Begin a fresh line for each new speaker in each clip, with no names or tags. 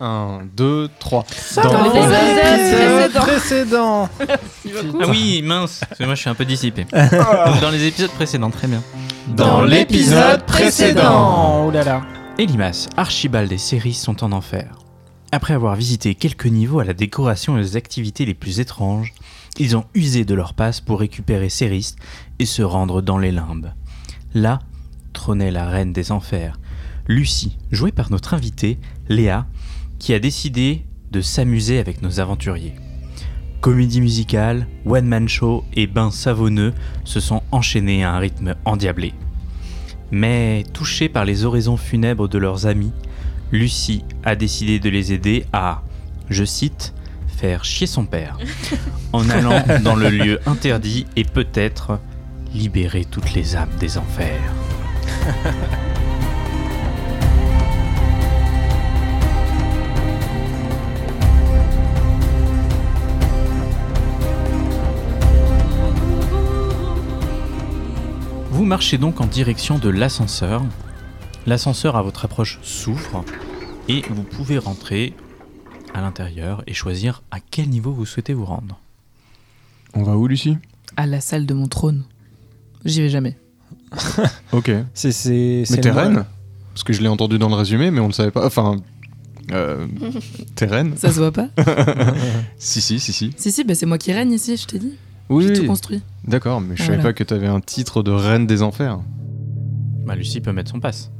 1, 2, 3. Dans,
les épisodes
précédents.
Ah oui, mince, parce que moi je suis un peu dissipé. Dans les épisodes précédents, très bien.
Dans l'épisode précédent.
Oh là là.
Elimas, Archibald et Ceris sont en enfer. Après avoir visité quelques niveaux à la décoration et aux activités les plus étranges, ils ont usé de leur passe pour récupérer Ceris et se rendre dans les limbes. Là, trônait la reine des enfers, Lucie, jouée par notre invitée, Léa, qui a décidé de s'amuser avec nos aventuriers. Comédie musicale, one-man show et bain savonneux se sont enchaînés à un rythme endiablé. Mais touchée par les oraisons funèbres de leurs amis, Lucie a décidé de les aider à, je cite, faire chier son père, en allant dans le lieu interdit et peut-être libérer toutes les âmes des enfers. Vous marchez donc en direction de l'ascenseur. L'ascenseur à votre approche s'ouvre et vous pouvez rentrer à l'intérieur et choisir à quel niveau vous souhaitez vous rendre.
On va où, Lucie
À la salle de mon trône. J'y vais jamais.
Ok.
C'est c'est.
Mais
c'est
t'es
le-
reine Parce que je l'ai entendu dans le résumé, mais on le savait pas. Enfin. Euh, t'es reine
Ça se voit pas
Si, si, si, si.
Si, si, bah, c'est moi qui règne ici, je t'ai dit.
Oui,
J'ai tout
oui.
construit.
D'accord, mais je savais
Voilà.
pas que t'avais un titre de reine des enfers.
Bah, Lucie peut mettre son passe.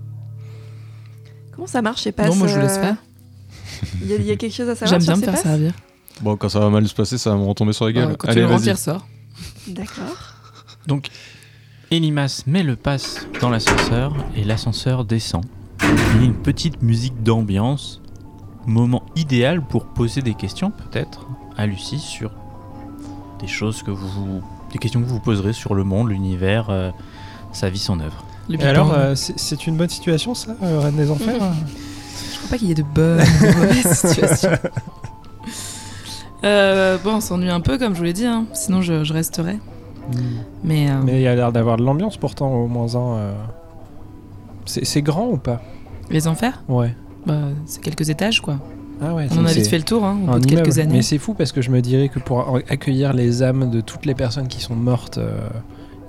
Comment ça marche et passe
non, moi je vous laisse
euh,
faire.
Il y, a- il y a quelque chose à savoir
J'aime
sur
bien me
ces
faire
passes
servir.
Bon, quand ça va mal se passer, ça va me retomber sur la gueule.
Euh, quand tu
Allez,
veux
vas-y.
remplir, sors.
D'accord.
Donc, Elimas met le passe dans l'ascenseur et l'ascenseur descend. Il y a une petite musique d'ambiance, moment idéal pour poser des questions peut-être à Lucie sur des choses que vous, des questions que vous vous poserez sur le monde, l'univers, euh, sa vie, son œuvre.
Les
Et
Big
alors,
Bang.
euh, c'est c'est une bonne situation, ça, euh, Reine des Enfers
Je crois pas qu'il y ait de bonnes ou de mauvaises situations. Euh, bon, on s'ennuie un peu, comme je vous l'ai dit, hein. sinon je, je resterais.
Mm.
Mais, euh,
Mais il y a l'air d'avoir de l'ambiance pourtant, au moins un. euh. C'est c'est grand ou pas
les enfers,
Ouais.
bah, c'est quelques étages quoi.
Ah ouais.
On en
donc
a vite
c'est
fait le tour hein, au
un
bout de
immeuble.
quelques années.
Mais c'est fou parce que je me dirais que pour accueillir les âmes de toutes les personnes qui sont mortes, euh,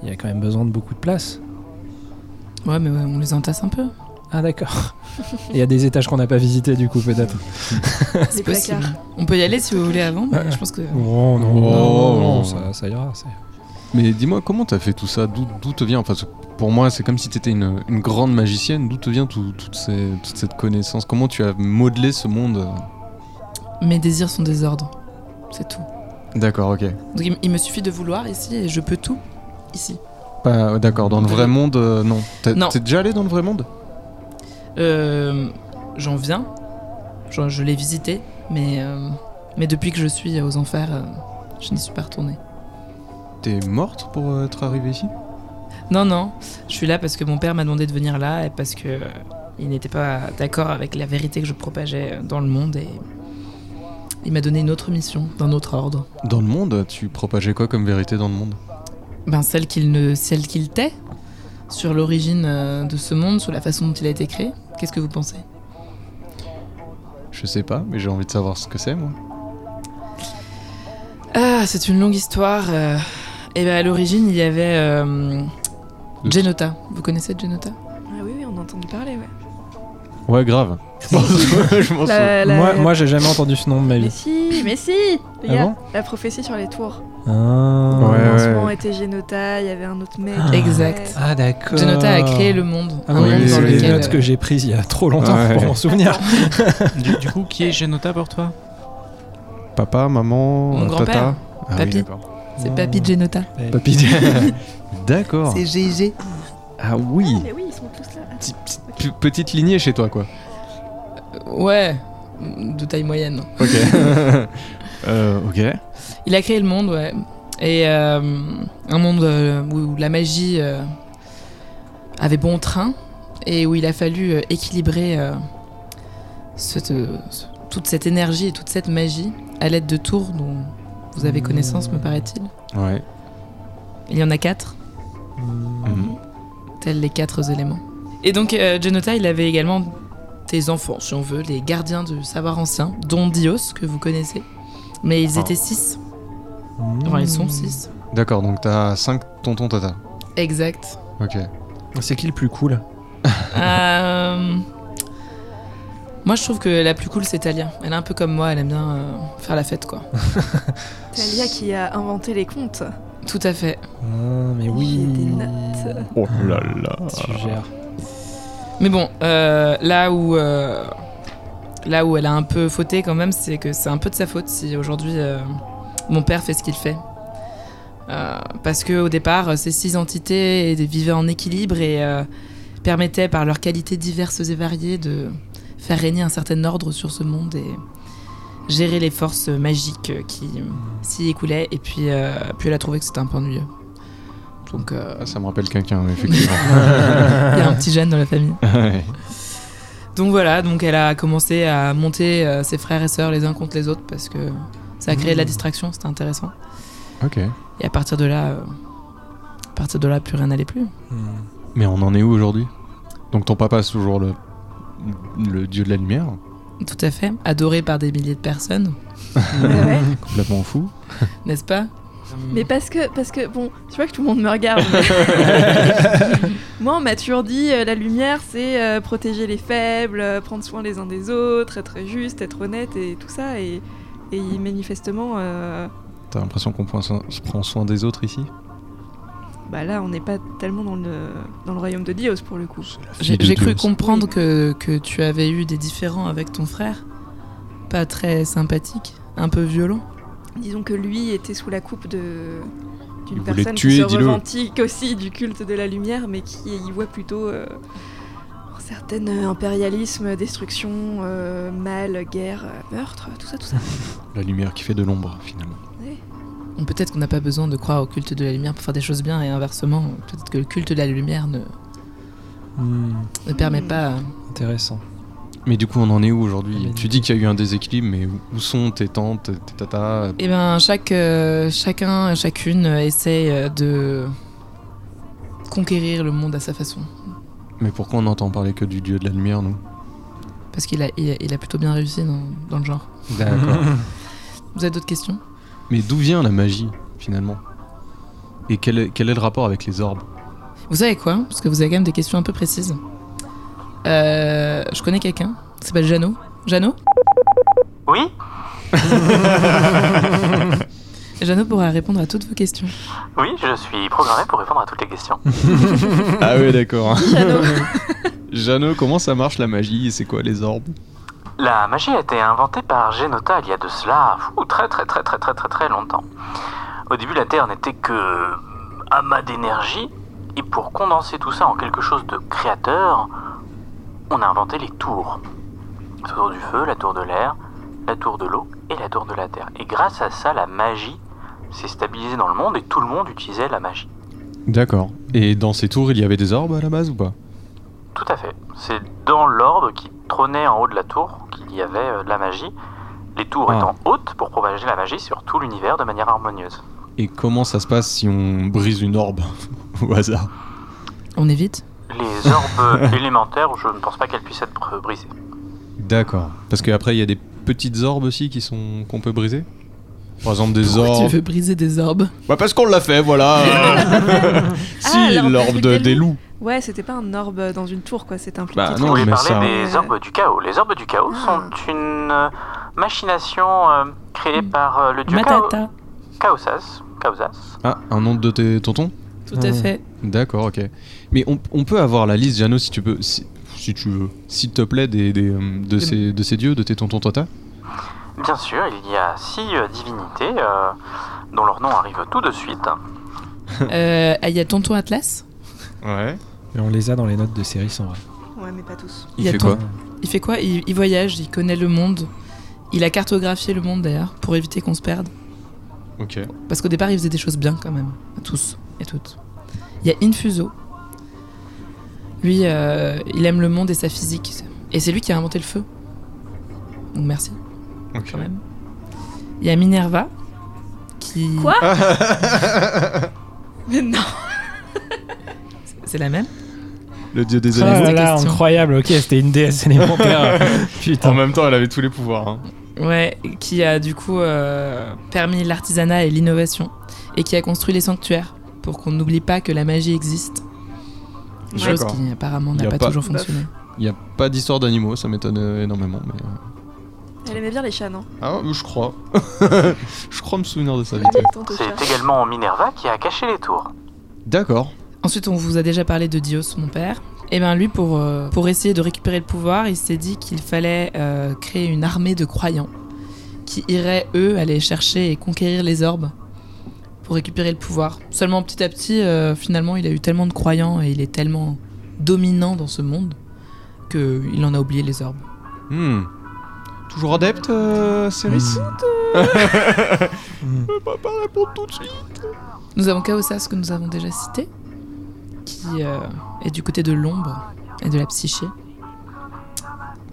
il y a quand même besoin de beaucoup de place.
Ouais, mais ouais, on les entasse un peu.
Ah d'accord. Il y a des étages qu'on n'a pas visités du coup peut-être.
C'est
Les
possible.
placards.
On peut y aller si vous voulez avant, mais je pense que.
Oh non,
Oh,
non, non,
non.
ça, ça ira. c'est-
Mais dis-moi, comment t'as fait tout ça D'où d'où te vient Enfin, c'est- pour moi, c'est comme si t'étais une, une grande magicienne. D'où te vient tout- toute, ces- toute cette connaissance Comment tu as modelé ce monde
Mes désirs sont des ordres. C'est tout.
D'accord, ok.
Donc il, il me suffit de vouloir ici et je peux tout ici.
Pas- D'accord, dans le vrai monde, euh, non. T'as-
Non.
T'es déjà allé dans le vrai monde
Euh, J'en viens. Je, je l'ai visité, mais, euh, mais depuis que je suis aux enfers, euh, je n'y suis pas retournée.
T'es morte pour euh, être arrivée ici
Non, non, je suis là parce que mon père m'a demandé de venir là et parce que euh, il n'était pas d'accord avec la vérité que je propageais euh, dans le monde et il m'a donné une autre mission, d'un autre ordre.
Dans le monde, tu propageais quoi comme vérité dans le monde
Ben celle qu'il ne, celle qu'il tait sur l'origine euh, de ce monde, sur la façon dont il a été créé. Qu'est-ce que vous pensez
Je sais pas, mais j'ai envie de savoir ce que c'est, moi.
Ah, c'est une longue histoire. euh. Eh ben à l'origine, il y avait euh,
Le-
Genota. Vous connaissez Genota
Ah oui, oui, on a entendu parler, ouais.
Ouais, grave. Je m'en sou- je m'en souviens.
La- la-
Moi,
la-
moi j'ai jamais entendu ce nom de ma
Mais
vie.
si, mais si
Ah
Il y a
bon
la prophétie sur les tours.
Ah,
Ouais,
en
ouais.
ce moment, était Génota, il y avait un autre mec.
Ah.
Exact.
Ah, d'accord.
Genota a créé le monde.
Ah
un
non,
Oui,
monde
mais
oui,
dans
c'est
oui.
des
lequel, euh,
notes que j'ai prises il y a trop longtemps
Ouais.
pour m'en souvenir.
Du, du coup, qui est Genota pour toi
Papa, maman,
Mon
euh,
grand-père.
tata. Ah oui,
Papy.
d'accord.
C'est
Mmh.
Papy Genota.
Papy. d'accord.
GG.
Ah oui.
Mais oui, ils sont tous là.
Petit- petit- p- Petite lignée chez toi, quoi.
Ouais, de taille moyenne.
Ok. euh, ok.
Il a créé le monde, ouais. Et euh, un monde euh, où la magie euh, avait bon train et où il a fallu euh, équilibrer euh, cette, euh, ce- toute cette énergie et toute cette magie à l'aide de tours dont vous avez connaissance, me paraît-il.
Ouais.
Il y en a quatre,
Hmm.
Mhm.
tels les quatre éléments. Et donc, euh, Genota, il avait également tes enfants, si on veut, les gardiens du savoir ancien, dont Dios, que vous connaissez. Mais ils
Ah.
étaient six. Enfin, ils sont
Hmm.
six.
D'accord, donc t'as 5 tontons tata.
Exact.
Ok.
C'est qui le plus cool
Euh, Moi, je trouve que la plus cool, c'est Talia. Elle est un peu comme moi, elle aime bien euh, faire la fête, quoi.
Talia qui a inventé les comptes.
Tout à fait.
Ah, Mais oui.
J'ai des notes.
Oh là là.
Tu gères.
Mais bon, euh, là où euh, là où elle a un peu fauté quand même, c'est que c'est un peu de sa faute si aujourd'hui euh, mon père fait ce qu'il fait. Euh, parce que au départ, ces six entités vivaient en équilibre et euh, permettaient par leurs qualités diverses et variées de faire régner un certain ordre sur ce monde et gérer les forces magiques qui s'y écoulaient. Et puis, euh, puis elle a trouvé que c'était un peu ennuyeux. Donc euh,
Ah, ça me rappelle quelqu'un, effectivement.
il y a un petit gène dans la famille. Donc voilà, donc elle a commencé à monter euh, ses frères et sœurs les uns contre les autres parce que ça a créé de la
Mmh.
distraction, c'était intéressant.
ok.
Et à partir de là, euh, à partir de là, plus rien n'allait plus.
Hmm.
Mais on en est où aujourd'hui Donc ton papa, c'est toujours le, le dieu de la lumière,
Tout à fait, adoré par des milliers de personnes,
Ouais, ouais.
complètement fou.
n'est-ce pas
Mais parce que, parce que, bon, je vois que tout le monde me regarde. Moi, on m'a toujours dit, euh, la lumière, c'est euh, protéger les faibles, euh, prendre soin les uns des autres, être juste, être honnête et tout ça. Et, et manifestement, euh,
T'as l'impression qu'on prend soin, se prend soin des autres ici
bah là, on n'est pas tellement dans le, dans le royaume de Dios pour le coup.
J'ai
de
j'ai
Dieu.
cru comprendre que, que tu avais eu des différends avec ton frère, pas très sympathique, un peu violent.
Disons que lui était sous la coupe de
Il
d'une
voulait
personne
tuer,
qui se
dis-le.
revendique aussi du culte de la lumière, mais qui y voit plutôt euh, un certain euh, impérialisme, destruction, euh, mal, guerre, euh, meurtre, tout ça, tout ça.
La lumière qui fait de l'ombre, finalement.
Bon, Peut-être qu'on n'a pas besoin de croire au culte de la lumière pour faire des choses bien et inversement, peut-être que le culte de la lumière ne,
Hmm.
ne permet
Mmh.
pas...
Intéressant.
Mais du coup, on en est où aujourd'hui
Ah, mais-
Tu dis qu'il y a eu un déséquilibre, mais où- où sont tes tantes, tes tatas
Eh ben, chaque, euh, chacun, chacune euh, essaye euh, de conquérir le monde à sa façon.
Mais pourquoi on entend parler que du dieu de la lumière, nous
Parce qu'il a, il a, il a plutôt bien réussi dans, dans le genre.
D'accord.
Vous avez d'autres questions
mais d'où vient la magie, finalement Et quel est, quel est le rapport avec les orbes
Vous savez quoi Parce que vous avez quand même des questions un peu précises. Euh, je connais quelqu'un, il s'appelle Jeannot. Jeannot
Oui
Jeannot pourra répondre à toutes vos questions.
Oui, je suis programmé pour répondre à toutes les questions.
Ah ouais, d'accord.
Jeannot.
Jeannot, comment ça marche la magie et c'est quoi les orbes
La magie a été inventée par Genota il y a de cela fou, très très très très très très très longtemps. Au début, la Terre n'était que amas d'énergie, et pour condenser tout ça en quelque chose de créateur, on a inventé les tours. La tour du feu, la tour de l'air, la tour de l'eau et la tour de la Terre. Et grâce à ça, la magie s'est stabilisée dans le monde et tout le monde utilisait la magie.
D'accord. Et dans ces tours, il y avait des orbes à la base ou pas
Tout à fait. C'est dans l'orbe qui trônait en haut de la tour qu'il y avait euh, de la magie. Les tours
Ah.
étant hautes pour propager la magie sur tout l'univers de manière harmonieuse.
Et comment ça se passe si on brise une orbe au hasard
On évite
Les orbes élémentaires, je ne pense pas qu'elles puissent être br- brisées.
D'accord. Parce qu'après, il y a des petites orbes aussi qui sont qu'on peut briser Par exemple, des
Pourquoi
orbes. Ah,
tu veux briser des orbes
Bah parce qu'on l'a fait, voilà Si,
l'orbe
l'orbe
du
de-
Delhi.
des loups
Ouais, c'était pas un orbe dans une tour, quoi, c'est un plus
Bah
petit
non,
Je
truc.
voulais
mais
parler
ça-
des orbes du chaos. Les orbes du chaos
Ah.
sont une euh, machination euh, créée par euh, le dieu Chaos-
Matata.
Chaosas. Chaosas.
Ah, un nom de tes tontons
Tout à
Mmh.
fait.
D'accord, ok. Mais on, on peut avoir la liste, Jeannot, si tu peux... Si, si tu veux. S'il te plaît, des, des, euh, de, ces, de ces dieux, de tes tontons tata
Bien sûr, il y a six euh, divinités euh, dont leur nom arrive tout de suite.
Euh, ah, Il y a Tonton Atlas.
Ouais.
Mais on les a dans les notes de série sans vrai.
Ouais, mais pas tous.
Il
Il y a
fait
ton-
quoi
Il fait quoi il, il voyage, il connaît le monde. Il a cartographié le monde d'ailleurs pour éviter qu'on se perde.
Ok.
Parce qu'au départ, il faisait des choses bien quand même, à tous et toutes. Il y a Infuso. Lui, euh, il aime le monde et sa physique. Et c'est lui qui a inventé le feu. Donc merci
Ok.
quand même. Il y a Minerva qui.
Quoi Mais non
C'est la même.
le dieu des
Ah
animaux.
là là,
question.
incroyable, ok, c'était une déesse élémentaire.
En
Putain.
même temps, elle avait tous les pouvoirs. hein.
Ouais, qui a du coup euh, permis l'artisanat et l'innovation et qui a construit les sanctuaires pour qu'on n'oublie pas que la magie existe. Chose
D'accord.
qui apparemment
Y
n'a
a
pas,
pas-
toujours fonctionné.
Il n'y a pas d'histoire d'animaux, ça m'étonne euh, énormément. Mais... euh,
Elle aimait bien les chats, non
Ah, je crois. je crois me souvenir de ça. vite.
Elle tente aux chats.
C'est également Minerva qui a caché les tours.
D'accord.
Ensuite, on vous a déjà parlé de Dios, mon père. Et bien lui, pour, euh, pour essayer de récupérer le pouvoir, il s'est dit qu'il fallait euh, créer une armée de croyants qui iraient, eux, aller chercher et conquérir les orbes pour récupérer le pouvoir. Seulement, petit à petit, euh, finalement, il a eu tellement de croyants et il est tellement dominant dans ce monde qu'il en a oublié les orbes.
Hmm. Toujours adepte, euh, Céris
Hmm.
peut pas répondre tout de suite.
Nous avons Kaosas, que nous avons déjà cité, qui euh, est du côté de l'ombre et de la psyché.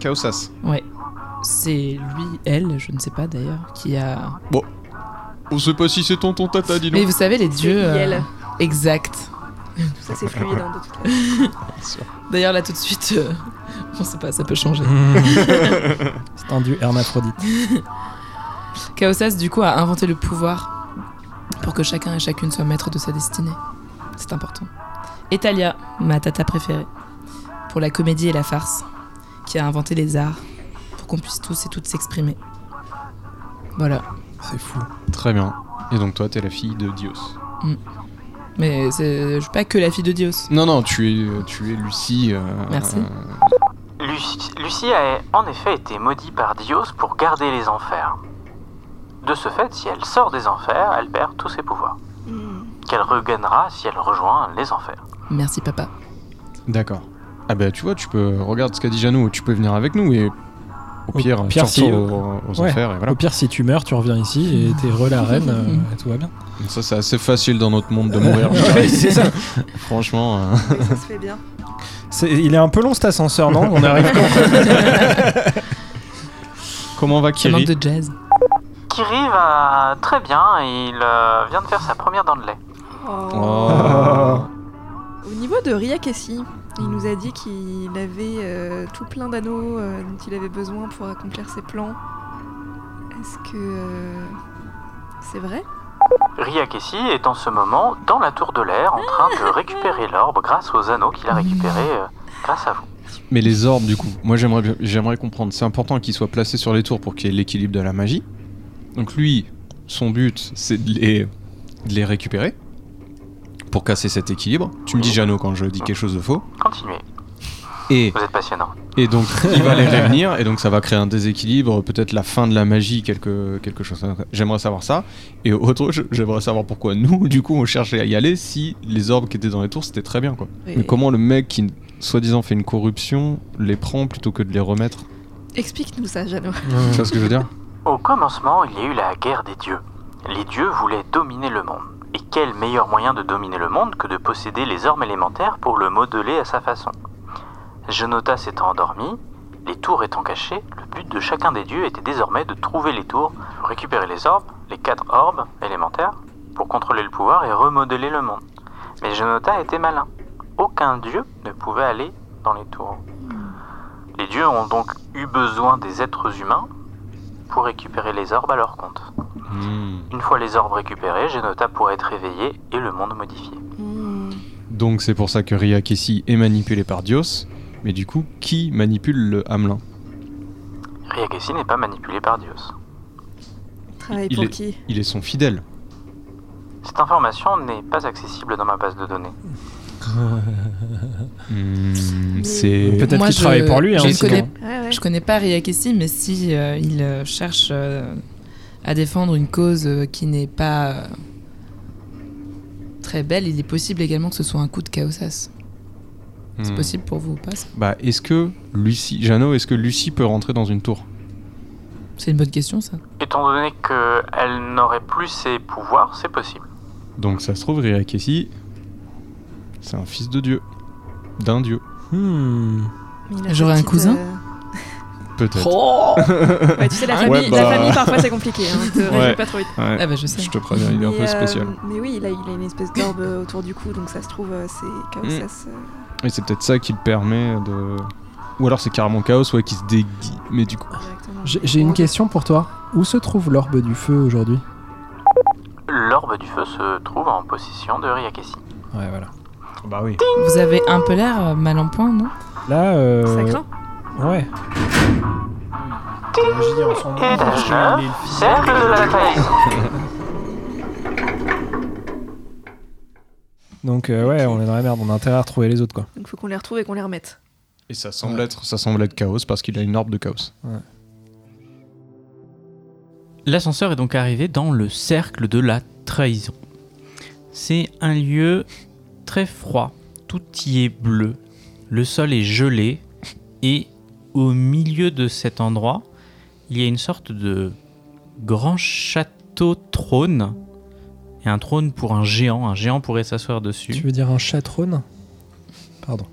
Kaosas.
C'est lui, elle, je ne sais pas d'ailleurs, qui a
On sait pas si c'est tonton tata, dis
Mais
donc.
vous savez, les dieux.
C'est
euh,
IL.
exact.
Tout ça, c'est fluide, hein, de toute façon.
D'ailleurs, là, tout de suite, euh, on sait pas, ça peut changer.
Hmm. C'est un dieu hermaphrodite.
Kaosas, du coup, a inventé le pouvoir pour que chacun et chacune soit maître de sa destinée. C'est important. Et Talia, ma tata préférée, pour la comédie et la farce, qui a inventé les arts pour qu'on puisse tous et toutes s'exprimer. Voilà.
C'est fou.
Très bien. Et donc toi, t'es la fille de Dios.
Mais c'est- je suis pas que la fille de Dios.
Non, non, tu es, euh, tu es Lucie. euh,
Merci.
euh,
Lucie, Lucie a en effet été maudite par Dios pour garder les enfers. De ce fait, si elle sort des enfers, elle perd tous ses pouvoirs.
Hmm.
Qu'elle regagnera si elle rejoint les enfers.
Merci, papa.
D'accord. Ah bah tu vois, tu peux regarde ce qu'a dit Janou, tu peux venir avec nous et au
Au
pire,
pire,
tu retournes
si-
aux, aux
ouais.
enfers et voilà.
Au pire, si tu meurs, tu reviens ici et t'es re la reine, euh, et tout va bien.
Ça c'est assez facile dans notre monde de mourir.
c'est ça.
Franchement, euh,
Oui, ça se fait bien.
C'est- il est un peu long cet ascenseur, non On arrive quand
comment va
Ça manque
Kiri
de jazz.
Kiri va très bien, il euh, vient de faire sa première dent de lait.
Oh.
Oh.
Au niveau de Ria Cassie, il nous a dit qu'il avait euh, tout plein d'anneaux euh, dont il avait besoin pour accomplir ses plans. Est-ce que euh, c'est vrai
Ria Kessi est en ce moment dans la tour de l'air en train de récupérer l'orbe grâce aux anneaux qu'il a récupérés euh, grâce à vous.
Mais les orbes du coup, moi j'aimerais bien- j'aimerais comprendre. C'est important qu'ils soient placés sur les tours pour qu'il y ait l'équilibre de la magie. Donc lui, son but c'est de les, de les récupérer pour casser cet équilibre. Tu me dis Jeannot quand je dis quelque chose de faux.
Continuez,
Et
vous êtes passionnant.
Et donc il va les réunir et donc ça va créer un déséquilibre, peut-être la fin de la magie, quelque, quelque chose. comme ça. J'aimerais savoir ça. Et autre, je- j'aimerais savoir pourquoi nous, du coup, on cherchait à y aller si les orbes qui étaient dans les tours, c'était très bien quoi.
Et-
Mais comment le mec qui, soi-disant, fait une corruption, les prend plutôt que de les remettre
Explique-nous ça, Jeannot.
Tu vois ce que je veux dire
Au commencement, il y a eu la guerre des dieux. Les dieux voulaient dominer le monde. Et quel meilleur moyen de dominer le monde que de posséder les ormes élémentaires pour le modeler à sa façon Genota s'étant endormi, les tours étant cachées, le but de chacun des dieux était désormais de trouver les tours, récupérer les orbes, les quatre orbes élémentaires, pour contrôler le pouvoir et remodeler le monde. Mais Genota était malin. Aucun dieu ne pouvait aller dans les tours. Les dieux ont donc eu besoin des êtres humains pour récupérer les orbes à leur compte.
Hmm.
Une fois les orbes récupérés, Genota pourrait être réveillé et le monde modifié.
Mmh.
Hmm.
Donc c'est pour ça que Ria Kessi est manipulée par Dios. Mais du coup, qui manipule le Hamelin
Riagessi n'est pas manipulé par Dios.
Travaille
Il
pour
est-
qui
Il est son fidèle.
Cette information n'est pas accessible dans ma base de données.
Hmm, c'est.
Peut-être
Moi,
qu'il
je-
travaille pour lui.
je
hein,
ne
sinon.
connais-
Ouais, ouais.
Je connais pas Riakessi, mais si euh, il euh, cherche euh, à défendre une cause euh, qui n'est pas euh, très belle, il est possible également que ce soit un coup de Kaosas. C'est
Hmm.
possible pour vous ou pas ça
Bah, est-ce que Lucie, Jeannot, est-ce que Lucie peut rentrer dans une tour
C'est une bonne question ça.
Étant donné qu'elle n'aurait plus ses pouvoirs, c'est possible.
Donc ça se trouve, Ria Kessi, c'est un fils de Dieu. D'un Dieu,
Hmm.
Mais il a
J'aurais
sa
un
petite,
cousin
euh,
peut-être.
Oh
ouais, tu sais, la
Ouais,
famille,
bah.
la famille parfois c'est compliqué. Hein, te réjouis pas trop vite.
Ouais,
Ah bah je sais.
Je te préviens, il est un
Mais,
peu
euh,
spécial. Mmh.
mais oui, il a, il a une espèce d'orbe autour du cou, donc ça se trouve, euh, c'est Kaosas. euh,
Et c'est peut-être ça qui le permet de. Ou alors c'est carrément chaos, ouais, qui se déguise. Mais du coup.
directement.
J'ai j'ai une question pour toi. Où se trouve l'orbe du feu aujourd'hui
L'orbe du feu se trouve en possession de Riakessi.
Ouais, voilà.
Bah oui.
Vous avez un peu l'air euh, mal en point, non
Là, euh...
Ça craint.
Ouais.
Et d'ailleurs, cercle de la bataille.
Donc, euh, ouais, on est dans la merde. On a intérêt à retrouver les autres, quoi.
Donc faut qu'on les retrouve et qu'on les remette.
Et ça semble, être, ça semble être chaos parce qu'il a une orbe de chaos.
L'ascenseur est donc arrivé dans le cercle de la trahison. C'est un lieu très froid, tout y est bleu, le sol est gelé et au milieu de cet endroit, il y a une sorte de grand château trône et un trône pour un géant, un géant pourrait s'asseoir dessus.
Tu veux dire un chatrone Pardon.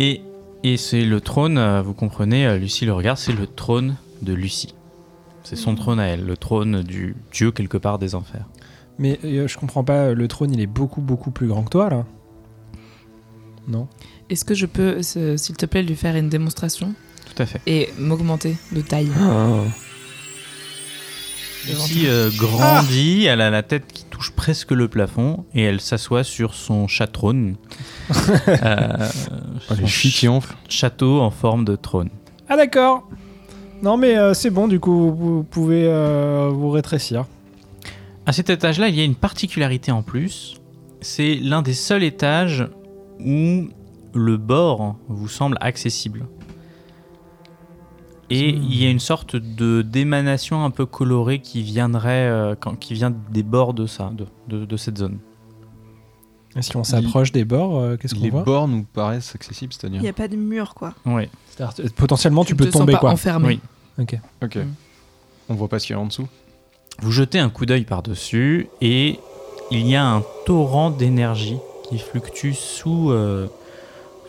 Et, et c'est le trône, euh, vous comprenez, euh, Lucie le regarde, c'est le trône de Lucie. C'est son trône à elle, le trône du dieu quelque part des enfers.
Mais euh, je comprends pas. Le trône, il est beaucoup, beaucoup plus grand que toi, là. Non
Est-ce que je peux, s- s'il te plaît, lui faire une démonstration
Tout à fait.
et m'augmenter de taille
Lucie euh, grandit, elle a la tête qui touche presque le plafond et elle s'assoit sur son chatrône. Euh,
Oh,
son
les filles qui enflent.
ch- château en forme de trône.
Ah, d'accord Non, mais euh, c'est bon, du coup, vous pouvez euh, vous rétrécir.
À cet étage-là, il y a une particularité en plus. C'est l'un des seuls étages où le bord vous semble accessible. Et
Hmm.
il y a une sorte de d'émanation un peu colorée qui viendrait, euh, quand- qui vient des bords de ça, de, de- de cette zone.
Et si on s'approche des bords, euh, qu'est-ce qu'on
Les
voit
bords nous paraissent accessibles,
Il
c'est-à-dire.
n'y a pas de mur quoi.
Oui.
C'est-à-dire, euh, Potentiellement, tu peux
te sens
tomber,
pas
quoi.
enfermé.
Oui.
Ok.
Mm.
On voit pas ce qu'il y a en dessous.
Vous jetez un coup d'œil par-dessus et il y a un torrent d'énergie qui fluctue sous, euh,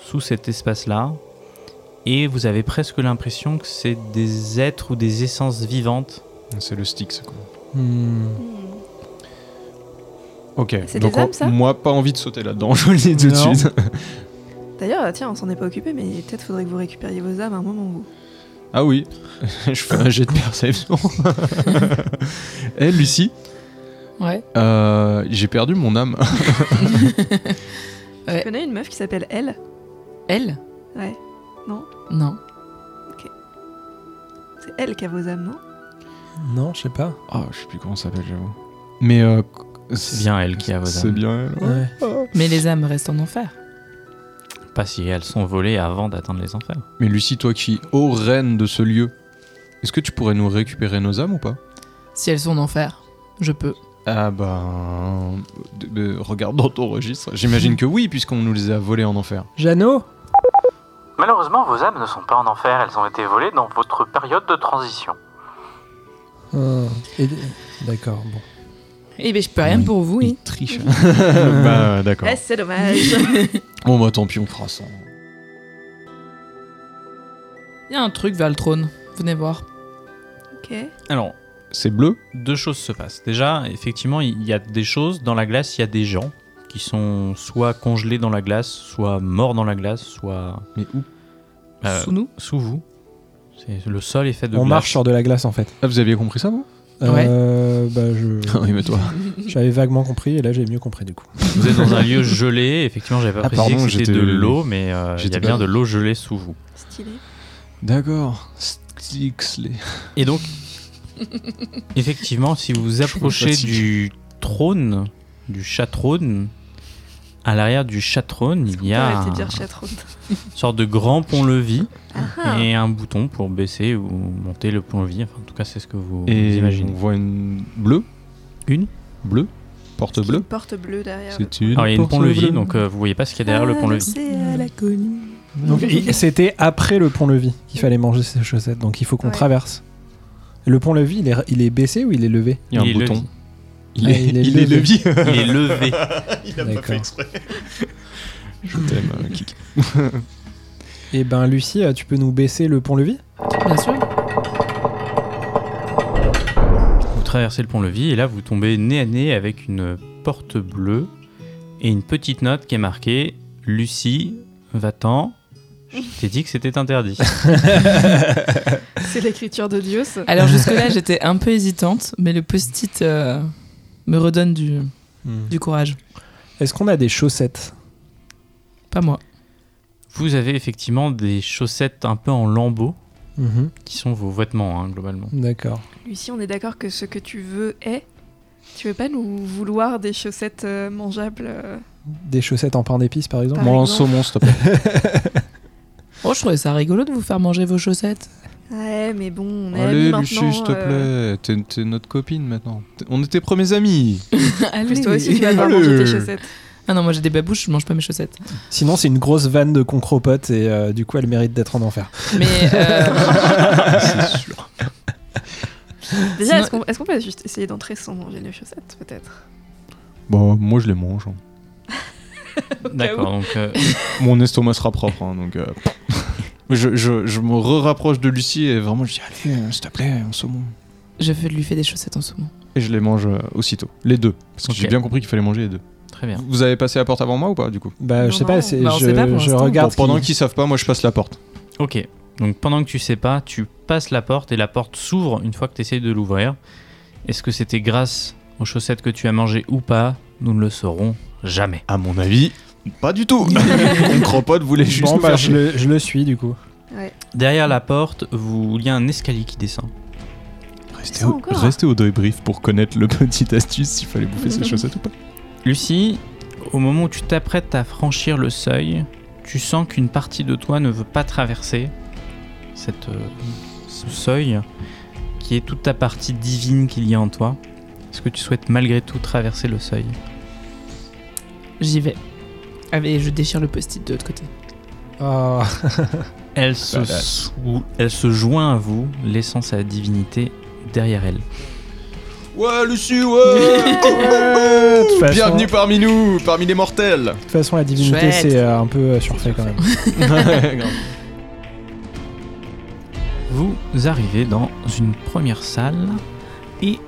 sous cet espace-là. Et vous avez presque l'impression que c'est des êtres ou des essences vivantes.
C'est le Styx, quoi.
Hmm.
Mmh.
Ok.
C'est
Donc,
des âmes,
on-
ça
moi, pas envie de sauter là-dedans, je le dis tout de
Non.
suite.
D'ailleurs, ah, tiens, on s'en est pas occupé, mais peut-être faudrait que vous récupériez vos âmes à un moment vous.
Ah oui. je fais un jet de perception. Eh, Lucie,
Ouais.
euh, j'ai perdu mon âme.
Ouais.
Tu connais une meuf qui s'appelle Elle
Elle
Ouais. Non
Non.
C'est elle qui a vos âmes, non
Non, je sais pas.
Ah, je sais plus comment ça s'appelle, j'avoue. Mais. euh,
C'est bien elle qui a vos
C'est
âmes.
bien elle. ouais.
Ouais.
Mais les âmes restent en enfer.
Pas si elles sont volées avant d'atteindre les enfers.
Mais Lucie, toi qui, ô reine de ce lieu, est-ce que tu pourrais nous récupérer nos âmes ou pas
Si elles sont en enfer, je peux.
Ah ben... de- de- regarde dans ton registre. J'imagine que oui, puisqu'on nous les a volés en enfer.
Jeannot
Malheureusement, vos âmes ne sont pas en enfer, elles ont été volées dans votre période de transition.
Hmm. Et- D'accord, bon.
Eh ben, je peux rien
Oui.
pour vous, oui.
Triche. bah d'accord.
Eh, c'est dommage
Bon bah tant pis, on fera ça.
Il y a un truc vers le trône. Venez voir.
Ok.
Alors,
C'est bleu
deux choses se passent. Déjà, effectivement, il y a des choses. Dans la glace, il y a des gens qui sont soit congelés dans la glace, soit morts dans la glace, soit
Mais où
euh,
Sous nous.
sous vous. C'est- Le sol est fait de
On
glace.
marche sur de la glace en fait.
Ah vous aviez compris ça vous
Euh, bah, je,
Ah Oui mais toi.
j'avais vaguement compris et là j'ai mieux compris du coup.
Vous êtes dans un lieu gelé. Effectivement, j'avais pas
Ah,
précisé
pardon,
que c'était
j'étais-
de l'eau, mais euh, il y
j'étais
a bien
pas-
de l'eau gelée sous vous.
Stylé.
D'accord. Stixley.
Et donc, effectivement, si vous vous approchez
fatigué.
du trône, du chatrône, à l'arrière du chatrône, il
Ah.
y a
Arrêtez de
un-
dire chatron.
une sorte de grand pont-levis
Ah.
et un bouton pour baisser ou monter le pont-levis. Enfin, en tout cas, c'est ce que vous
Et on
imaginez.
voit une bleue
Une
Bleue Porte bleue
Une porte bleue derrière.
C'est une
Alors, il y a une
porte
pont-levis,
bleue.
donc euh, vous voyez pas ce qu'il y a derrière le pont-levis.
Ah, C'est à la colline.
Donc et c'était après le pont-levis qu'il fallait manger ses chaussettes, donc il faut qu'on
Ouais.
traverse. Le pont-levis, il est, il est baissé ou il est levé
Il y a un
il est
bouton.
levé.
Il
Ah,
est,
il est
il est
levé.
levier.
Il est levé.
D'accord.
Je t'aime, euh, Kik.
Et ben Lucie, euh, tu peux nous baisser le pont-levis
Bien sûr.
Vous traversez le pont-levis et là, vous tombez nez à nez avec une porte bleue et une petite note qui est marquée Lucie, va-t'en. Je t'ai dit que c'était interdit.
C'est l'écriture de Dieu, ça.
Alors jusque-là, j'étais un peu hésitante, mais le post-it euh, me redonne du,
Hmm.
du courage.
Est-ce qu'on a des chaussettes
Pas moi.
Vous avez effectivement des chaussettes un peu en lambeaux
Mhm.
qui sont vos vêtements, hein, globalement.
D'accord.
Lucie, on est d'accord que ce que tu veux est. Tu veux pas nous vouloir des chaussettes euh, mangeables euh,
Des chaussettes en pain d'épices, par exemple
Par
Moi en
exemple.
saumon, s'il te plaît.
Oh, je trouvais ça rigolo de vous faire manger vos chaussettes.
Ouais, mais bon, on est amis
Allez,
maintenant.
Lucie, s'il te
euh,
plaît. T'es- T'es notre copine maintenant. T'es- On était premiers amis.
En plus, toi aussi, tu vas devoir
Allez.
manger tes chaussettes.
Ah non, moi j'ai des babouches, je mange pas mes chaussettes.
Sinon, c'est une grosse vanne de concropote et euh, du coup, elle mérite d'être en enfer.
Mais euh, Sinon-
Déjà, est-ce qu'on est-ce qu'on peut juste essayer d'entrer sans manger les chaussettes, peut-être
Bon, moi je les mange. hein.
D'accord, donc euh,
Mon estomac sera propre, hein, donc. euh, Je, je- je me rapproche de Lucie et vraiment je dis allez euh, s'il te plaît en saumon
je veux lui faire des chaussettes en saumon.
et je les mange euh, aussitôt les deux parce que
Ok.
j'ai bien compris qu'il fallait manger les deux
très bien.
vous avez passé la porte avant moi ou pas du coup
Bah,
Non,
je sais
non.
pas, c'est-
Bah, on
je,
sait pas pour
je
l'instant.
regarde.
Bon, pendant
qui-
qu'ils savent pas moi je passe la porte
Ok, donc pendant que tu sais pas, tu passes la porte et la porte s'ouvre une fois que tu essayes de l'ouvrir. Est-ce que c'était grâce aux chaussettes que tu as mangées ou pas Nous ne le saurons jamais.
à mon avis pas du tout mon cropote voulait juste
Bon,
nous
bah,
faire
je le, je le suis du coup.
Derrière la porte, vous... il y a un escalier qui descend.
Restez
Ça
au,
encore.
restez au débrief pour connaître le petit astuce s'il fallait bouffer ses chaussettes ou pas.
Lucie, au moment où tu t'apprêtes à franchir le seuil, tu sens qu'une partie de toi ne veut pas traverser cette, euh, ce seuil qui est toute ta partie divine qu'il y a en toi. Est-ce que tu souhaites malgré tout traverser le seuil
J'y vais. Ah, mais je déchire le post-it de l'autre côté.
Oh.
Elle se,
Badass.
sou- elle se joint à vous, laissant sa divinité derrière elle.
Ouais, Lucie, ouais
toute façon-
Bienvenue parmi nous, parmi les mortels
De toute façon, la divinité,
Chouette.
c'est euh, un peu euh, surfait quand même.
Vous arrivez dans une première salle et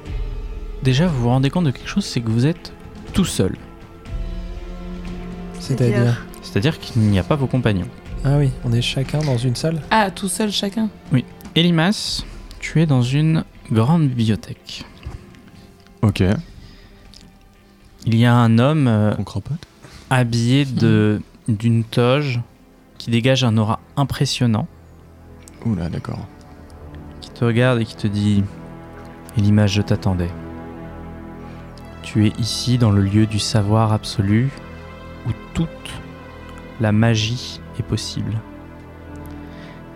déjà vous vous rendez compte de quelque chose, c'est que vous êtes tout seul.
C'est-à-dire.
C'est-à-dire qu'il n'y a pas vos compagnons.
Ah oui, on est chacun dans une salle
Ah, tout seul chacun
Elimas, tu es dans une grande bibliothèque.
ok,
Il y a un homme euh,
mon cropote.
habillé de d'une toge qui dégage un aura impressionnant,
Oula, d'accord.
qui te regarde et qui te dit Elimas, je t'attendais. Tu es ici dans le lieu du savoir absolu où toute la magie est possible.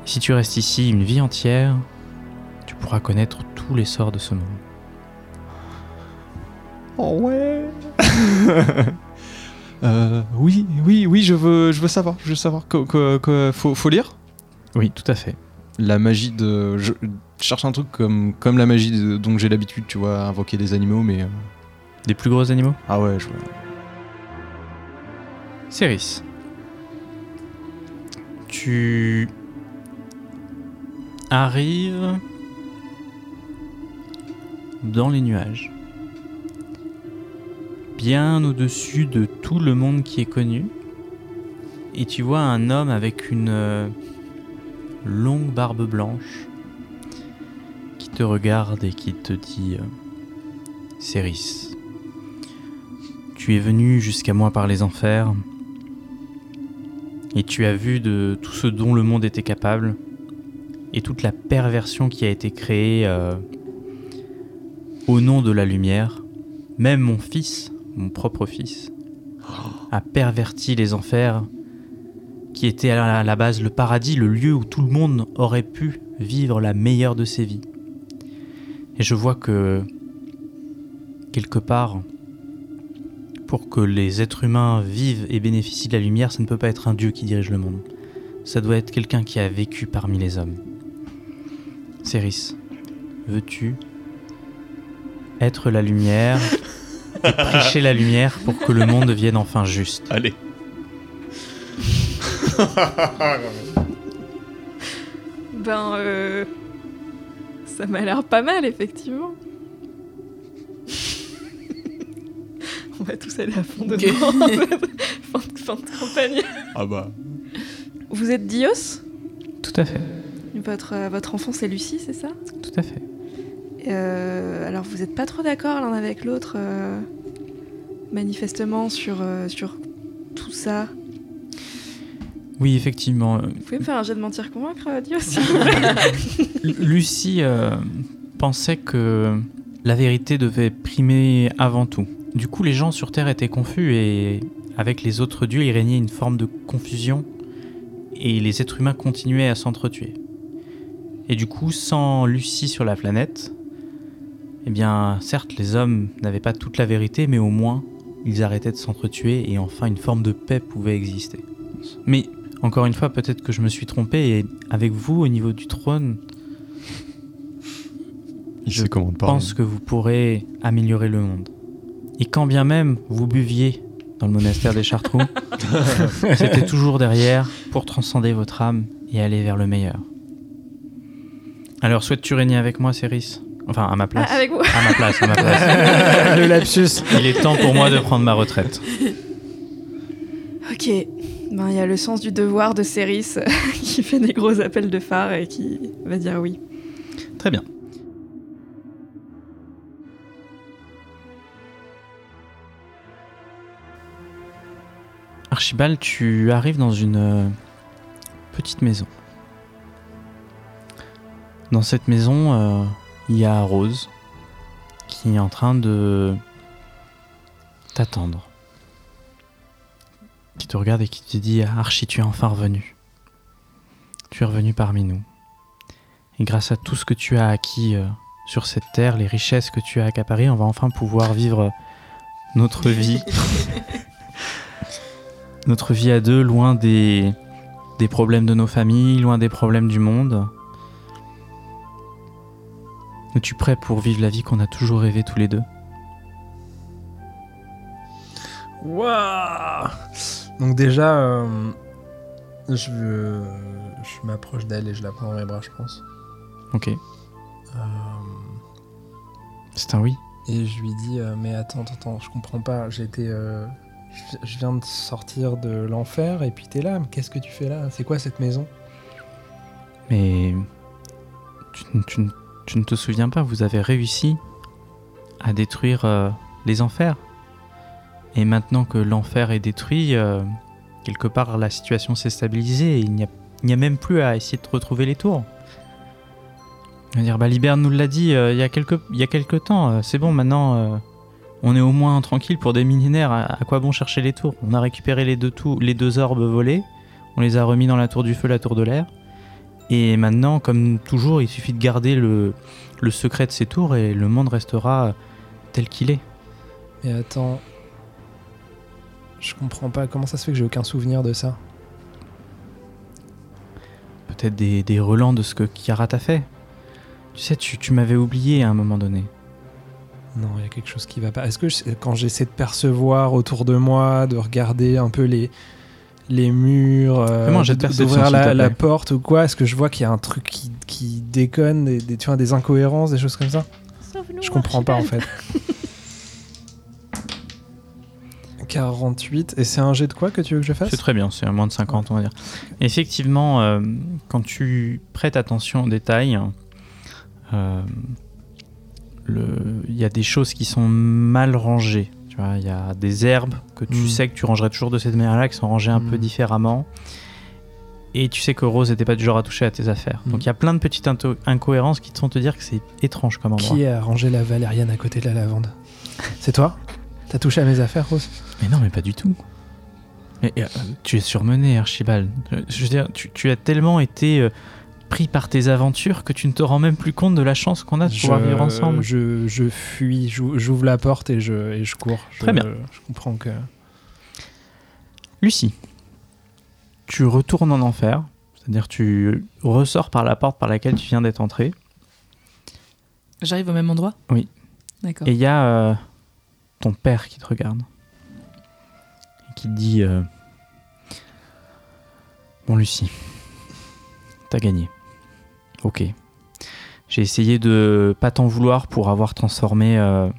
Si tu restes ici une vie entière, tu pourras connaître tous les sorts de ce monde.
Oh ouais Euh, oui, oui, oui, je veux, je veux savoir, je veux savoir. Que, que- que- faut, faut lire
Oui, tout à fait.
La magie de... Je cherche un truc comme, comme la magie de- dont j'ai l'habitude, tu vois, invoquer des animaux, mais... euh,
Des plus gros animaux
Ah ouais, je vois.
Céris, tu arrives dans les nuages, bien au-dessus de tout le monde qui est connu, et tu vois un homme avec une euh, longue barbe blanche qui te regarde et qui te dit euh, Céris, tu es venu jusqu'à moi par les enfers, et tu as vu de tout ce dont le monde était capable, et toute la perversion qui a été créée euh, au nom de la lumière. Même mon fils, mon propre fils, a perverti les enfers, qui étaient à la- à la base le paradis, le lieu où tout le monde aurait pu vivre la meilleure de ses vies. Et je vois que, quelque part, pour que les êtres humains vivent et bénéficient de la lumière, ça ne peut pas être un dieu qui dirige le monde. Ça doit être quelqu'un qui a vécu parmi les hommes. Céris, veux-tu être la lumière et prêcher la lumière pour que le monde devienne enfin juste
Allez.
Ben, euh, ça m'a l'air pas mal, effectivement. On va tous aller à fond dedans.
Ok.
fin, de, fin de campagne.
Ah bah.
Vous êtes Dios
Tout à fait,
votre, euh, votre enfant, c'est Lucie, c'est ça
tout à fait.
Euh, alors vous n'êtes pas trop d'accord l'un avec l'autre, euh, manifestement, sur, euh, sur tout ça.
Oui, effectivement. euh,
Vous pouvez me faire un jet de mentir convaincre, euh, Dios
Lu- Lucie euh, pensait que la vérité devait primer avant tout. Du coup, les gens sur Terre étaient confus et avec les autres dieux, il régnait une forme de confusion et les êtres humains continuaient à s'entretuer. Et du coup, sans Lucie sur la planète, eh bien, certes, les hommes n'avaient pas toute la vérité, mais au moins, ils arrêtaient de s'entretuer et enfin une forme de paix pouvait exister. Mais encore une fois, peut-être que je me suis trompé et avec vous, au niveau du trône,
Il
Je
sait comment te
je pense que vous pourrez améliorer le monde. Et quand bien même vous buviez dans le monastère des Chartreux, c'était toujours derrière pour transcender votre âme et aller vers le meilleur. Alors, souhaites-tu régner avec moi, Céris Enfin, à ma place.
Ah, Avec vous
À ma place, à ma place.
le lapsus.
Il est temps pour moi de prendre ma retraite.
Ok, ben, il y a le sens du devoir de Céris qui fait des gros appels de phare et qui va dire oui.
Très bien. Archibald, tu arrives dans une euh, petite maison. Dans cette maison, euh, il y a Rose qui est en train de t'attendre. Qui te regarde et qui te dit Archie, tu es enfin revenu. Tu es revenu parmi nous. Et grâce à tout ce que tu as acquis euh, sur cette terre, les richesses que tu as accaparées, on va enfin pouvoir vivre euh, notre vie. notre vie à deux, loin des, des problèmes de nos familles, loin des problèmes du monde. Es-tu prêt pour vivre la vie qu'on a toujours rêvé tous les deux
Waouh Donc déjà, euh, je, veux- je m'approche d'elle et je la prends dans mes bras, je pense.
Ok,
Euh,
c'est un oui.
et je lui dis, euh, mais attends, attends, attends, je comprends pas. J'ai été, euh, je- je viens de sortir de l'enfer et puis t'es là. mais Qu'est-ce que tu fais là C'est quoi cette maison
Mais tu, ne- tu ne- tu ne te souviens pas, vous avez réussi à détruire euh, les enfers. Et maintenant que l'enfer est détruit, euh, quelque part la situation s'est stabilisée et il n'y a, il n'y a même plus à essayer de retrouver les tours. Je veux dire, bah, Liberne nous l'a dit euh, il y a quelques, il y a quelques temps, euh, c'est bon maintenant. euh, on est au moins tranquille pour des millénaires. À, à quoi bon chercher les tours On a récupéré les deux, tou- les deux orbes volés. On les a remis dans la tour du feu, la tour de l'air. Et maintenant, comme toujours, il suffit de garder le, le secret de ces tours et le monde restera tel qu'il est.
Mais attends, je comprends pas. Comment ça se fait que j'ai aucun souvenir de ça
Peut-être des, des relents de ce que Kiara t'a fait. Tu sais, tu, tu m'avais oublié à un moment donné.
Non, il y a quelque chose qui va pas. Est-ce que je- quand j'essaie de percevoir autour de moi, de regarder un peu les, les murs, euh,
Fais-moi un jet de
d-
perception,
d'ouvrir
s'il te
la,
plaît.
la porte ou quoi, est-ce que je vois qu'il y a un truc qui, qui déconne, des, des, tu vois, des incohérences, des choses comme ça Je comprends pas en fait. 48, et c'est un jet de quoi que tu veux que je
C'est
fasse
très bien, c'est à moins de 50, on va dire. Effectivement, euh, quand tu prêtes attention aux détails, euh, le- il y a des choses qui sont mal rangées. Tu vois, il y a des herbes que tu
Mm.
sais que tu rangerais toujours de cette manière-là, qui sont rangées un
Mm.
peu différemment. Et tu sais que Rose n'était pas du genre à toucher à tes affaires.
Mm.
Donc il y a plein de petites into- incohérences qui te font te dire que c'est étrange comme endroit.
Qui a rangé la valériane à côté de la lavande C'est toi T'as touché à mes affaires, Rose
Mais non, mais pas du tout. Mais, euh, tu es surmené, Archibald. Je, je veux dire, tu, tu as tellement été euh, pris par tes aventures que tu ne te rends même plus compte de la chance qu'on a de pouvoir vivre ensemble.
Je, je fuis, j'ou- j'ouvre la porte et je, et je cours. Je-
Très bien.
Je comprends que.
Lucie, tu retournes en enfer, c'est-à-dire tu euh, ressors par la porte par laquelle tu viens d'être entré,
J'arrive au même endroit
Oui.
D'accord.
et il y a euh, ton père qui te regarde et qui te dit euh, Bon, Lucie, t'as gagné. Ok. J'ai essayé de pas t'en vouloir pour avoir transformé euh,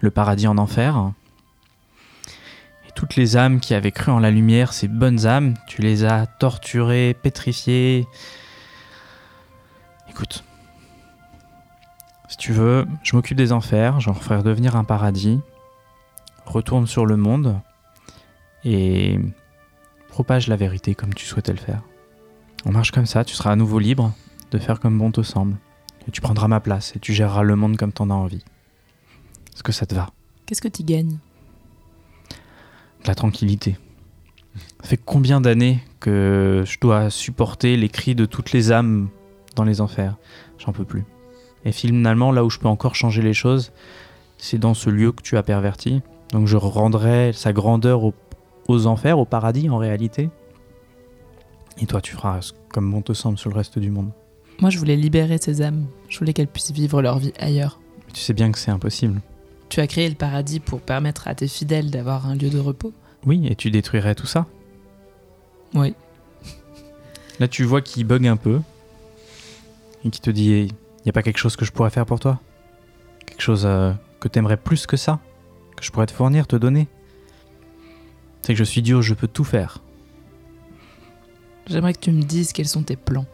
le paradis en enfer. toutes les âmes qui avaient cru en la lumière, ces bonnes âmes, tu les as torturées, pétrifiées. Écoute, si tu veux, je m'occupe des enfers, j'en ferai devenir un paradis. Retourne sur le monde et propage la vérité comme tu souhaitais le faire. On marche comme ça, tu seras à nouveau libre de faire comme bon te semble. Et tu prendras ma place et tu géreras le monde comme t'en as envie. Est-ce que ça te va
Qu'est-ce que tu gagnes
de la tranquillité. Ça fait combien d'années que je dois supporter les cris de toutes les âmes dans les enfers J'en peux plus. Et finalement, là où je peux encore changer les choses, c'est dans ce lieu que tu as perverti. Donc je rendrai sa grandeur au- aux enfers, au paradis en réalité. Et toi, tu feras ce- comme bon te semble sur le reste du monde.
Moi, je voulais libérer ces âmes. Je voulais qu'elles puissent vivre leur vie ailleurs.
Mais tu sais bien que c'est impossible.
Tu as créé le paradis pour permettre à tes fidèles d'avoir un lieu de repos.
Oui, et tu détruirais tout ça.
Oui.
Là, tu vois qu'il bug un peu. Et qui te dit il n'y a pas quelque chose que je pourrais faire pour toi Quelque chose euh, que t'aimerais plus que ça Que je pourrais te fournir, te donner C'est que je suis dur, je peux tout faire.
J'aimerais que tu me dises quels sont tes plans.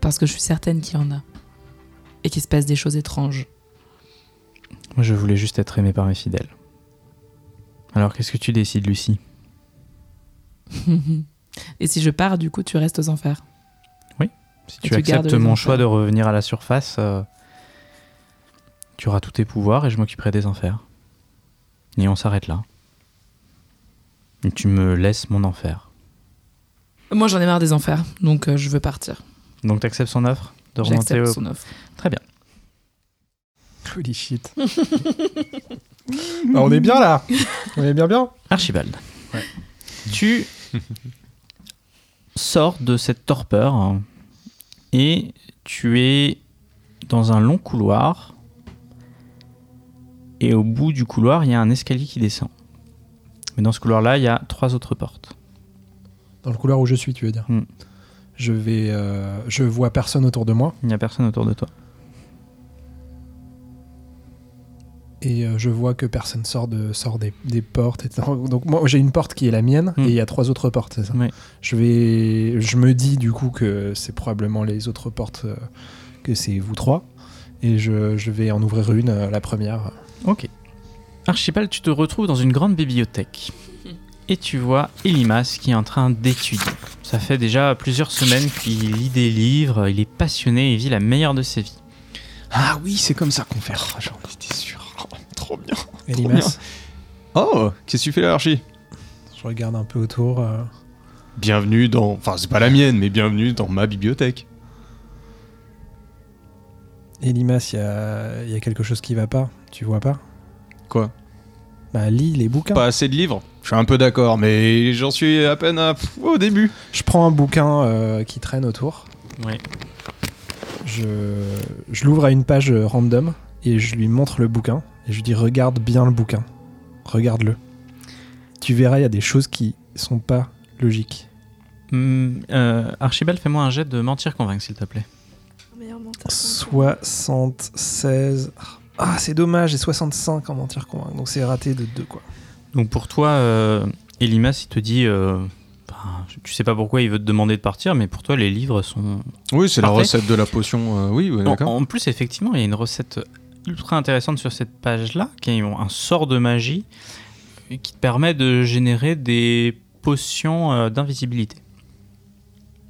Parce que je suis certaine qu'il y en a. Et qu'il se passe des choses étranges.
Moi, je voulais juste être aimé par mes fidèles. Alors, qu'est-ce que tu décides, Lucie
Et si je pars, du coup, tu restes aux enfers.
Si
Et
tu,
tu gardes
acceptes
les
mon
enfers.
choix de revenir à la surface, euh, tu auras tous tes pouvoirs et je m'occuperai des enfers. Et on s'arrête là. Et tu me laisses mon enfer.
Moi, j'en ai marre des enfers, donc euh, je veux partir.
Donc t'acceptes son offre de remonter
J'accepte
au...
son offre.
Très bien.
Holy shit. Bah, on est bien là. On est bien bien.
Archibald. Tu sors de cette torpeur hein, et tu es dans un long couloir et au bout du couloir il y a un escalier qui descend. Mais dans ce couloir-là il y a trois autres portes.
Dans le couloir où je suis, tu veux dire.
Hmm.
Je vais. euh, je vois personne autour de moi
Il n'y a personne autour de toi.
et euh, je vois que personne sort de sort des, des portes. etc. Donc moi j'ai une porte qui est la mienne
Hmm.
et il y a trois autres portes, c'est ça.
Ouais.
Je vais. Je me dis du coup que c'est probablement les autres portes euh, que c'est vous trois et je, je vais en ouvrir une, euh, la première.
Ok. Archibald, tu te retrouves dans une grande bibliothèque. Et tu vois Elimas qui est en train d'étudier. Ça fait déjà plusieurs semaines qu'il lit des livres, il est passionné et vit la meilleure de ses vies.
Ah oui, c'est comme ça qu'on fait. Oh, J'en étais sûr. Oh, trop bien.
Elimas,
Oh, qu'est-ce que tu fais là, Archie
je regarde un peu autour. euh,
Bienvenue dans. Enfin, c'est pas la mienne, mais bienvenue dans ma bibliothèque.
Elimas, il y a, il y a quelque chose qui va pas. Tu vois pas
Quoi
Bah lis les bouquins.
Pas assez de livres Je suis un peu d'accord, mais j'en suis à peine à- pff, au début.
Je prends un bouquin euh, qui traîne autour.
Ouais.
Je, je l'ouvre à une page euh, random et je lui montre le bouquin et je lui dis regarde bien le bouquin. Regarde-le. Tu verras, il y a des choses qui sont pas logiques.
Hum, euh, Archibald, fais-moi un jet de mentir convaincre s'il te plaît.
Meilleur menteur.
76. Ah, c'est dommage, j'ai 65 en mentir convaincre, donc c'est raté de 2 quoi.
Donc pour toi, euh, Elimas, il te dit... euh, ben, tu sais pas pourquoi il veut te demander de partir, mais pour toi les livres sont...
Oui, c'est la
Parfait.
recette de la potion. euh, oui, ouais,
En,
d'accord.
en plus, effectivement, il y a une recette ultra intéressante sur cette page-là, qui est un sort de magie et qui te permet de générer des potions euh, d'invisibilité.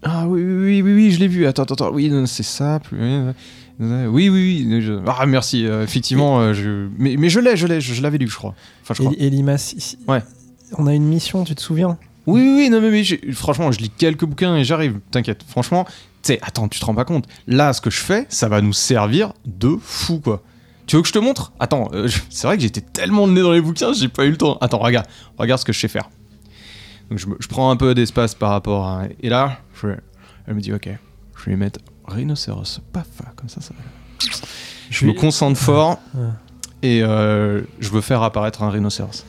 Ah oui, oui, oui, oui, oui, je l'ai vu. Attends, attends, attends. Oui, non, c'est ça. plus- euh, euh, Oui, oui, oui. je- Ah, merci. euh, effectivement, euh, je... Mais, mais je l'ai, je l'ai, je, je l'avais lu, je crois. Enfin, je crois.
Eli- Elimas, i- i-
Ouais.
on a une mission, tu te souviens
Oui, oui, oui, non, mais, mais j'ai- franchement, je lis quelques bouquins et j'arrive, t'inquiète. Franchement, tu sais, attends, tu te rends pas compte. Là, ce que je fais, ça va nous servir de fou, quoi. Tu veux que je te montre Attends, euh, je- c'est vrai que j'étais tellement le nez dans les bouquins, j'ai pas eu le temps. Attends, regarde, regarde ce que je sais faire. Donc, je, me- je prends un peu d'espace par rapport à. Et là, je- elle me dit, ok, je vais mettre rhinocéros, paf, comme ça, ça va. Je me concentre fort
Ouais.
et euh, je veux faire apparaître un rhinocéros.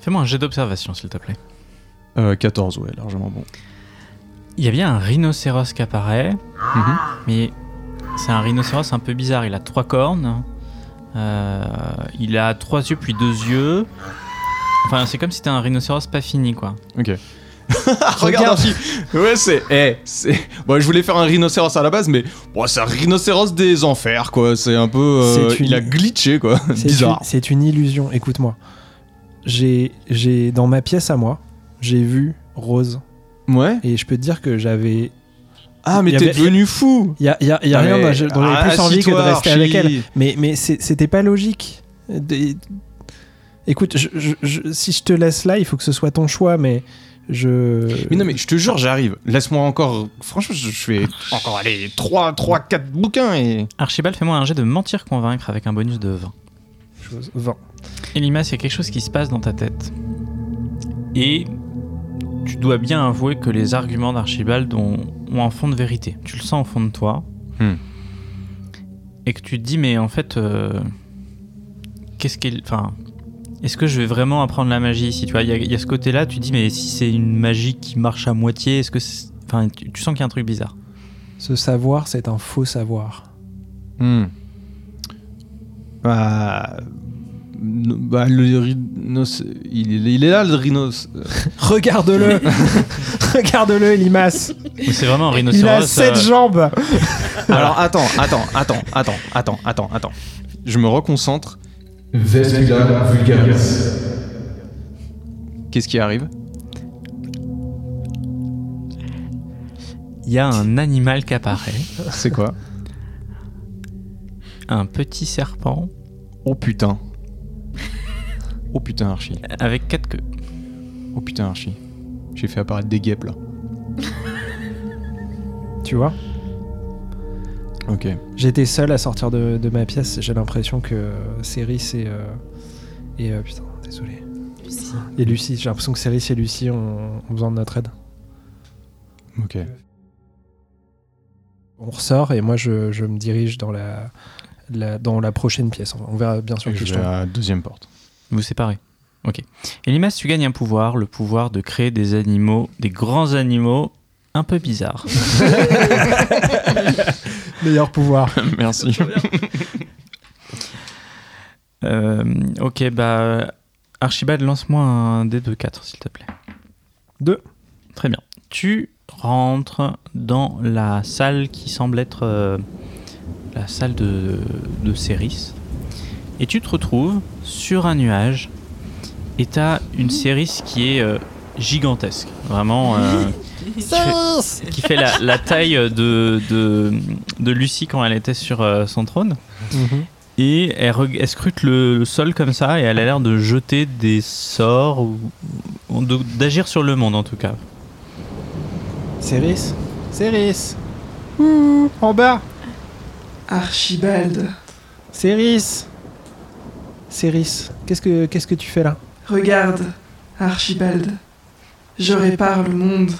Fais-moi un jet d'observation, s'il te plaît.
Euh, 14, ouais, largement bon.
Il y a bien un rhinocéros qui apparaît,
Mhm.
mais c'est un rhinocéros un peu bizarre. Il a trois cornes, euh, il a trois yeux puis deux yeux, Enfin, c'est comme si t'es un rhinocéros pas fini, quoi.
Ok. Regarde un film. Ouais, c'est. eh, c'est. Bon, je voulais faire un rhinocéros à la base, mais bon, c'est un rhinocéros des enfers, quoi. C'est un peu. euh,
C'est une-
Il a glitché, quoi.
C'est
Bizarre.
une- C'est une illusion, écoute-moi. J'ai, j'ai dans ma pièce à moi, j'ai vu Rose
Ouais.
et je peux te dire que j'avais.
Ah, mais
Il y
t'es
avait-
devenu fou.
Il y a, y a- y a
Non,
rien
mais-
dont j'ai- dont j'avais plus
Ah,
envie que de
assis-toi,
rester avec elle.
Archie.
Mais, mais c'est- c'était pas logique. Des- Écoute, je- je- je- si je te laisse là, il faut que ce soit ton choix, mais je.
Mais non, mais je te jure, j'arrive. Laisse-moi encore. Franchement, je je fais encore allez, 3, 3, 4 bouquins et.
Archibald, fais-moi un jet de mentir convaincre avec un bonus de 20.
Chose- vingt.
Elimas, il y a quelque chose qui se passe dans ta tête. Et tu dois bien avouer que les arguments d'Archibald ont, ont un fond de vérité. Tu le sens au fond de toi.
Hmm.
Et que tu te dis, mais en fait, euh, qu'est-ce qu'il. Enfin. Est-ce que je vais vraiment apprendre la magie ici Tu vois, il y, a- il y a ce côté-là, tu te dis, mais si c'est une magie qui marche à moitié, est-ce que. c'est- Enfin, tu, tu sens qu'il y a un truc bizarre.
Ce savoir, c'est un faux savoir.
Hmm.
Bah,
Ah, no- bah, le rhinos. Il, est- il est là, le rhinos.
Regarde-le Regarde-le, Elimas
Mais C'est vraiment un rhinocéros.
Il a sept
euh,
jambes
Alors attends, attends, attends, attends, attends, attends, attends. Je me reconcentre. Qu'est-ce qui arrive
Il y a un animal qui apparaît,
C'est quoi
un petit serpent
Oh putain. Oh putain Archie.
avec quatre queues.
Oh putain Archie. J'ai fait apparaître des guêpes là.
Tu vois
Ok.
J'étais seul à sortir de, de ma pièce, j'ai l'impression que Céris et. euh, et euh, putain, désolé. Et Lucie, j'ai l'impression que Céris et Lucie ont, ont besoin de notre aide.
Ok.
On ressort et moi je, je me dirige dans la, la- dans la prochaine pièce. On verra bien sûr qui je
Je vais
tombe.
à la deuxième porte.
Vous séparez. Ok. Elimas, tu gagnes un pouvoir, le pouvoir de créer des animaux, des grands animaux un peu bizarres.
Meilleur pouvoir.
Merci.
Euh, ok, bah. Archibald, lance-moi un dé de 4, s'il te plaît.
Deux.
Très bien. Tu rentres dans la salle qui semble être euh, la salle de, de Céris. Et tu te retrouves sur un nuage. Et t'as une Céris qui est euh, gigantesque. Vraiment. euh, qui fait- qui fait la, la taille de, de, de Lucie quand elle était sur euh, son trône. Et elle, reg- elle scrute le, le sol comme ça et elle a l'air de jeter des sorts ou ou de- d'agir sur le monde en tout cas.
Céris Céris
Hmm,
Ouh En bas
Archibald,
Céris Céris, qu'est-ce que, qu'est-ce que tu fais là
regarde, Archibald, je répare le monde.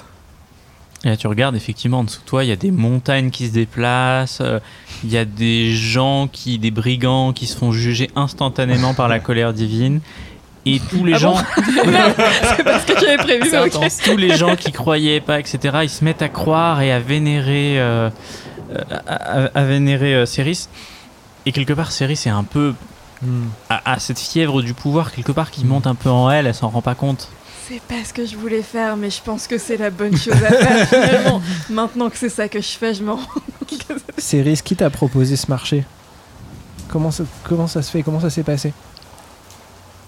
Et là tu regardes effectivement en dessous de toi, il y a des montagnes qui se déplacent, euh, il y a des gens qui, des brigands qui se font juger instantanément par la colère divine. Et tous les
Ah bon
gens,
C'est parce que j'avais prévu,
C'est
mais ok.
intense. Tous les gens qui croyaient pas, etc., ils se mettent à croire et à vénérer, euh, euh, à, à- à vénérer euh, Céris. Et quelque part, Céris est un peu
Hmm.
à, à cette fièvre du pouvoir, quelque part,
Mm.
qui monte un peu en elle, elle s'en rend pas compte.
C'est pas ce que je voulais faire, mais je pense que c'est la bonne chose à faire finalement. Maintenant que c'est ça que je fais, je m'en rends compte que c'est-
Céris, qui t'a proposé ce marché comment ça, comment ça se fait Comment ça s'est passé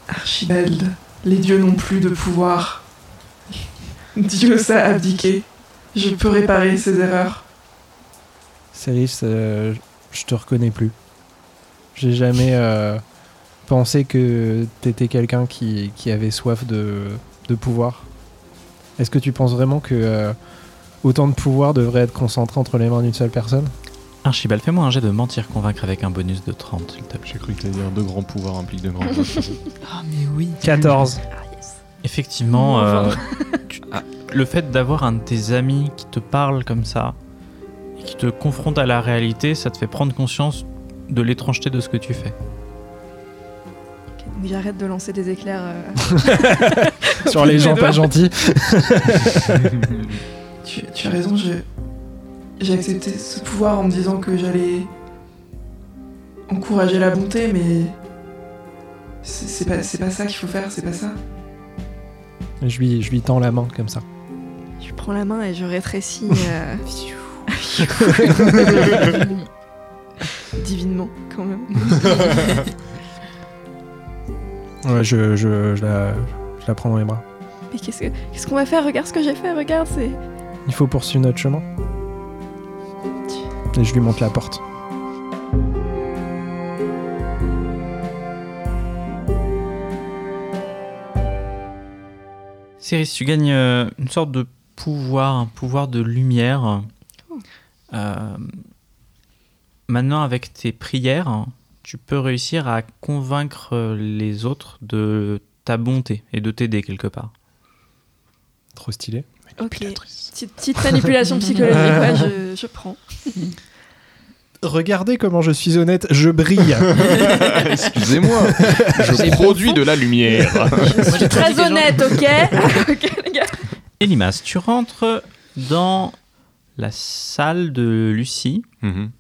Archibald, les dieux n'ont plus de pouvoir. Dieu ça a abdiqué. Je peux réparer ses erreurs.
Céris, euh, je te reconnais plus. J'ai jamais euh, pensé que t'étais quelqu'un qui, qui avait soif de, de pouvoir. Est-ce que tu penses vraiment que euh, autant de pouvoir devrait être concentré entre les mains d'une seule personne
Archibald, fais-moi un jet de mentir convaincre avec un bonus de 30, s'il te plaît.
J'ai cru que t'allais dire deux grands pouvoirs impliquent de grands.
Ah, mais oui.
14.
Effectivement,
Moins
euh,
vingt.
tu- le fait d'avoir un de tes amis qui te parle comme ça, et qui te confronte à la réalité, ça te fait prendre conscience de l'étrangeté de ce que tu fais.
Donc J'arrête de lancer des éclairs. euh,
Sur les gens pas gentils.
Tu, tu as raison, je- j'ai accepté ce pouvoir en me disant que j'allais encourager la bonté, mais c'est c'est pas, c'est pas ça qu'il faut faire, c'est pas ça.
Et je lui, je lui tends la main comme ça.
Je prends la main et je rétrécis euh, divinement quand même.
Ouais, je, je, je la, je la prends dans les bras.
Mais qu'est-ce que- qu'est-ce qu'on va faire Regarde ce que j'ai fait, regarde, c'est.
Il faut poursuivre notre chemin. Et je lui montre la porte.
Cyrus, tu gagnes euh, une sorte de pouvoir, un pouvoir de lumière. Euh, maintenant, avec tes prières, tu peux réussir à convaincre euh, les autres de ta bonté et de t'aider quelque part.
Trop stylé.
Ok. Petite, petite manipulation psychologique, ouais, je, je prends.
Regardez comment je suis honnête, je brille.
Excusez-moi, je produis de la lumière.
Moi, j'ai
Très
des gens-
honnête, ok Ok, les gars.
Et Limas, tu rentres dans la salle de Lucie
Mhm.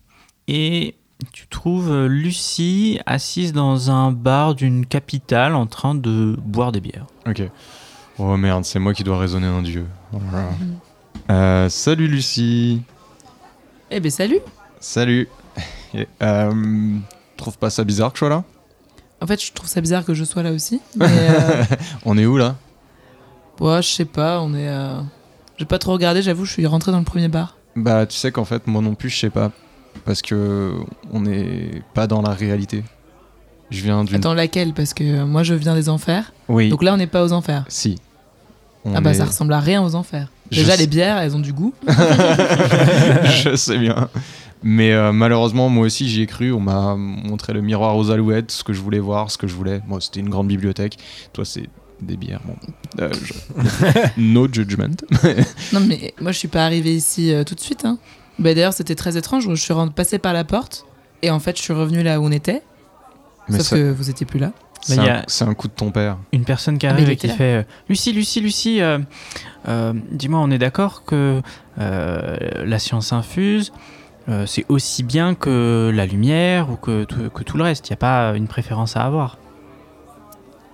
et tu trouves Lucie assise dans un bar d'une capitale en train de boire des bières.
Ok. Oh merde, c'est moi qui dois raisonner un dieu. Oh là là. Euh, salut Lucie.
Eh ben salut
Salut. Et, euh, trouve pas ça bizarre que je sois là
En fait, je trouve ça bizarre que je sois là aussi. Mais euh,
On est où là
ouais, je sais pas, on est. euh, J'ai pas trop regardé, j'avoue, je suis rentré dans le premier bar.
Bah tu sais qu'en fait moi non plus je sais pas parce que on n'est pas dans la réalité. Je viens d'une.
Attends, laquelle Parce que euh, moi, je viens des enfers.
Oui.
Donc là, on n'est pas aux enfers.
Si. On
ah bah,
est-
ça ressemble à rien aux enfers.
Je
Déjà,
sais-
les bières, elles ont du goût.
je sais bien. Mais euh, malheureusement, moi aussi, j'y ai cru. On m'a montré le miroir aux alouettes, ce que je voulais voir, ce que je voulais. Moi, c'était une grande bibliothèque. Toi, c'est des bières. Bon. Euh, je- no judgment.
Non, mais moi, je suis pas arrivée ici euh, tout de suite. Hein. Bah, D'ailleurs, c'était très étrange. Je suis rentrée- passée par la porte et en fait, je suis revenue là où on était.
Mais
sauf
ça-
que vous étiez plus là.
c'est
Mais y
un,
a-
c'est un coup de ton père.
Une personne qui
Ah,
arrive
mais il
et qui
était là.
fait euh, Lucie, Lucie, Lucie, euh, euh, dis-moi, on est d'accord que euh, la science infuse, euh, c'est aussi bien que la lumière ou que, tout- que tout le reste. Il n'y a pas une préférence à avoir.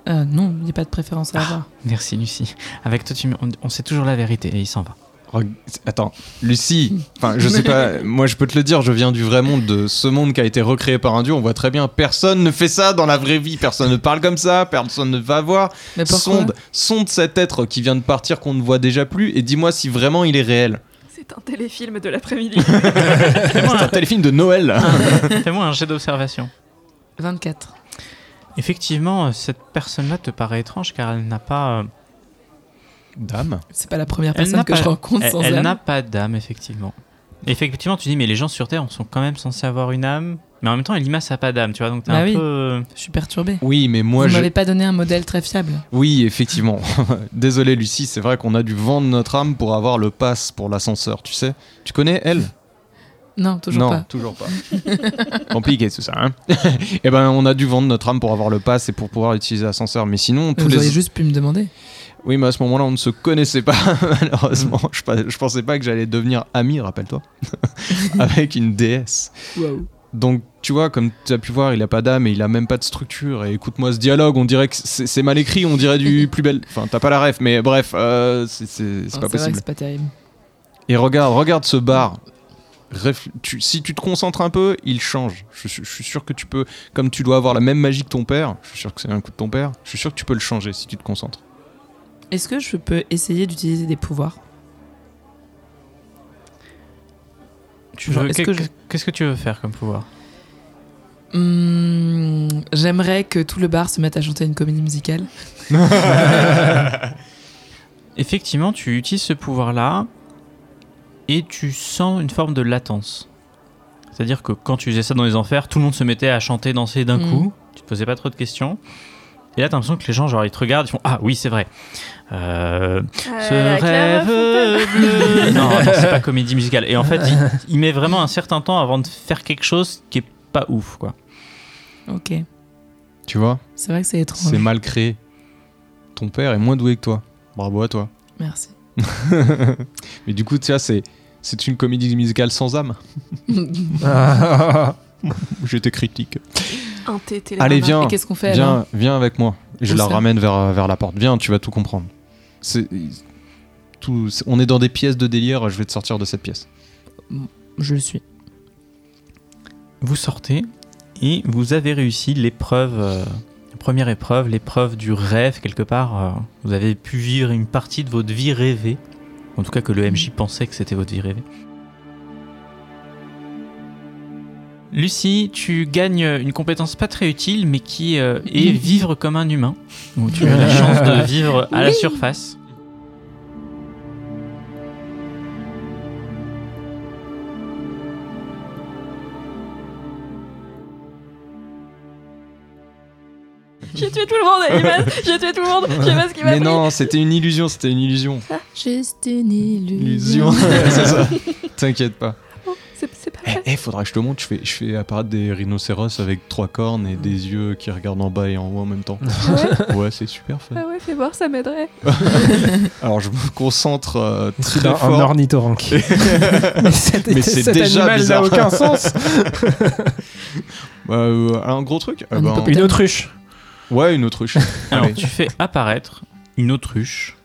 Euh, non, il n'y a pas de préférence à
Ah.
avoir.
Merci, Lucie. Avec toi, tu m- on, on sait toujours la vérité et il s'en va.
Reg- Attends, Lucie, enfin, je sais pas, moi je peux te le dire, je viens du vrai monde, de ce monde qui a été recréé par un dieu, on voit très bien, personne ne fait ça dans la vraie vie, personne ne parle comme ça, personne ne va voir,
Mais pourquoi
sonde, sonde cet être qui vient de partir qu'on ne voit déjà plus, et dis-moi si vraiment il est réel.
C'est un téléfilm de l'après-midi.
C'est un téléfilm de Noël.
Fais-moi un jet d'observation.
24.
Effectivement, euh, cette personne-là te paraît étrange car elle n'a pas, euh,
Dame.
C'est pas la première
Elle
personne
n'a
que
pas-
je rencontre
elle,
sans
elle
âme.
n'a euh, pas d'âme, effectivement. Effectivement, tu dis, mais les gens sur Terre on sont quand même censés avoir une âme. Mais en même temps, Elimas n'a pas d'âme, tu vois, donc t'es
Bah
un
oui.
peu. euh,
Je suis perturbée.
Oui, mais moi
vous
je.
m'avez pas donné un modèle très fiable.
Oui, effectivement. Désolé, Lucie, c'est vrai qu'on a dû vendre notre âme pour avoir le pass pour l'ascenseur, tu sais. Tu connais elle
Non, toujours
non,
pas.
toujours pas. Compliqué tout ça, hein Eh ben, on a dû vendre notre âme pour avoir le pass et pour pouvoir utiliser l'ascenseur. Mais sinon,
Mais
tous
vous
les.
auriez juste pu me demander.
Oui, mais à ce moment-là, on ne se connaissait pas, malheureusement. Je, pas- je pensais pas que j'allais devenir ami, rappelle-toi. Avec une déesse. Donc, tu vois, comme tu as pu voir, il a pas d'âme et il a même pas de structure. Et écoute-moi ce dialogue, on dirait que c'est c'est mal écrit, on dirait du plus belle. Enfin, t'as pas la ref, mais bref, euh, c'est- c'est c'est
Non,
pas
vrai que
possible.
Ah, c'est pas terrible.
Et regarde, regarde ce bar. Réfl- tu- si tu te concentres un peu, il change. Je, suis- je suis sûr que tu peux, comme tu dois avoir la même magie que ton père, je suis sûr que c'est un coup de ton père, je suis sûr que tu peux le changer si tu te concentres.
Est-ce que je peux essayer d'utiliser des pouvoirs
tu
Genre,
veux-
est-ce
qu'est-
que je-
Qu'est-ce que tu veux faire comme pouvoir
Hmm, J'aimerais que tout le bar se mette à chanter une comédie musicale.
Effectivement, tu utilises ce pouvoir-là et tu sens une forme de latence. C'est-à-dire que quand tu faisais ça dans les enfers, tout le monde se mettait à chanter, danser d'un
Mm.
coup. Tu te posais pas trop de questions. Et là, t'as l'impression que les gens, genre, ils te regardent, ils font Ah oui, c'est vrai. Euh, ce rêve bleu. non, attends, c'est pas comédie musicale. Et en fait, il, il met vraiment un certain temps avant de faire quelque chose qui est pas ouf, quoi.
Ok.
Tu vois
C'est vrai que c'est étrange.
C'est mal créé. Ton père est moins doué que toi. Bravo à toi.
Merci.
Mais du coup, tu vois, c'est, c'est une comédie musicale sans âme. J'étais critique.
Un thé télé.
Allez,
Et
viens,
qu'est-ce qu'on fait alors
viens, viens avec moi. Je
Où
la
ça
ramène vers, vers la porte. Viens, tu vas tout comprendre. C'est- tout- c'est- on est dans des pièces de délire, je vais te sortir de cette pièce.
Je le suis.
Vous sortez et vous avez réussi l'épreuve, euh, la première épreuve, l'épreuve du rêve quelque part. euh, vous avez pu vivre une partie de votre vie rêvée. En tout cas que le MJ pensait que c'était votre vie rêvée. Lucie, tu gagnes une compétence pas très utile, mais qui euh, est vivre comme un humain. Donc, tu
Ah.
as la chance de vivre à la surface.
J'ai tué tout le monde, Elimas J'ai tué tout le monde Je sais pas ce qui m'a
Mais
pris
non, c'était une illusion, c'était une illusion.
Juste une
Illusion, c'est ça. T'inquiète pas.
C'est c'est pas
Eh,
vrai.
eh, faudra que je te montre, je fais, je fais apparaître des rhinocéros avec trois cornes et des yeux qui regardent en bas et en haut en même temps. Ouais, c'est super fun.
Ah ouais, fais voir, ça m'aiderait.
Alors je me concentre euh,
C'est
très
un, un
fort.
ornithorynque. mais cet,
Mais c'est
cet
déjà
animal n'a
bizarre.
aucun sens.
Euh, un gros truc Ah
Un
ben,
hippopotame.
Une autruche.
Ouais, une autruche.
Alors
Ah
Allez.
tu fais apparaître une autruche.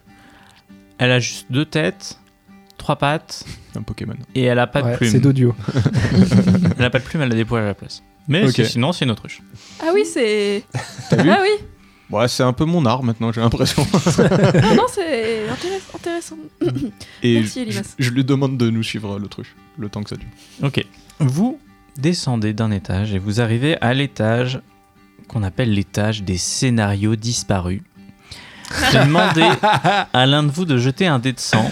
Elle a juste deux têtes, trois pattes
un Pokémon.
et elle a pas
Ouais,
de plumes.
c'est d'audio.
Elle n'a pas de plume, elle la déploie à la place. Mais
Ok.
c'est- sinon, c'est une autruche.
Ah oui, c'est...
vu
Ah oui
Ouais, c'est un peu mon art maintenant, j'ai l'impression.
Ah non, c'est intéress- intéressant.
Et
Merci,
je,
Elimas.
je lui demande de nous suivre euh, l'autruche, le temps que ça dure.
Ok. Vous descendez d'un étage et vous arrivez à l'étage qu'on appelle l'étage des scénarios disparus. Demandez à l'un de vous de jeter un dé de 100.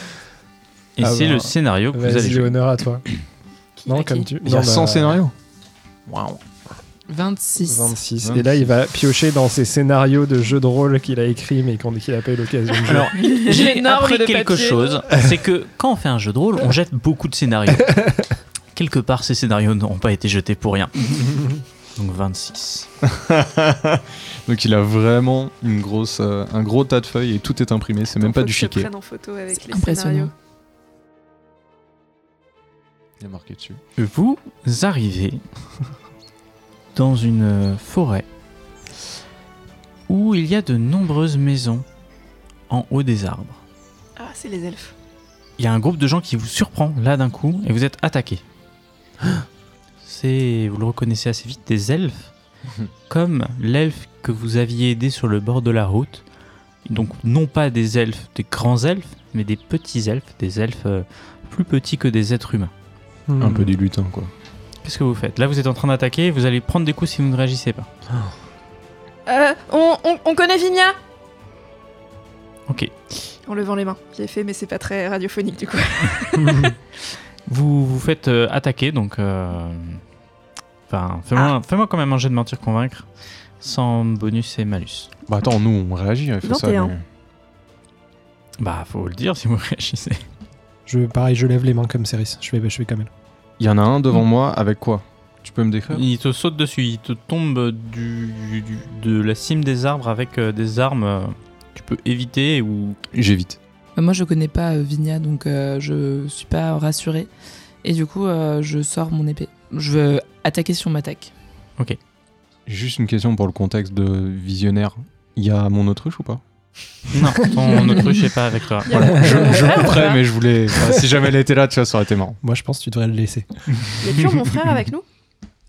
Et
Ah
c'est
bah,
le scénario que vous allez
Vas-y,
jouer.
Léonora, toi.
Qui-
Non,
à qui
comme tu.
Il y a
non,
100
bah,
scénarios Waouh.
26.
26. Et là, il va piocher dans ses scénarios de jeux de rôle qu'il a écrits mais qu'on- qu'il n'a pas eu l'occasion de jouer.
Alors, j'ai
Énorme
appris
de
quelque
papier.
chose, c'est que quand on fait un jeu de rôle, on jette beaucoup de scénarios. quelque part, ces scénarios n'ont pas été jetés pour rien. Donc 26.
Donc il a vraiment une grosse, euh, un gros tas de feuilles et tout est imprimé, c'est même
Faut
pas
que
du
je te
chiquet.
prenne en photo avec les
Impressionnant.
scénarios.
Il y a marqué dessus.
Vous arrivez dans une forêt où il y a de nombreuses maisons en haut des arbres.
Ah, c'est les elfes.
Il y a un groupe de gens qui vous surprend là d'un coup et vous êtes attaqué. C'est, vous le reconnaissez assez vite, des elfes, comme l'elfe que vous aviez aidé sur le bord de la route. Donc non pas des elfes, des grands elfes, mais des petits elfes, des elfes euh, plus petits que des êtres humains.
Hmm.
Un peu des lutins, quoi.
Qu'est-ce que vous faites Là, vous êtes en train d'attaquer, vous allez prendre des coups si vous ne réagissez pas.
Euh, on, on, on connaît Vigna
Ok.
En levant les mains. J'ai fait, mais c'est pas très radiophonique du coup.
Vous vous faites euh, attaquer, donc. euh, Enfin, fais-moi fais-moi quand même un jet de mentir convaincre, sans bonus et malus.
Bah attends, nous on réagit, il fait ça.
21.
mais-
Bah, faut le dire si vous réagissez.
Je, pareil, je lève les mains comme Céris. Je fais, je fais comme elle.
Il y en a un devant moi avec quoi Tu peux me décrire
Ah. Il te saute dessus, il te tombe du, du- de la cime des arbres avec euh, des armes. euh, tu peux éviter ou.
J'évite.
Bah, Moi, je connais pas euh, Vigna, donc euh, je suis pas rassurée. Et du coup, euh, je sors mon épée. Je veux attaquer si on m'attaque.
Juste une question pour le contexte de visionnaire. Il y a mon autruche ou pas
Non, ton autruche est pas avec toi.
Il y a-
Je, je
Ah,
couperais,
voilà.
mais je voulais. enfin, si jamais elle était là, tu vois, ça aurait été marrant.
Moi, je pense que tu devrais le laisser.
Il y a toujours mon frère avec nous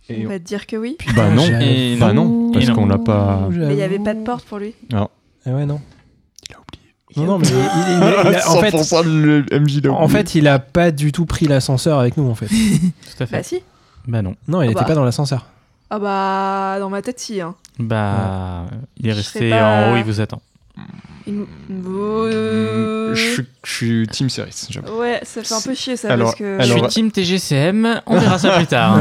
Et
On va te dire que oui.
Bah non,
Putain, j'avais-
Et
bah
non.
non,
Et
parce
non.
qu'on l'a pas.
Mais il y avait pas de porte pour lui.
Ah ouais, non.
Il a oublié.
Non, non, mais il- il- il- il a- en, fait,
le MJ
en fait, il a pas du tout pris l'ascenseur avec nous, en fait.
Tout
Bah
à fait.
si.
Bah non.
Non, il
Ah
était
bah.
pas dans l'ascenseur.
Ah bah, dans ma tête, si. Hein.
Bah, il est
Je
resté
serais pas-
en haut, il vous attend.
Il nous- Bah,
mm,
Euh,
Je suis- je suis Team Series. j'avoue.
Ouais, ça fait un peu chier ça
Alors,
parce que.
alors-
Je suis team TGCM, on verra ça plus tard.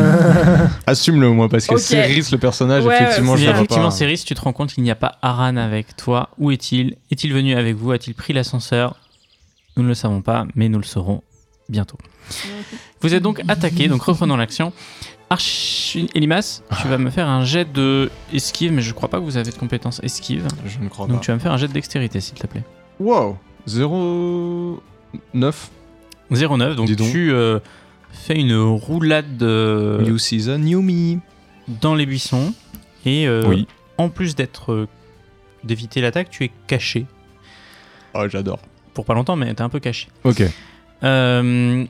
Assume-le au moins, parce que
Ok.
Series, le personnage,
Ouais, ouais,
effectivement,
c'est
je le
Mais
ça.
vois
effectivement,
pas.
Céris, tu te rends compte qu'il n'y a pas Aran avec toi. Où est-il Est-il venu avec vous A-t-il pris l'ascenseur Nous ne le savons pas, mais nous le saurons bientôt. Vous êtes donc attaqué, donc reprenons l'action. Arch... Elimas, tu vas me faire un jet de esquive, mais je crois pas que vous avez de compétence esquive.
Je ne crois
Donc
pas.
tu vas me faire un jet de dextérité, s'il te plaît.
Wow 0. 9.
09, donc
Dis donc.
tu euh, fais une roulade euh,
New season, new me.
dans les buissons. Et euh,
Oui.
en plus d'être euh, d'éviter l'attaque, tu es caché.
Oh, j'adore.
pour pas longtemps, mais t'es un peu caché.
Ok.
Euh,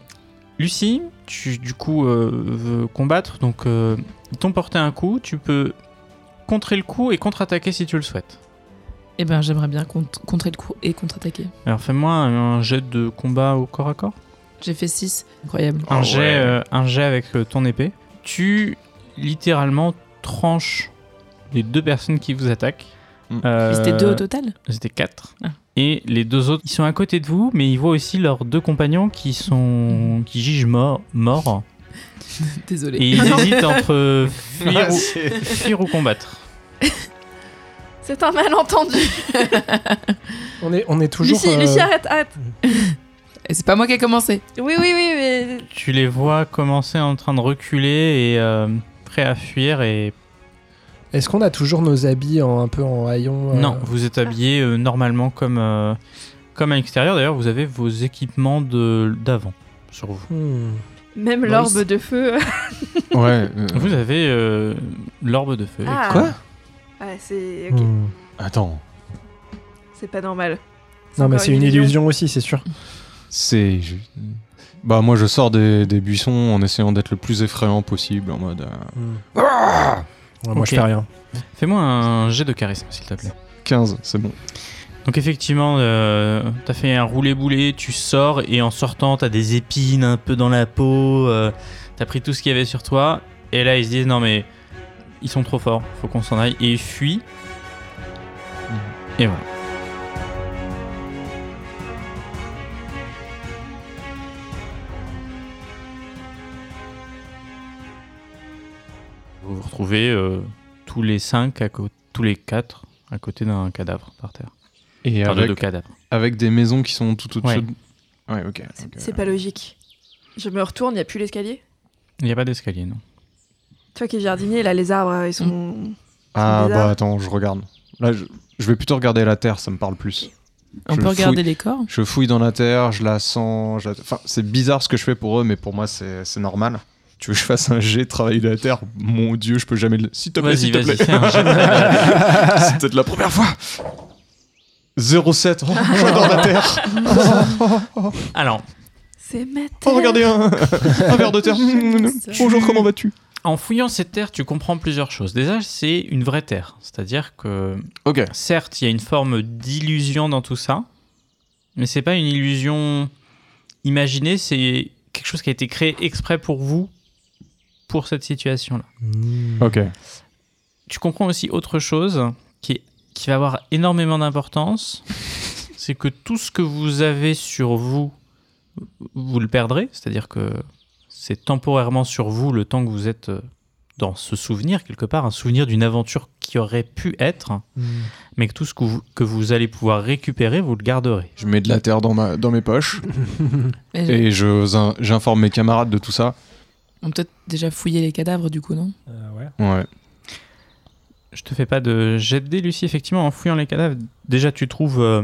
Lucie, tu du coup euh, veux combattre, donc euh, ils t'ont porté un coup, tu peux contrer le coup et contre-attaquer si tu le souhaites.
Eh ben, j'aimerais bien cont- contrer le coup et contre-attaquer.
Alors fais-moi un, un jet de combat au corps à corps.
J'ai fait 6. Incroyable.
Ah Oh,
un, jet, euh, un jet avec euh, ton épée. Tu littéralement tranches les deux personnes qui vous attaquent.
Mm.
Euh,
Mais C'était deux au total
C'était quatre.
Ah.
Et les deux autres, ils sont à côté de vous, mais ils voient aussi leurs deux compagnons qui sont qui gigent morts. morts
Désolé.
et ils hésitent entre fuir, ou, fuir ou combattre.
C'est un malentendu.
On est, on est toujours.
Lucie,
euh,
Lucie, arrête, arrête.
Et c'est pas moi qui ai commencé.
Oui, oui, oui, mais
Tu les vois commencer en train de reculer et euh, prêts à fuir. Et
Est-ce qu'on a toujours nos habits en, un peu en haillons euh,
non, vous êtes habillés euh, normalement comme euh, comme à l'extérieur. D'ailleurs, vous avez vos équipements de d'avant sur vous.
hmm.
même
Bon,
l'orbe
ici-
de feu.
Ouais. euh,
Vous avez euh, l'orbe de feu.
Ah.
Quoi
Ouais, c'est ok.
Hmm.
Attends.
C'est pas normal.
Non, mais
encore
c'est une illusion aussi, c'est sûr.
C'est. je- Bah, moi, je sors des, des buissons en essayant d'être le plus effrayant possible, en mode. euh,
Ouais, moi,
Ok.
je fais rien.
Fais-moi un jet de charisme, s'il te plaît.
15, c'est bon.
Donc effectivement, euh, t'as fait un roulé-boulé, tu sors et en sortant, t'as des épines un peu dans la peau, euh, t'as pris tout ce qu'il y avait sur toi, et là ils se disent non mais ils sont trop forts, faut qu'on s'en aille, et ils fuient. Et voilà. Vous vous retrouvez euh, tous les cinq, à co- tous les quatre, à côté d'un cadavre par terre.
Et
Enfin, de deux
avec,
cadavres.
avec des maisons qui sont tout au-dessus.
Ouais.
de- Ouais, ok.
C'est-
ok.
C'est pas logique. Je me retourne, y a plus l'escalier.
Il n'y a pas d'escalier, non.
Toi qui es jardinier, là, les arbres, euh, ils sont.
Ah,
bizarre.
bah, attends, je regarde. Là, je, je vais plutôt regarder la terre, ça me parle plus.
On
Je
peut
fouille.
regarder les corps
Je fouille dans la terre, je la sens. je la- Enfin, c'est bizarre ce que je fais pour eux, mais pour moi, c'est c'est normal. Tu veux que je fasse un jet de travail de la terre Mon dieu, je peux jamais le. S'il te plaît,
Vas-y,
s'il te
vas-y,
plaît.
fais un jet.
C'est peut-être la première fois. 07, oh, j'adore la terre.
Alors,
C'est matin.
Oh, regardez un, un verre de terre. Mm, mm, Bonjour, comment vas-tu
en fouillant cette terre, tu comprends plusieurs choses. Déjà, c'est une vraie terre. C'est-à-dire que,
Ok.
certes, il y a une forme d'illusion dans tout ça, mais c'est pas une illusion imaginée, c'est quelque chose qui a été créé exprès pour vous, pour cette situation-là.
Ok.
Tu comprends aussi autre chose qui, est- qui va avoir énormément d'importance, c'est que tout ce que vous avez sur vous, vous le perdrez, c'est-à-dire que c'est temporairement sur vous le temps que vous êtes euh, dans ce souvenir, quelque part, un souvenir d'une aventure qui aurait pu être,
Hmm.
mais que tout ce que vous, que vous allez pouvoir récupérer, vous le garderez.
Je mets de la terre dans, ma, dans mes poches
Mais je-
et je- j'informe mes camarades de tout ça.
On peut peut-être déjà fouiller les cadavres du coup, non
Euh, ouais.
Ouais.
Je te fais pas de jet de dés, Lucie, effectivement, en fouillant les cadavres, déjà tu trouves euh,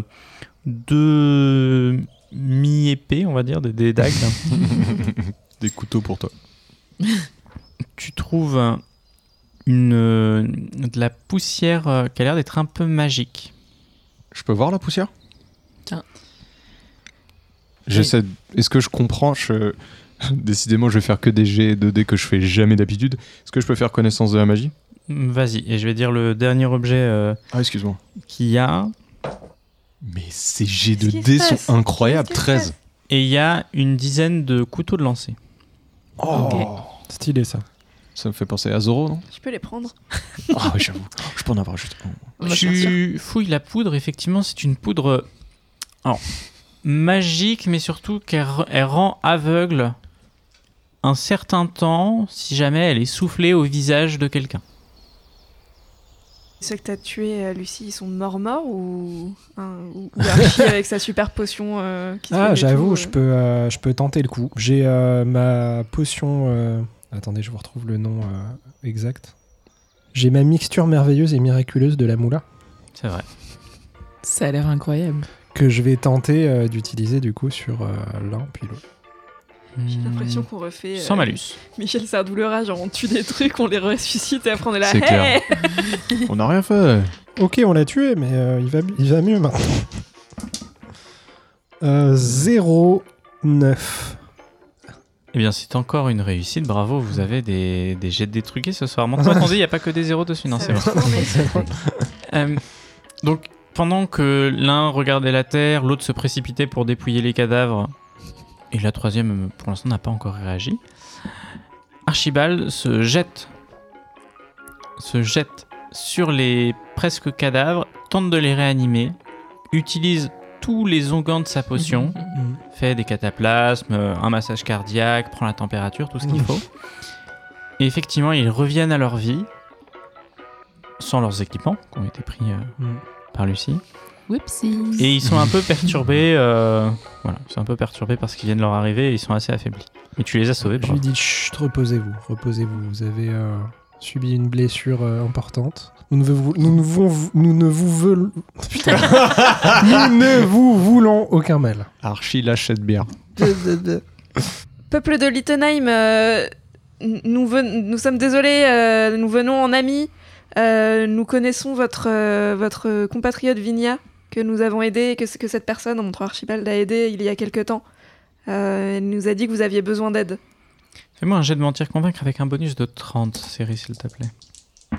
deux mi-épées, on va dire, des, des dagues.
Des couteaux pour toi.
tu trouves euh, une, euh, de la poussière euh, qui a l'air d'être un peu magique.
Je peux voir la poussière
Tiens.
J'essaie. de- Est-ce que je comprends je... Décidément, je vais faire que des G et 2D que je fais jamais d'habitude. Est-ce que je peux faire connaissance de la magie
Mm, Vas-y, et je vais dire le dernier objet euh,
Ah, excuse-moi.
qu'il y a.
Mais ces G
Qu'est-ce
de
qui
D
se passe
sont incroyables.
Qu'est-ce qui se
13.
Et il y a une dizaine de couteaux de lancer.
Oh
Stylé ça.
Ça me fait penser à Zoro, non
Je peux les prendre.
Ah oui, j'avoue. Je peux en avoir juste un.
On va sortir.
Tu fouilles la poudre, effectivement, c'est une poudre euh, alors, magique, mais surtout qu'elle re- elle rend aveugle un certain temps si jamais elle est soufflée au visage de quelqu'un.
Ceux que t'as tués, euh, Lucie, ils sont morts morts ou, hein, ou, ou Archie avec sa super potion euh, qui se fait
Ah,
des
j'avoue,
trous,
je
euh.
peux, euh, je peux tenter le coup. J'ai euh, ma potion. euh, Attendez, je vous retrouve le nom euh, exact. J'ai ma mixture merveilleuse et miraculeuse de la moula
C'est vrai.
Ça a l'air incroyable.
que je vais tenter euh, d'utiliser du coup sur euh, l'un puis l'autre.
J'ai l'impression qu'on refait. euh,
Sans malus.
Michel Sardoulera, genre on tue des trucs, on les ressuscite et après on est là.
C'est clair.
Hey
On n'a rien fait.
Ok, on l'a tué, mais euh, il, va, il va mieux maintenant. Euh, 09.
Eh bien, c'est encore une réussite. Bravo, vous avez des, des jets détruqués ce soir. Montre-moi, attendez, il n'y a pas que des zéros dessus. Non,
Ça
c'est
va
bon.
tourner.
Euh, donc, pendant que l'un regardait la terre, l'autre se précipitait pour dépouiller les cadavres, et la troisième, pour l'instant, n'a pas encore réagi, Archibald se jette, se jette sur les presque cadavres, tente de les réanimer, utilise tous les onguents de sa potion,
Mm.
fait des cataplasmes, euh, un massage cardiaque, prend la température, tout ce qu'il
Mhm.
faut. Et effectivement, ils reviennent à leur vie sans leurs équipements qui ont été pris euh,
Mhm.
par Lucie.
Whoopsies.
Et ils sont un peu perturbés. euh, voilà, ils sont un peu perturbés parce qu'ils viennent leur arriver et ils sont assez affaiblis. Mais tu les as sauvés,
Je
bravo.
lui dis chut, reposez-vous, reposez-vous. Vous avez euh, subi une blessure euh, importante. Nous ne vous, nous ne vous, nous ne vous veulons- Putain. nous ne vous voulons aucun mal.
Archie lâche cette bière.
Peuple de Littenheim, euh, nous, ven- nous sommes désolés, euh, nous venons en amis. Euh, nous connaissons votre, euh, votre compatriote Vigna, que nous avons aidé, et que, que cette personne, mon trois Archibald, a aidé il y a quelque temps. Euh, elle nous a dit que vous aviez besoin d'aide.
Fais-moi un jet de mentir convaincre avec un bonus de 30, série, s'il te plaît. Oh,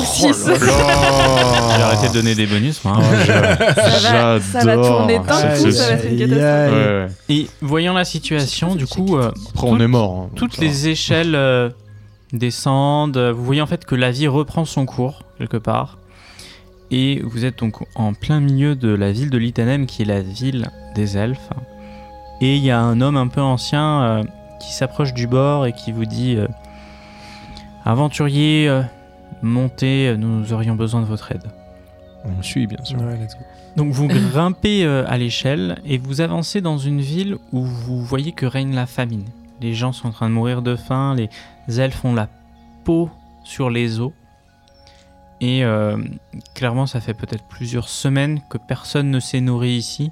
06
J'ai arrêté de donner des bonus, moi. hein.
Ça va- ça va tourner d'un
cette
coup, ça
sauce.
va être une catastrophe.
Ouais,
Aïe, aïe.
ouais.
Et voyant la situation, du coup, euh,
Après, on
Tout-
est mort. hein,
toutes
ça va.
les échelles euh, descendent. euh, Vous voyez en fait que la vie reprend son cours quelque part. Et vous êtes donc en plein milieu de la ville de Lithanem, qui est la ville des elfes. Et il y a un homme un peu ancien euh, qui s'approche du bord et qui vous dit euh, Aventurier, euh, montez, euh, nous aurions besoin de votre aide.
On me suit, bien sûr.
Ouais, let's go.
Donc vous grimpez euh, à l'échelle et vous avancez dans une ville où vous voyez que règne la famine. Les gens sont en train de mourir de faim, les elfes ont la peau sur les os. Et euh, clairement, ça fait peut-être plusieurs semaines que personne ne s'est nourri ici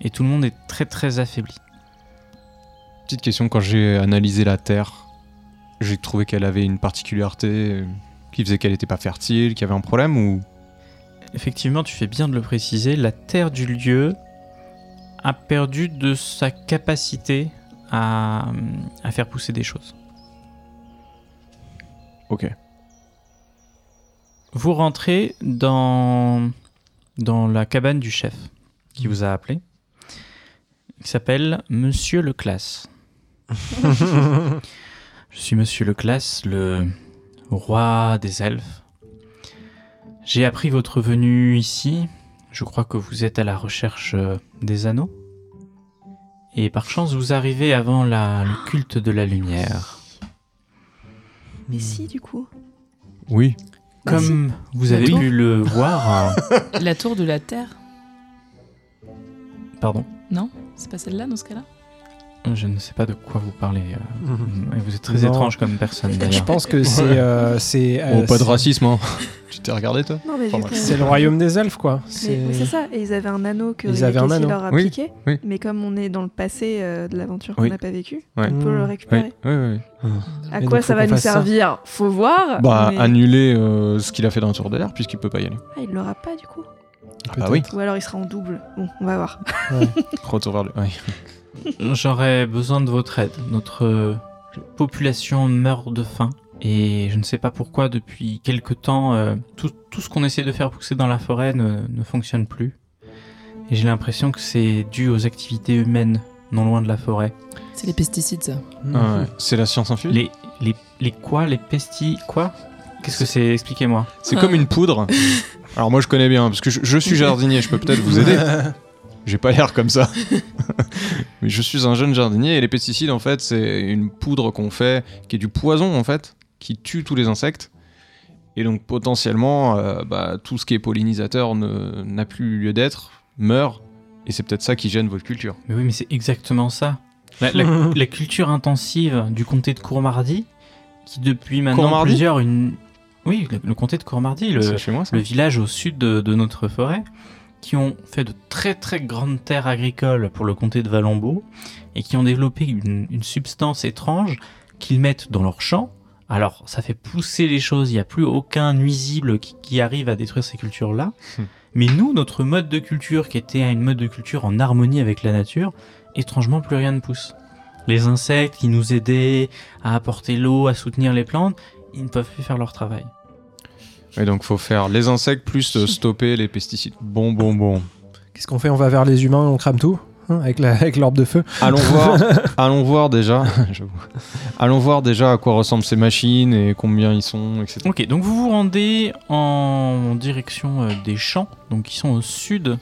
et tout le monde est très très affaibli.
Petite question, quand j'ai analysé la terre, j'ai trouvé qu'elle avait une particularité euh, qui faisait qu'elle n'était pas fertile, qu'il y avait un problème ou.
Effectivement, tu fais bien de le préciser, la terre du lieu a perdu de sa capacité à, à faire pousser des choses.
Ok.
Vous rentrez dans, dans la cabane du chef qui vous a appelé, qui s'appelle Monsieur Leclasse. Je suis Monsieur Leclasse, le roi des elfes. J'ai appris votre venue ici. Je crois que vous êtes à la recherche euh, des anneaux. Et par chance, vous arrivez avant la- le culte de la lumière.
Mais si, du coup.
Oui.
Comme vous avez
Oui.
pu le voir. euh,
La tour de la Terre,
Pardon.
c'est pas celle-là dans ce cas-là
Je ne sais pas de quoi vous parlez. euh,
Mm-hmm.
et Vous êtes très
Non.
étrange comme personne
Je
d'ailleurs.
pense que c'est. euh, c'est euh,
oh, pas de
c'est-
racisme, hein. tu t'es regardé, toi
Non, mais
Pas
vu
mal.
que-
C'est le royaume des elfes, quoi.
Mais
C'est-
oui, c'est ça, et ils avaient un anneau que
Ils
Ria
avaient un
Cassie
anneau.
leur a
Oui,
piqué,
oui.
mais comme on est dans le passé euh, de l'aventure qu'on
Oui.
n'a pas vécue,
Ouais.
on peut le
Mm.
Oui,
récupérer.
oui, oui.
À
Mais
quoi
donc, faut
ça va
qu'on
nous
fasse ça.
servir Faut voir.
Bah,
mais-
annuler euh, ce qu'il a fait dans le tour de l'air, puisqu'il peut pas y aller.
Ah, il l'aura pas du coup.
Ah, bah oui,
Ou alors il sera en double. Bon, on va voir.
retour vers le. ouais.
J'aurais besoin de votre aide. Notre euh, population meurt de faim. Et je ne sais pas pourquoi, depuis quelque temps, euh, tout, tout ce qu'on essaie de faire pousser dans la forêt ne, ne fonctionne plus. Et j'ai l'impression que c'est dû aux activités humaines non loin de la forêt.
C'est les pesticides, ça.
Mm.
Ah, ouais. C'est la science infuse
Les, les, les quoi Les pestis Quoi Qu'est-ce que c'est Expliquez-moi.
C'est comme une poudre. Alors, moi, je connais bien, parce que je, je suis jardinier, je peux peut-être vous aider. J'ai pas l'air comme ça. Mais je suis un jeune jardinier et les pesticides, en fait, c'est une poudre qu'on fait, qui est du poison, en fait, qui tue tous les insectes. Et donc, potentiellement, euh, bah, tout ce qui est pollinisateur ne- n'a plus lieu d'être, meurt. Et c'est peut-être ça qui gêne votre culture.
Mais oui, mais c'est exactement ça. La, la- la culture intensive du comté de Courmardy, qui depuis maintenant
Courmardy
plusieurs... Une... Oui, le, le comté de Courmardy, le,
C'est Euh, chez moi, ça.
le village au sud de, de notre forêt, qui ont fait de très très grandes terres agricoles pour le comté de Valombo, et qui ont développé une, une substance étrange qu'ils mettent dans leurs champs. Alors, ça fait pousser les choses, il n'y a plus aucun nuisible qui, qui arrive à détruire ces cultures-là.
Mais nous, notre mode de culture, qui était une mode de culture en harmonie avec la nature, étrangement, plus rien ne pousse. Les insectes qui nous aidaient à apporter l'eau, à soutenir les plantes, ils ne peuvent plus faire leur travail.
Et donc faut faire les insectes plus euh, stopper les pesticides. Bon, bon, bon.
Qu'est-ce qu'on fait On va vers les humains, on crame tout hein, avec la- avec l'orbe de feu.
Allons voir, allons voir déjà. j'avoue. Allons voir déjà à quoi ressemblent ces machines et combien ils sont, etc.
Ok, donc vous vous rendez en direction euh, des champs, donc qui sont au sud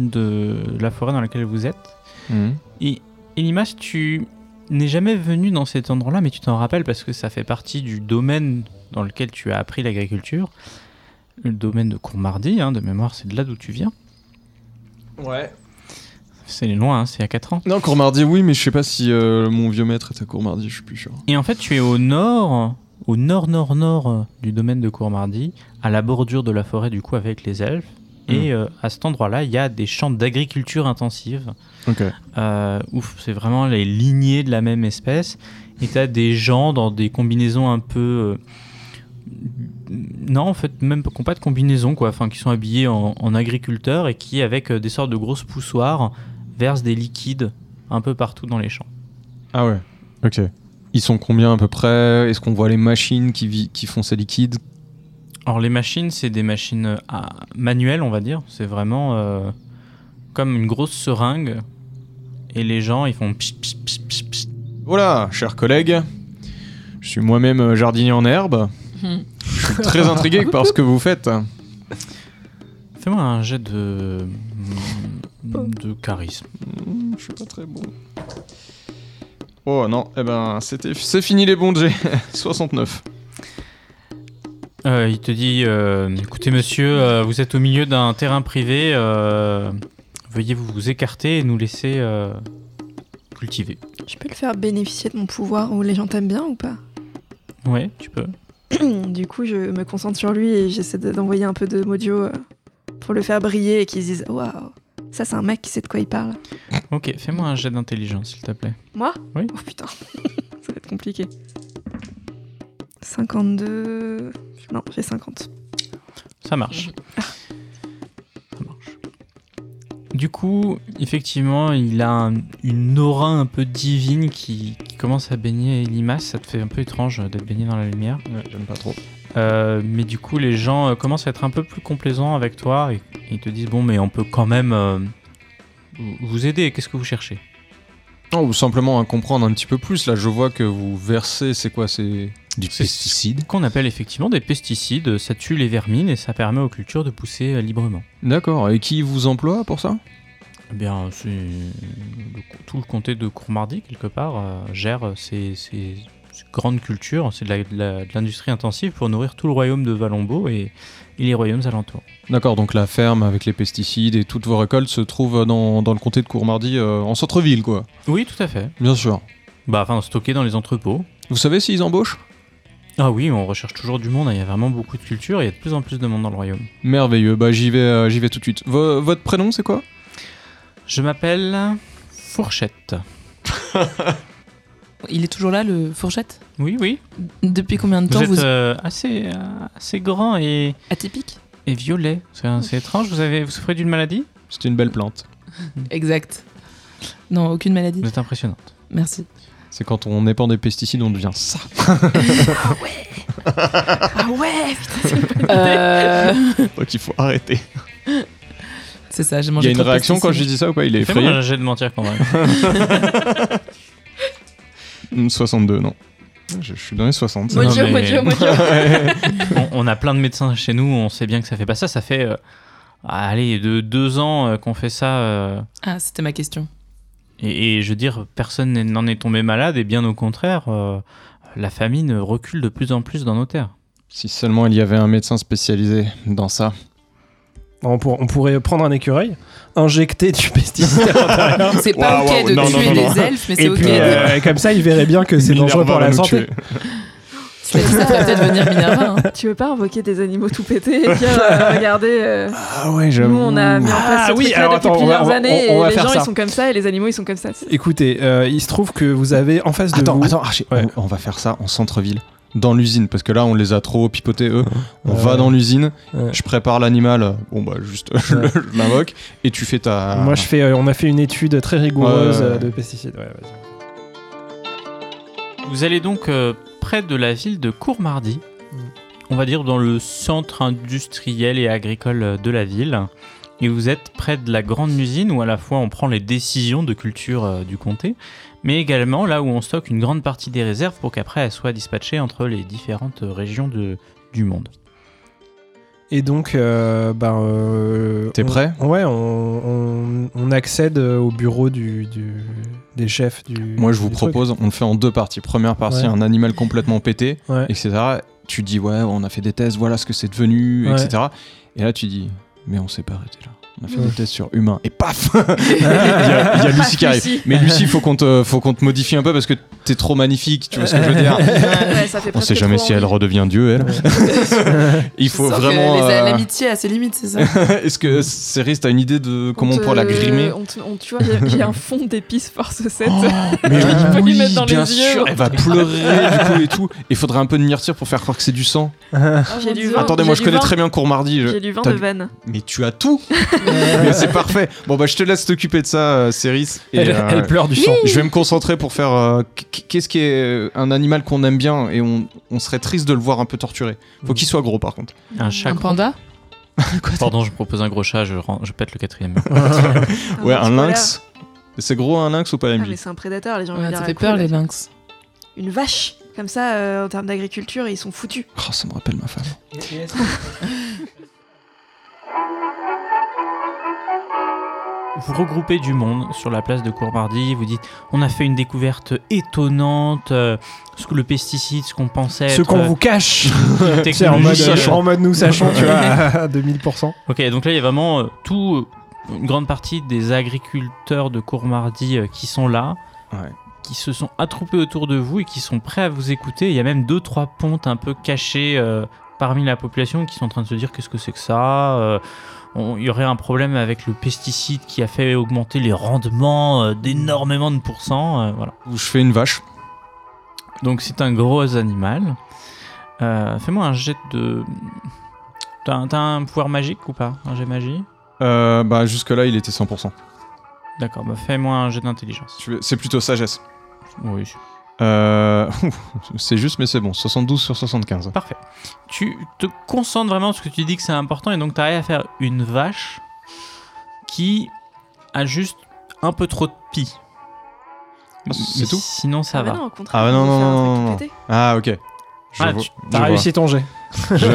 de la forêt dans laquelle vous êtes.
Mhm.
Et Elimas, tu n'es jamais venu dans cet endroit-là, mais tu t'en rappelles parce que ça fait partie du domaine dans lequel tu as appris l'agriculture. Le domaine de Courmardy, hein, de mémoire, c'est de là d'où tu viens.
Ouais.
C'est loin, hein, c'est à 4 ans.
Non, Courmardi, oui, mais je sais pas si euh, mon vieux maître est à Courmardi, je suis plus sûr.
Et en fait, tu es au nord, au nord-nord-nord du domaine de Courmardy, à la bordure de la forêt, du coup, avec les elfes. Et euh, à cet endroit-là, il y a des champs d'agriculture intensive.
Ok.
Euh, ouf, c'est vraiment les lignées de la même espèce. Et t'as des gens dans des combinaisons un peu. euh, Non, en fait, même qui n'ont pas de combinaison, quoi. Enfin, qui sont habillés en, en agriculteurs et qui, avec euh, des sortes de grosses poussoirs, versent des liquides un peu partout dans les champs.
Ah ouais. Ok. Ils sont combien à peu près Est-ce qu'on voit les machines qui, vi- qui font ces liquides
Alors les machines, c'est des machines euh, à- manuelles, on va dire. C'est vraiment euh, comme une grosse seringue. Et les gens, ils font... pssst, pssst, pssst, pssst, pssst.
Voilà, chers collègues. Je suis moi-même euh, jardinier en herbe.
Mhm.
Je suis très intrigué par ce que vous faites.
Fais-moi un jet de... de charisme.
Hmm, Je suis pas très bon. Oh non, eh ben c'était, c'est fini les bons jets. 69.
Euh, il te dit, euh, écoutez monsieur, euh, vous êtes au milieu d'un terrain privé. euh, veuillez vous, vous écarter et nous laisser euh, cultiver.
Je peux le faire bénéficier de mon pouvoir où les gens t'aiment bien ou pas
Ouais, tu peux.
Du coup, je me concentre sur lui et j'essaie de- d'envoyer un peu de mojo euh, pour le faire briller et qu'il se dise Waouh, ça c'est un mec qui sait de quoi il parle.
Ok, fais-moi un jet d'intelligence, s'il te plaît.
Moi
Oui.
Oh putain, ça va être compliqué. 52. Non, j'ai 50.
Ça marche. Ça marche. Du coup, effectivement, il a un- une aura un peu divine qui, qui commence à baigner Elimas. Ça te fait un peu étrange euh, d'être baigné dans la lumière.
j'aime pas trop.
Euh, mais du coup, les gens euh, commencent à être un peu plus complaisants avec toi et, et ils te disent Bon, mais on peut quand même euh, vous- vous aider. Qu'est-ce que vous cherchez
Non, ou simplement à comprendre un petit peu plus. Là, je vois que vous versez, c'est quoi, c'est
Du
C'est-
pesticide.
Qu'on appelle effectivement des pesticides. Ça tue les vermines et ça permet aux cultures de pousser euh, librement.
D'accord. Et qui vous emploie pour ça
Eh bien, c'est le co- tout le comté de Courmardy, quelque part, euh, gère euh, ces, ces- ces grandes cultures. C'est de la- de la- de l'industrie intensive pour nourrir tout le royaume de Valombo et, et les royaumes alentours.
D'accord. Donc la ferme avec les pesticides et toutes vos récoltes se trouve dans, dans le comté de Courmardy, euh, en centre-ville, quoi.
Oui, tout à fait.
Bien sûr.
Bah, enfin, stocké dans les entrepôts.
Vous savez s'ils embauchent
Ah oui, on recherche toujours du monde. hein. Il y a vraiment beaucoup de cultures. et Il y a de plus en plus de monde dans le royaume.
Merveilleux. Bah j'y vais, euh, j'y vais tout de suite. Vo- votre prénom, c'est quoi
Je m'appelle Fourchette.
Il est toujours là, le fourchette
Oui, oui.
Depuis combien de
Vous
temps
êtes
vous...
euh, assez, euh, assez grand et,
Atypique
et violet. C'est c'est étrange. Vous, avez, vous souffrez d'une maladie
C'est une belle plante. Hmm.
Exact. Non, aucune maladie.
Vous êtes impressionnante.
Merci.
C'est quand on épand des pesticides, on devient ça.
Ah ouais
Euh,
Donc il faut arrêter.
C'est ça, j'ai
Il y
mangé
a une
trop de
réaction quand je
pesticides.
dis ça ou pas Il est
Fais-moi
effrayé.
un jet de mentir quand même.
Hmm, 62, non. Je, je suis dans les 60.
Moi,
ça.
Non,
Mojo,
mais-
mojo, mojo
on, on a plein de médecins chez nous, on sait bien que ça fait pas ça. Ça fait, euh, allez, de deux ans euh, qu'on fait ça. euh,
Ah, c'était ma question.
et, et je veux dire, personne n'est- n'en est tombé malade, et bien au contraire, euh, la famine recule de plus en plus dans nos terres.
Si seulement il y avait un médecin spécialisé dans ça.
On, pour- on pourrait prendre un écureuil, injecter du pesticide à l'intérieur,
C'est pas
Waouh,
ok
waouh,
de
non, non,
tuer
non,
les
non.
elfes, mais
et
c'est ok.
puis
de-
euh, comme ça, il verrait bien que c'est dangereux pour la santé.
Ça va peut-être venir
Ah
Minerva. hein.
Tu veux pas invoquer des animaux tout pétés et dire euh, Regardez, euh,
Ah ouais,
nous on a mis en place
Ah
ce
oui,
truc-là
alors
depuis
attends, on va-
plusieurs
on-
années
on va
et les
faire
gens
ça.
ils sont comme ça et les animaux ils sont comme ça.
Écoutez, euh, il se trouve que vous avez en face de
Attends, ah,
vous.
attends, Archie,
Ouais.
on, on va faire ça en centre-ville. dans l'usine, parce que là on les a trop pipotés eux. On
Ouais,
va
ouais.
dans l'usine,
Ouais.
je prépare l'animal, bon bah juste je, le- je l'invoque, et tu fais ta.
Moi, je fais, euh, on a fait une étude très rigoureuse
Ouais, ouais, ouais.
euh, de pesticides. Ouais, vas-y.
Vous allez donc euh, près de la ville de Courmardy, on va dire dans le centre industriel et agricole euh, de la ville. Et vous êtes près de la grande usine où à la fois on prend les décisions de culture euh, du comté, mais également là où on stocke une grande partie des réserves pour qu'après elles soient dispatchées entre les différentes euh, régions de- du monde.
Et donc, euh, bah, euh,
T'es
on-
prêt
Ouais, on, on- on accède euh, au bureau du, du- des chefs du.
Moi je vous
du truc.
propose, on le fait en deux parties. Première partie,
Ouais.
un animal complètement pété,
Ouais.
etc. Tu dis ouais, on a fait des tests, voilà ce que c'est devenu,
Ouais.
etc. Et là tu dis, mais on s'est pas arrêté là. On a fait
Ouais.
des tests sur humains et paf Il y a, il y a Lucie qui arrive. Mais Lucie, faut qu'on te, faut qu'on te modifie un peu parce que t'es trop magnifique, tu vois ce que je veux dire
Ouais, ça fait
On
presque
sait jamais
trop
si elle
envie.
redevient Dieu, elle. Il faut
Sauf que
vraiment.
les-
euh,
L'amitié à ses limites, c'est ça
Est-ce que Céris, t'as une idée de comment on,
te-
pourrait la grimer
on te- on- Tu vois, il y a- il y, a un fond d'épices force 7.
Mais oui,
peux lui mettre dans
bien
les yeux.
sûr, elle va pleurer du coup et tout. Il faudrait un peu de myrtille pour faire croire que c'est du sang.
J'ai du vin.
Attendez, moi je
j'ai Ah, du
connais
vin.
très bien Courmardi. je-
J'ai du vin
T'as
de
du-
vanne.
Mais tu as tout Mais c'est parfait. Bon bah je te laisse t'occuper de ça, euh, Céris. Et,
Elle,
euh,
elle pleure du sang.
Je vais me concentrer pour faire. euh, qu- Qu'est-ce qui est euh, un animal qu'on aime bien et on, on serait triste de le voir un peu torturé
Mm.
Faut qu'il soit gros par contre.
Un chat.
Un panda
Pardon, je propose un gros chat, je, ren- je pète le quatrième.
Ah,
Ouais,
bah,
un
tu vois,
lynx. C'est gros un lynx ou pas,
là- Ah,
MJ
mais c'est un prédateur, les gens. ils
Ouais,
ont
Ça
l'air
fait
cool.
peur, les lynx.
Une vache. Comme ça, euh, en termes d'agriculture, ils sont foutus.
Oh, ça me rappelle ma femme.
Vous regroupez du monde sur la place de Courmardy, vous dites on a fait une découverte étonnante, euh, ce que le pesticide, ce qu'on pensait.
Ce
être,
qu'on
euh,
vous cache
une
C'est en, mode,
technologie, euh,
en mode nous sachons, tu vois, à 2000%.
Ok, donc là il y a vraiment euh, tout, euh, une grande partie des agriculteurs de Courmardy euh, qui sont là,
Ouais.
qui se sont attroupés autour de vous et qui sont prêts à vous écouter. Il y a même deux trois pontes un peu cachées euh, parmi la population qui sont en train de se dire qu'est-ce que c'est que ça. euh, on- il y aurait un problème avec le pesticide qui a fait augmenter les rendements euh, d'énormément de pourcents. euh, voilà.
Où je fais une vache.
Donc c'est un gros animal. Euh, Fais-moi un jet de... T'as un- t'as un pouvoir magique ou pas Un jet magie
Euh, bah jusque-là, il était 100%.
D'accord, bah fais-moi un jet d'intelligence.
Tu veux- C'est plutôt sagesse.
Oui, super.
Euh, c'est juste, mais c'est bon. 72 sur 75.
parfait. Tu te concentres vraiment sur ce que tu dis que c'est important et donc t'arrives à faire une vache qui a juste un peu trop de pis.
Ah, c'est
Mais
tout
Sinon ça
Ah, bah
va.
non, au contraire.
Ah bah non,
on va faire un
non,
truc
non,
tout
non.
pété.
Ah, ok. Je
Ah,
vois-
tu-
je
T'as
vois.
réussi ton jet.
Je-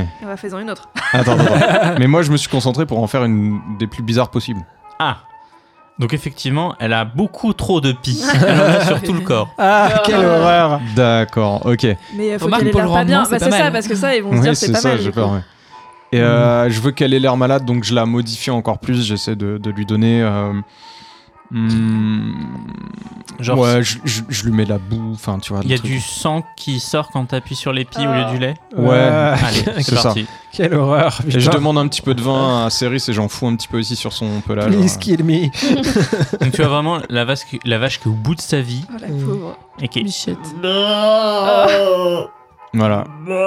ouais.
On va faire une autre.
Attends, attends, attends. Mais moi, je me suis concentré pour en faire une des plus bizarres possibles.
Ah Donc effectivement, elle a beaucoup trop de pis. Elle en a sur tout le corps.
Ah, quelle horreur
D'accord, ok.
Mais euh, faut
Remarque,
qu'elle ait
pour le
l'air pas bien.
rendement,
Bah,
c'est
c'est
pas
ça,
mal.
parce que ça, ils vont se
Ouais,
dire c'est pas
ça,
mal.
j'ai
du
peur.
coup.
ouais. Et euh, je veux qu'elle ait l'air malade, donc je la modifie encore plus. J'essaie de, de lui donner. euh, hmm,
Genre,
ouais, je, je- je lui mets de la boue. Enfin, tu vois.
il
le
y a
truc. hein.
du sang qui sort quand t'appuies sur les pis au lieu du lait.
Ouais.
Euh,
Allez,
Ah, c'est
c'est
ça.
parti.
Quelle horreur
Et je
putain.
demande euh, un petit peu de vin à Céris et j'en fous un petit peu ici sur son pelage. hein.
Please kill me.
Donc tu as vraiment la vache, qui, la vache qui est au bout de sa vie
Oh, la
Mm.
pauvre.
et qui est-
Bichette.
Voilà.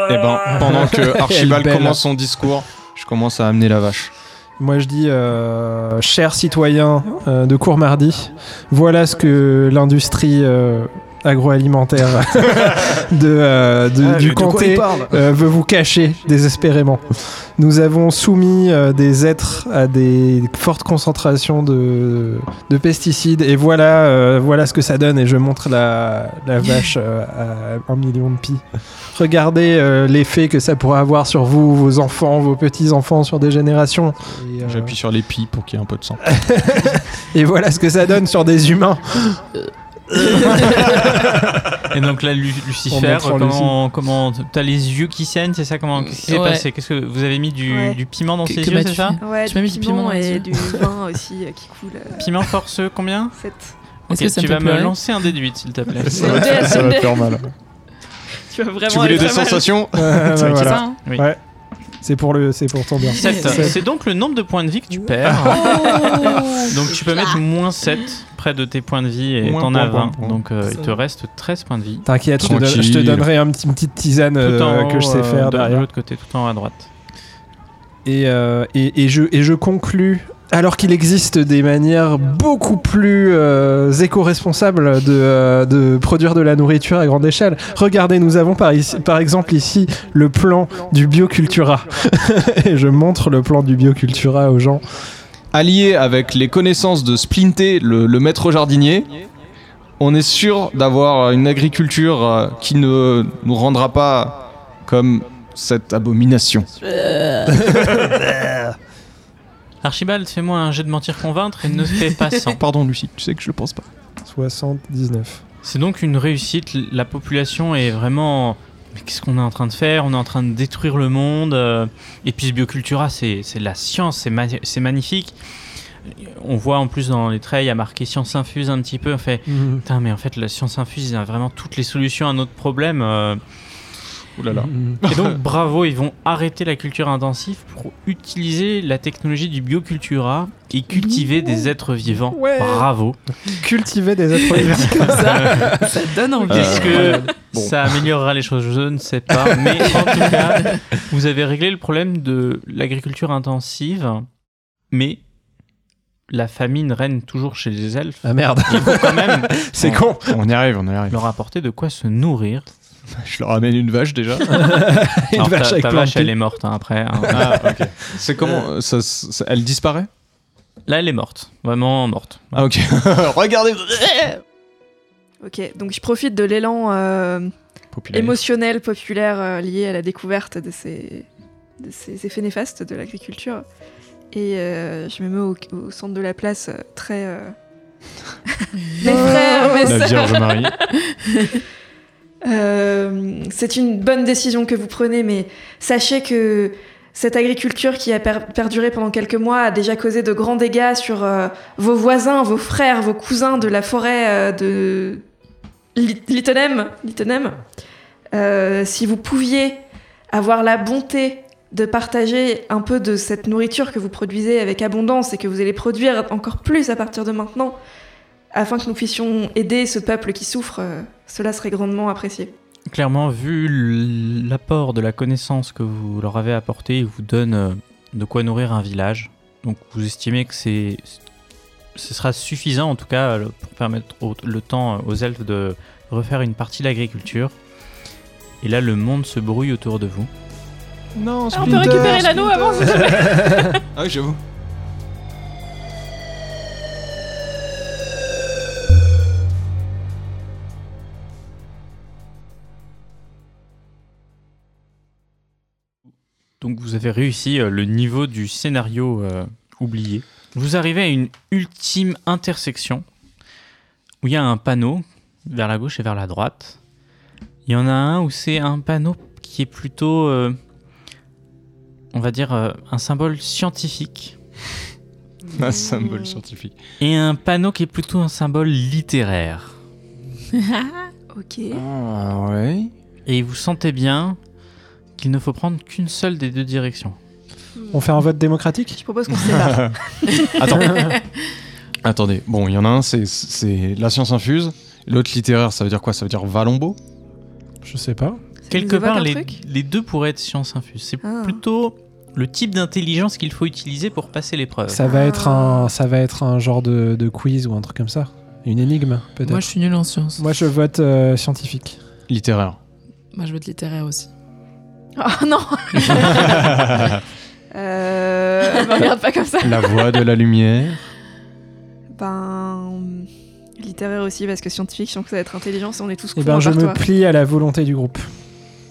Et ben, pendant que
Elle
Archibald
belle.
commence son discours, je commence à amener la vache.
Moi je dis, euh, chers citoyens euh, de Courmardy, voilà ce que l'industrie euh, agroalimentaire de, euh, de-
Ah,
du comté euh, veut vous cacher désespérément. Nous avons soumis euh, des êtres à des fortes concentrations de, de pesticides et voilà, euh, voilà ce que ça donne et je montre la, la vache euh, à un million de pis. Regardez euh, l'effet que ça pourrait avoir sur vous, vos enfants, vos petits-enfants, sur des générations. Et, euh,
J'appuie sur les pieds pour qu'il y ait un peu de sang.
Ah,
et voilà ce que ça donne sur des humains.
Et donc là, Lu- Lucifer,
On montre en
comment, comment t'as les yeux qui saignent, c'est ça Comment qu'est-ce qui s'est
Ouais.
passé Qu'est-ce que vous avez mis du,
Ouais.
du piment dans
Que-
ses
que
yeux,
m'as-tu
c'est ça
fait
Ouais,
Tu m'as
du
mis du piment
piment
dans les yeux.
et du vin aussi euh, qui coule. euh,
Piment forceux, combien
Sept.
Ok,
Est-ce que ça
Tu
me
vas
fait
me
pleurer
lancer un déduit, s'il te plaît.
Ça va te faire- ça va te faire
mal.
Tu vas
Tu
vraiment
voulais
être
des
très mal.
sensations
Euh,
C'est
voilà.
C'est ça, hein
Oui.
Ouais. C'est pour le, c'est pour ton bien.
Sept.
Sept.
Oh
Ah.
C'est donc le nombre de points de vie que tu perds. donc tu peux mettre moins 7 près de tes points de vie et
Point,
t'en
point,
as 20.
point, point.
Donc euh, il
Ça
te
va.
reste 13 points de vie.
T'inquiète, je, te donne- je te
Tranquille.
donnerai un petit- une petite tisane
tout en
euh,
haut,
que je sais
euh,
faire
de,
derrière.
de l'autre côté, tout en haut à droite.
Et, euh, et, et je, et je conclus, alors qu'il existe des manières beaucoup plus euh, éco-responsables de, euh, de produire de la nourriture à grande échelle, regardez, nous avons par, ici- par exemple ici le plan du Biocultura. et je montre le plan du Biocultura aux gens.
Allié avec les connaissances de Splinté, le, le maître jardinier, on est sûr d'avoir une agriculture euh, qui ne nous rendra pas comme cette abomination.
Archibald, fais-moi un jet de mentir convaincre et ne fais pas 100.
Pardon Lucie, tu sais que je le pense pas.
79.
C'est donc une réussite. La population est vraiment. Mais qu'est-ce qu'on est en train de faire On est en train de détruire le monde. euh, Et puis ce Biocultura, c'est c'est de la science, c'est ma- c'est magnifique. On voit en plus dans les traits, il y a marqué science infuse un petit peu. On fait putain, mais en fait, la science infuse, il y a vraiment toutes les solutions à notre problème. euh.
Ouh là là.
Et donc, bravo, ils vont arrêter la culture intensive pour utiliser la technologie du Biocultura et cultiver des êtres vivants.
Ouais.
Bravo.
Cultiver des êtres vivants.
Comme ça, ça donne envie.
Est-ce
Euh,
que
bon.
ça améliorera les choses Je ne sais pas. Mais en tout cas, vous avez réglé le problème de l'agriculture intensive, mais la famine règne toujours chez les elfes.
Ah merde,
Il faut quand même
c'est con.
On y arrive, on y arrive.
leur apporter de quoi se nourrir.
Je leur ramène une vache déjà.
Alors,
vache
ta,
avec plein
ta
de
vache,
pics.
elle est morte hein, après. hein.
C'est comment euh, ça, ça- Elle disparaît
Là, elle est morte. Vraiment morte.
Ah ok. Regardez
Ok, donc je profite de l'élan euh, émotionnel populaire euh, lié à la découverte de ces, de ces effets néfastes de l'agriculture. Et euh, je me mets au, au centre de la place, euh, très. euh, mes frères, mes
La
sœurs.
Vierge Marie.
Euh, c'est une bonne décision que vous prenez, mais sachez que cette agriculture qui a per- perduré pendant quelques mois a déjà causé de grands dégâts sur euh, vos voisins, vos frères, vos cousins de la forêt euh, de Lit- Littenheim. Littenheim. Euh, si vous pouviez avoir la bonté de partager un peu de cette nourriture que vous produisez avec abondance et que vous allez produire encore plus à partir de maintenant, afin que nous puissions aider ce peuple qui souffre, euh, cela serait grandement apprécié.
Clairement, vu l- l'apport de la connaissance que vous leur avez apporté, ils vous donnent euh, de quoi nourrir un village. Donc vous estimez que c'est, ce sera suffisant en tout cas euh, pour permettre au- le temps euh, aux elfes de refaire une partie de l'agriculture. Et là, le monde se brouille autour de vous.
Non,
on peut récupérer l'anneau avant
Ah oui, j'avoue.
Donc vous avez réussi euh, le niveau du scénario euh, oublié. Vous arrivez à une ultime intersection où il y a un panneau vers la gauche et vers la droite. Il y en a un où c'est un panneau qui est plutôt, euh, on va dire, euh, un symbole scientifique
Un symbole scientifique.
et un panneau qui est plutôt un symbole littéraire.
Ok.
Ah ouais.
Et vous sentez bien qu'il ne faut prendre qu'une seule des deux directions.
On fait un vote démocratique
Je propose qu'on se sépare.
Attends. Attendez, bon, il y en a un, c'est- c'est la science infuse. L'autre littéraire, ça veut dire quoi Ça veut dire Valombo
Je sais pas.
Ça
Quelque
nous évoque
part,
un
les,
truc
les deux pourraient être science infuse. C'est
Ah.
plutôt le type d'intelligence qu'il faut utiliser pour passer l'épreuve.
Ça va être un, ça va être un genre de, de quiz ou un truc comme ça. Une énigme, peut-être.
Moi, je suis nulle en sciences.
Moi, je vote euh, scientifique.
Littéraire.
Moi, Bah, je veux de littéraire aussi.
Oh non euh... elle me regarde pas comme ça.
La voix de la lumière.
Ben. hum, Littéraire aussi, parce que scientifique, je sens que ça va être intelligent, si on est tous
Eh
courants
ben, je
par
me
toi.
plie à la volonté du groupe.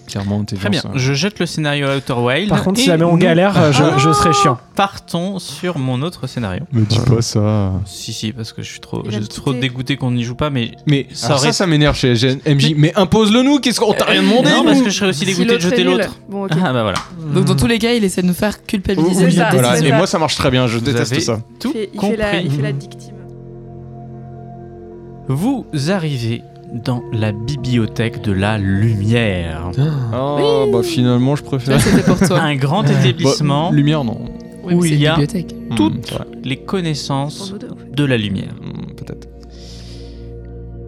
Clairement, t'es
Très bien, je jette le scénario Outer Wild.
Par contre,
et
si jamais on
nous
galère, euh, je, je serai chiant.
Partons sur mon autre scénario.
Me dis pas ça.
Si, si, parce que je suis trop,
Il va
je
me
suis trop
quitter.
dégoûté qu'on n'y joue pas, mais.
Mais
Ça
alors ça, ça,
reste-
m'énerve chez MJ. Mais impose-le nous, qu'est-ce qu'on t'a rien demandé
non,
nous
parce que je serais aussi
Si
dégoûté de
est
jeter
nul,
l'autre.
Bon,
Hein
ok.
Ah bah voilà.
Mm.
Donc, dans tous les cas, il essaie de nous faire culpabiliser.
Oui,
de notre
voilà.
décision.
c'est
Et
ça.
moi, ça marche très bien, je
Vous
déteste
avez-
ça.
il
Tout
fait, il fait
compris.
la, il fait la dictime.
Vous arrivez dans la bibliothèque de la lumière.
Ah, bah finalement, je
Tu vois,
préfère.
C'était pour toi.
Un grand
Ouais.
établissement.
Bah, lumière, non.
Oui, mais
où
c'est
il
une
y a
bibliothèque.
Hmm,
toutes
ouais,
les
Pour
connaissances
nous deux, en fait.
de la lumière.
hmm, Peut-être.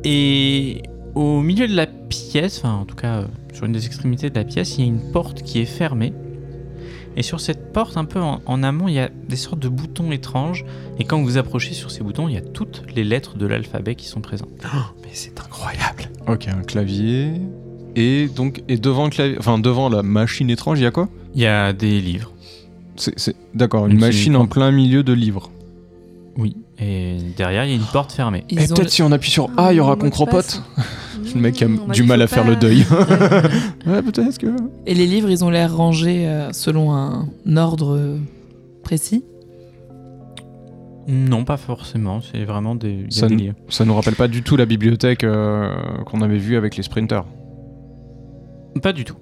Et au milieu de la pièce, enfin en tout cas euh, sur une des extrémités de la pièce, il y a une porte qui est fermée. Et sur cette porte, un peu en, en amont, il y a des sortes de boutons étranges. Et quand vous vous approchez sur ces boutons, il y a toutes les lettres de l'alphabet qui sont présentes.
Mais c'est incroyable.
Ok, un clavier. Et donc, et devant le clavier, enfin devant la machine étrange, il y a quoi
Il y a des livres.
C'est, c'est- d'accord, une
Une
machine en plein milieu de livres.
Oui. Et derrière, il y a une porte fermée.
Ils
Et
ont
peut-être si on appuie sur A, Ah, il y aura qu'on cropote.
Mmh,
Le mec a
on va
du
lui
mal à
faut
faire
pas-
le deuil. ouais, peut-être que.
Et les livres, ils ont l'air rangés euh, selon un ordre euh, précis.
Non, pas forcément. C'est vraiment des, il y a
Ça
des
ne-
livres.
Ça nous rappelle pas du tout la bibliothèque euh, qu'on avait vue avec les sprinters.
Pas du tout.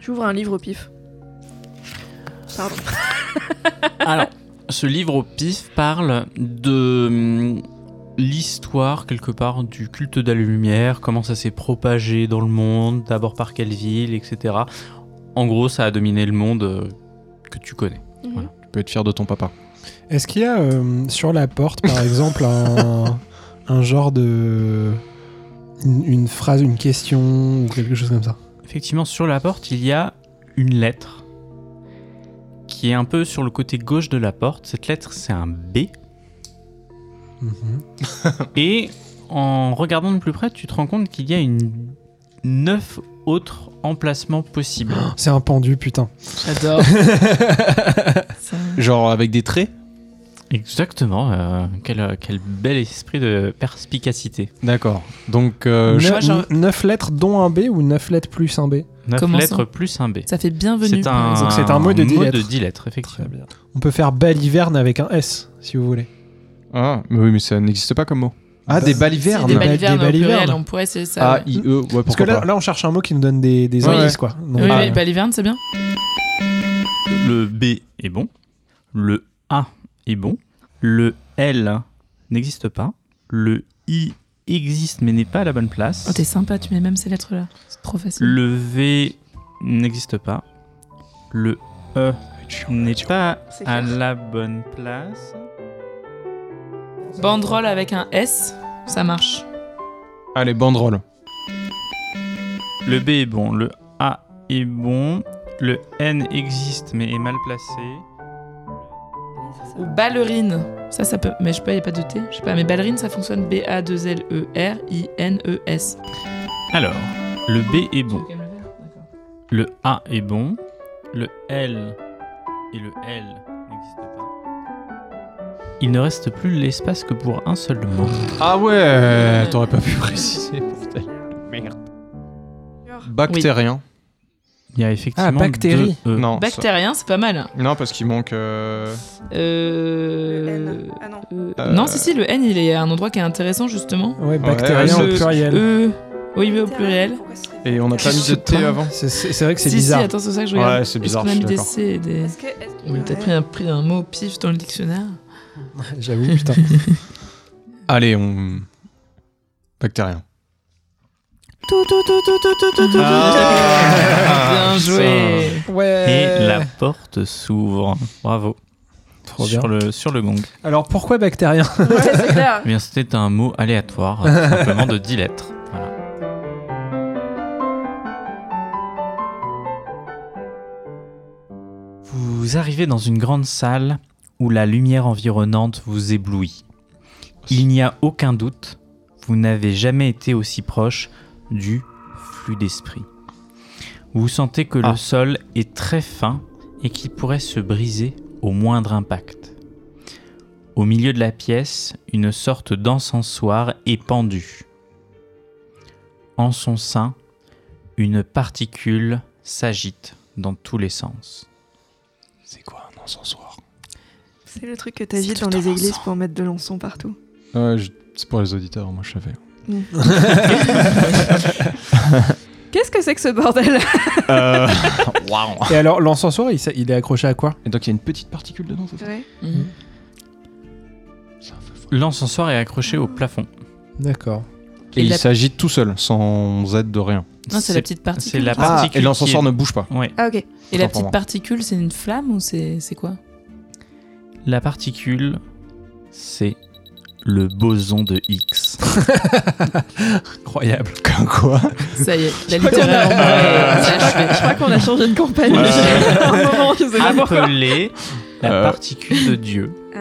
J'ouvre un livre au pif. Pardon.
Alors, ce livre au pif parle de hum, l'histoire, quelque part, du culte de la lumière, comment ça s'est propagé dans le monde, d'abord par quelle ville, etc. En gros, ça a dominé le monde euh, que tu connais. Voilà.
Tu peux être fier de ton papa.
Est-ce qu'il y a euh, sur la porte, par exemple, un, un genre de. Une, une phrase, une question ou quelque chose comme ça
Effectivement, sur la porte, il y a une lettre qui est un peu sur le côté gauche de la porte. Cette lettre, c'est un B.
Mhm.
Et en regardant de plus près, tu te rends compte qu'il y a une neuf autres emplacements possibles.
C'est un pendu, putain.
J'adore. Ça-
Genre avec des traits
Exactement. euh, quel, quel bel esprit de perspicacité.
D'accord. Donc, euh,
Neuf-
je-
vois, genre-
Neuf lettres, dont un B ou neuf lettres plus un B
Neuf
Comment ça
lettres plus un B.
Ça fait bienvenue.
C'est
par
un,
exemple.
Donc c'est un mot de dix lettres.
dix lettres, effectivement.
bien. On peut faire baliverne avec un S, si vous voulez.
Ah, mais oui, mais ça n'existe pas comme mot. Ah,
Bah,
des
si,
balivernes.
Si, des
Des
balivernes au
balivernes.
pluriel, on pourrait essayer ça. ouais.
A-I-E, ouais, pourquoi
Parce que là, là, on cherche un mot qui nous donne des, des
Ouais,
indices,
ouais.
quoi. Donc,
Oui,
euh,
oui, baliverne, c'est bien.
Le B est bon. Le A est bon. Le L n'existe pas. Le I existe mais n'est pas à la bonne place.
Oh, t'es sympa, tu mets même ces lettres-là. C'est trop facile.
Le V n'existe pas. Le E n'est pas
C'est
à
clair.
la bonne place.
Banderole avec un S, ça marche.
Allez, banderole.
Le B est bon. Le A est bon. Le N existe mais est mal placé.
Ou ballerine. Ça, ça peut. Mais je sais pas, y a pas de T. Je sais pas. Mais ballerine, ça fonctionne E B-A-2-L-E-R-I-N-E-S.
Alors, le B est bon. Le A est bon. Le L et le L n'existent pas. Il ne reste plus l'espace que pour un seul mot.
Ah ouais, t'aurais pas pu préciser. Bactérien.
Il y a effectivement
Ah, bactérie.
deux E.
Non, ça-
Bactérien, c'est pas mal.
non, parce qu'il manque. euh,
Le
Euh...
N. Ah non.
euh,
Euh.
Non, si, si, le N, il est à un endroit qui est intéressant, justement.
Ouais, bactérien
ouais,
au
je-
pluriel.
E. Oui, mais au pluriel.
Pourquoi ce serait
Et on a pas
bactérien
mis de T avant.
C'est- C'est c'est vrai que c'est
si,
bizarre.
si, attends, c'est ça que je regarde.
Ouais, c'est bizarre,
Est-ce qu'on
je
a
suis
mis des
d'accord.
C et des.
Est-ce que. Est-ce que
On a peut-être pris un, pris un mot au pif dans le dictionnaire.
J'avoue, putain.
Allez, on. Bactérien.
Bien joué.
Et
Ouais.
la porte s'ouvre. Bravo.
Euh. Trop bien.
sur, le, sur le gong.
Alors pourquoi bactérien
Ouais, c'est clair.
Eh bien, c'était un mot aléatoire, euh, tout simplement de 10 lettres. Voilà. Vous arrivez dans une grande salle où la lumière environnante vous éblouit. Il n'y a aucun doute, vous n'avez jamais été aussi proche du flux d'esprit. Vous sentez que
Ah.
le sol est très fin et qu'il pourrait se briser au moindre impact. Au milieu de la pièce, une sorte d'encensoir est pendu. En son sein, une particule s'agite dans tous les sens.
C'est quoi un encensoir
C'est le truc que t'agites dans les églises pour mettre de l'encens partout.
Ouais, je- c'est pour les auditeurs, moi je savais.
Qu'est-ce que c'est que ce bordel
Euh... Waouh
Et alors l'encensoir, il, s- il est accroché à quoi
Et donc il y a une petite particule dedans, c'est ça
Ouais.
Mhm.
L'encensoir est accroché au plafond.
D'accord.
Et,
Et
il
la-
s'agite tout seul, sans aide de rien.
Non, c'est la petite particule.
C'est la
je
Ah,
particule.
et l'encensoir
qui
ne bouge pas.
est- Ouais.
Ah, ok.
Et la
Autant pour
petite
moi.
particule, c'est une flamme ou c'est c'est quoi
La particule, c'est le boson de Higgs.
Incroyable.
Comme quoi
Ça y est, la littéraire en bas est- c'est achevé.
Je crois qu'on a changé de compagnie.
Euh.
un moment, je sais
Ah
pas pourquoi.
Appelé la
Euh.
particule de Dieu.
Ah.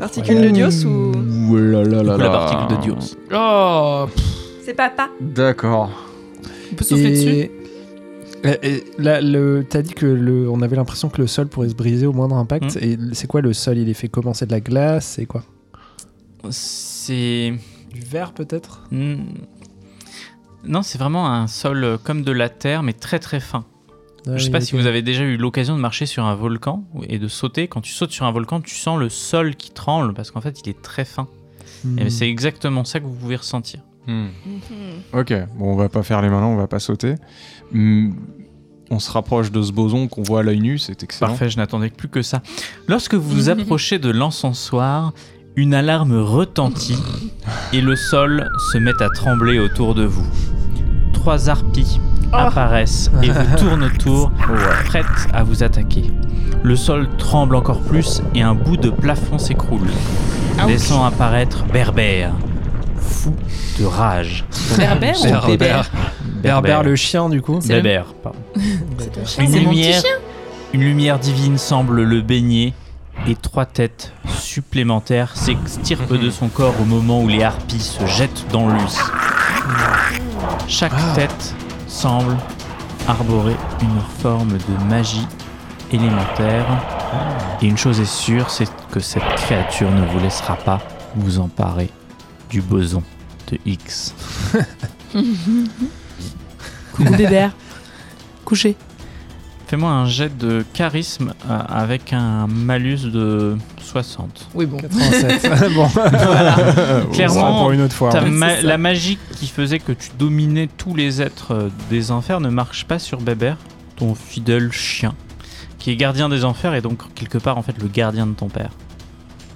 Particule
Incroyable.
de Dios ou.
Ouh là là là
Du coup, la
là.
particule de Dios.
Oh, pff,
C'est papa.
D'accord.
on peut souffler dessus.
Euh, euh, là, le- t'as dit que le, on avait l'impression que le sol pourrait se briser au moindre impact. Et c'est quoi le sol Il est fait comment C'est de la glace C'est quoi
C'est.
Du verre peut-être
Hmm. Non, c'est vraiment un sol euh, comme de la terre, mais très très fin. Je sais pas si vous avez déjà eu l'occasion de marcher sur un volcan et de sauter. Quand tu sautes sur un volcan, tu sens le sol qui tremble parce qu'en fait, il est très fin.
Hmm.
Eh,
Mm.
Et Eh c'est exactement ça que vous pouvez ressentir.
Hmm.
Mhm.
Ok, bon, on va pas faire les malins, on va pas sauter. Hmm, On se rapproche de ce boson qu'on voit à l'œil nu, c'est excellent.
Parfait, je n'attendais plus que ça. Lorsque vous vous approchez de l'encensoir, une alarme retentit et le sol se met à trembler autour de vous. Trois harpies
Oh.
apparaissent et vous tournent autour, prêtes à vous attaquer. Le sol tremble encore plus et un bout de plafond s'écroule,
Ah
laissant apparaître Berbère, fou de rage.
Berbère ou bébert
Berbère le chien du coup.
C'est le- Ah,
Berbère, pardon.
C'est
Une
mon petit
lumière, une lumière divine semble le baigner et trois têtes supplémentaires s'extirpent
Mhm.
de son corps au moment où les harpies se jettent dans lui. Chaque tête semble arborer une forme de magie élémentaire. Et une chose est sûre, c'est que cette créature ne vous laissera pas vous emparer du boson de X.
Coucou bébert. Couché.
Fais-moi un jet de charisme euh, avec un malus de 60.
Oui, bon.
87. bon,
Clairement,
on sera pour une autre fois.
Ta
hein.
ma-
c'est ça.
la magie qui faisait que tu dominais tous les êtres euh, des enfers ne marche pas sur Bébert, ton fidèle chien, qui est gardien des enfers et donc quelque part en fait le gardien de ton père.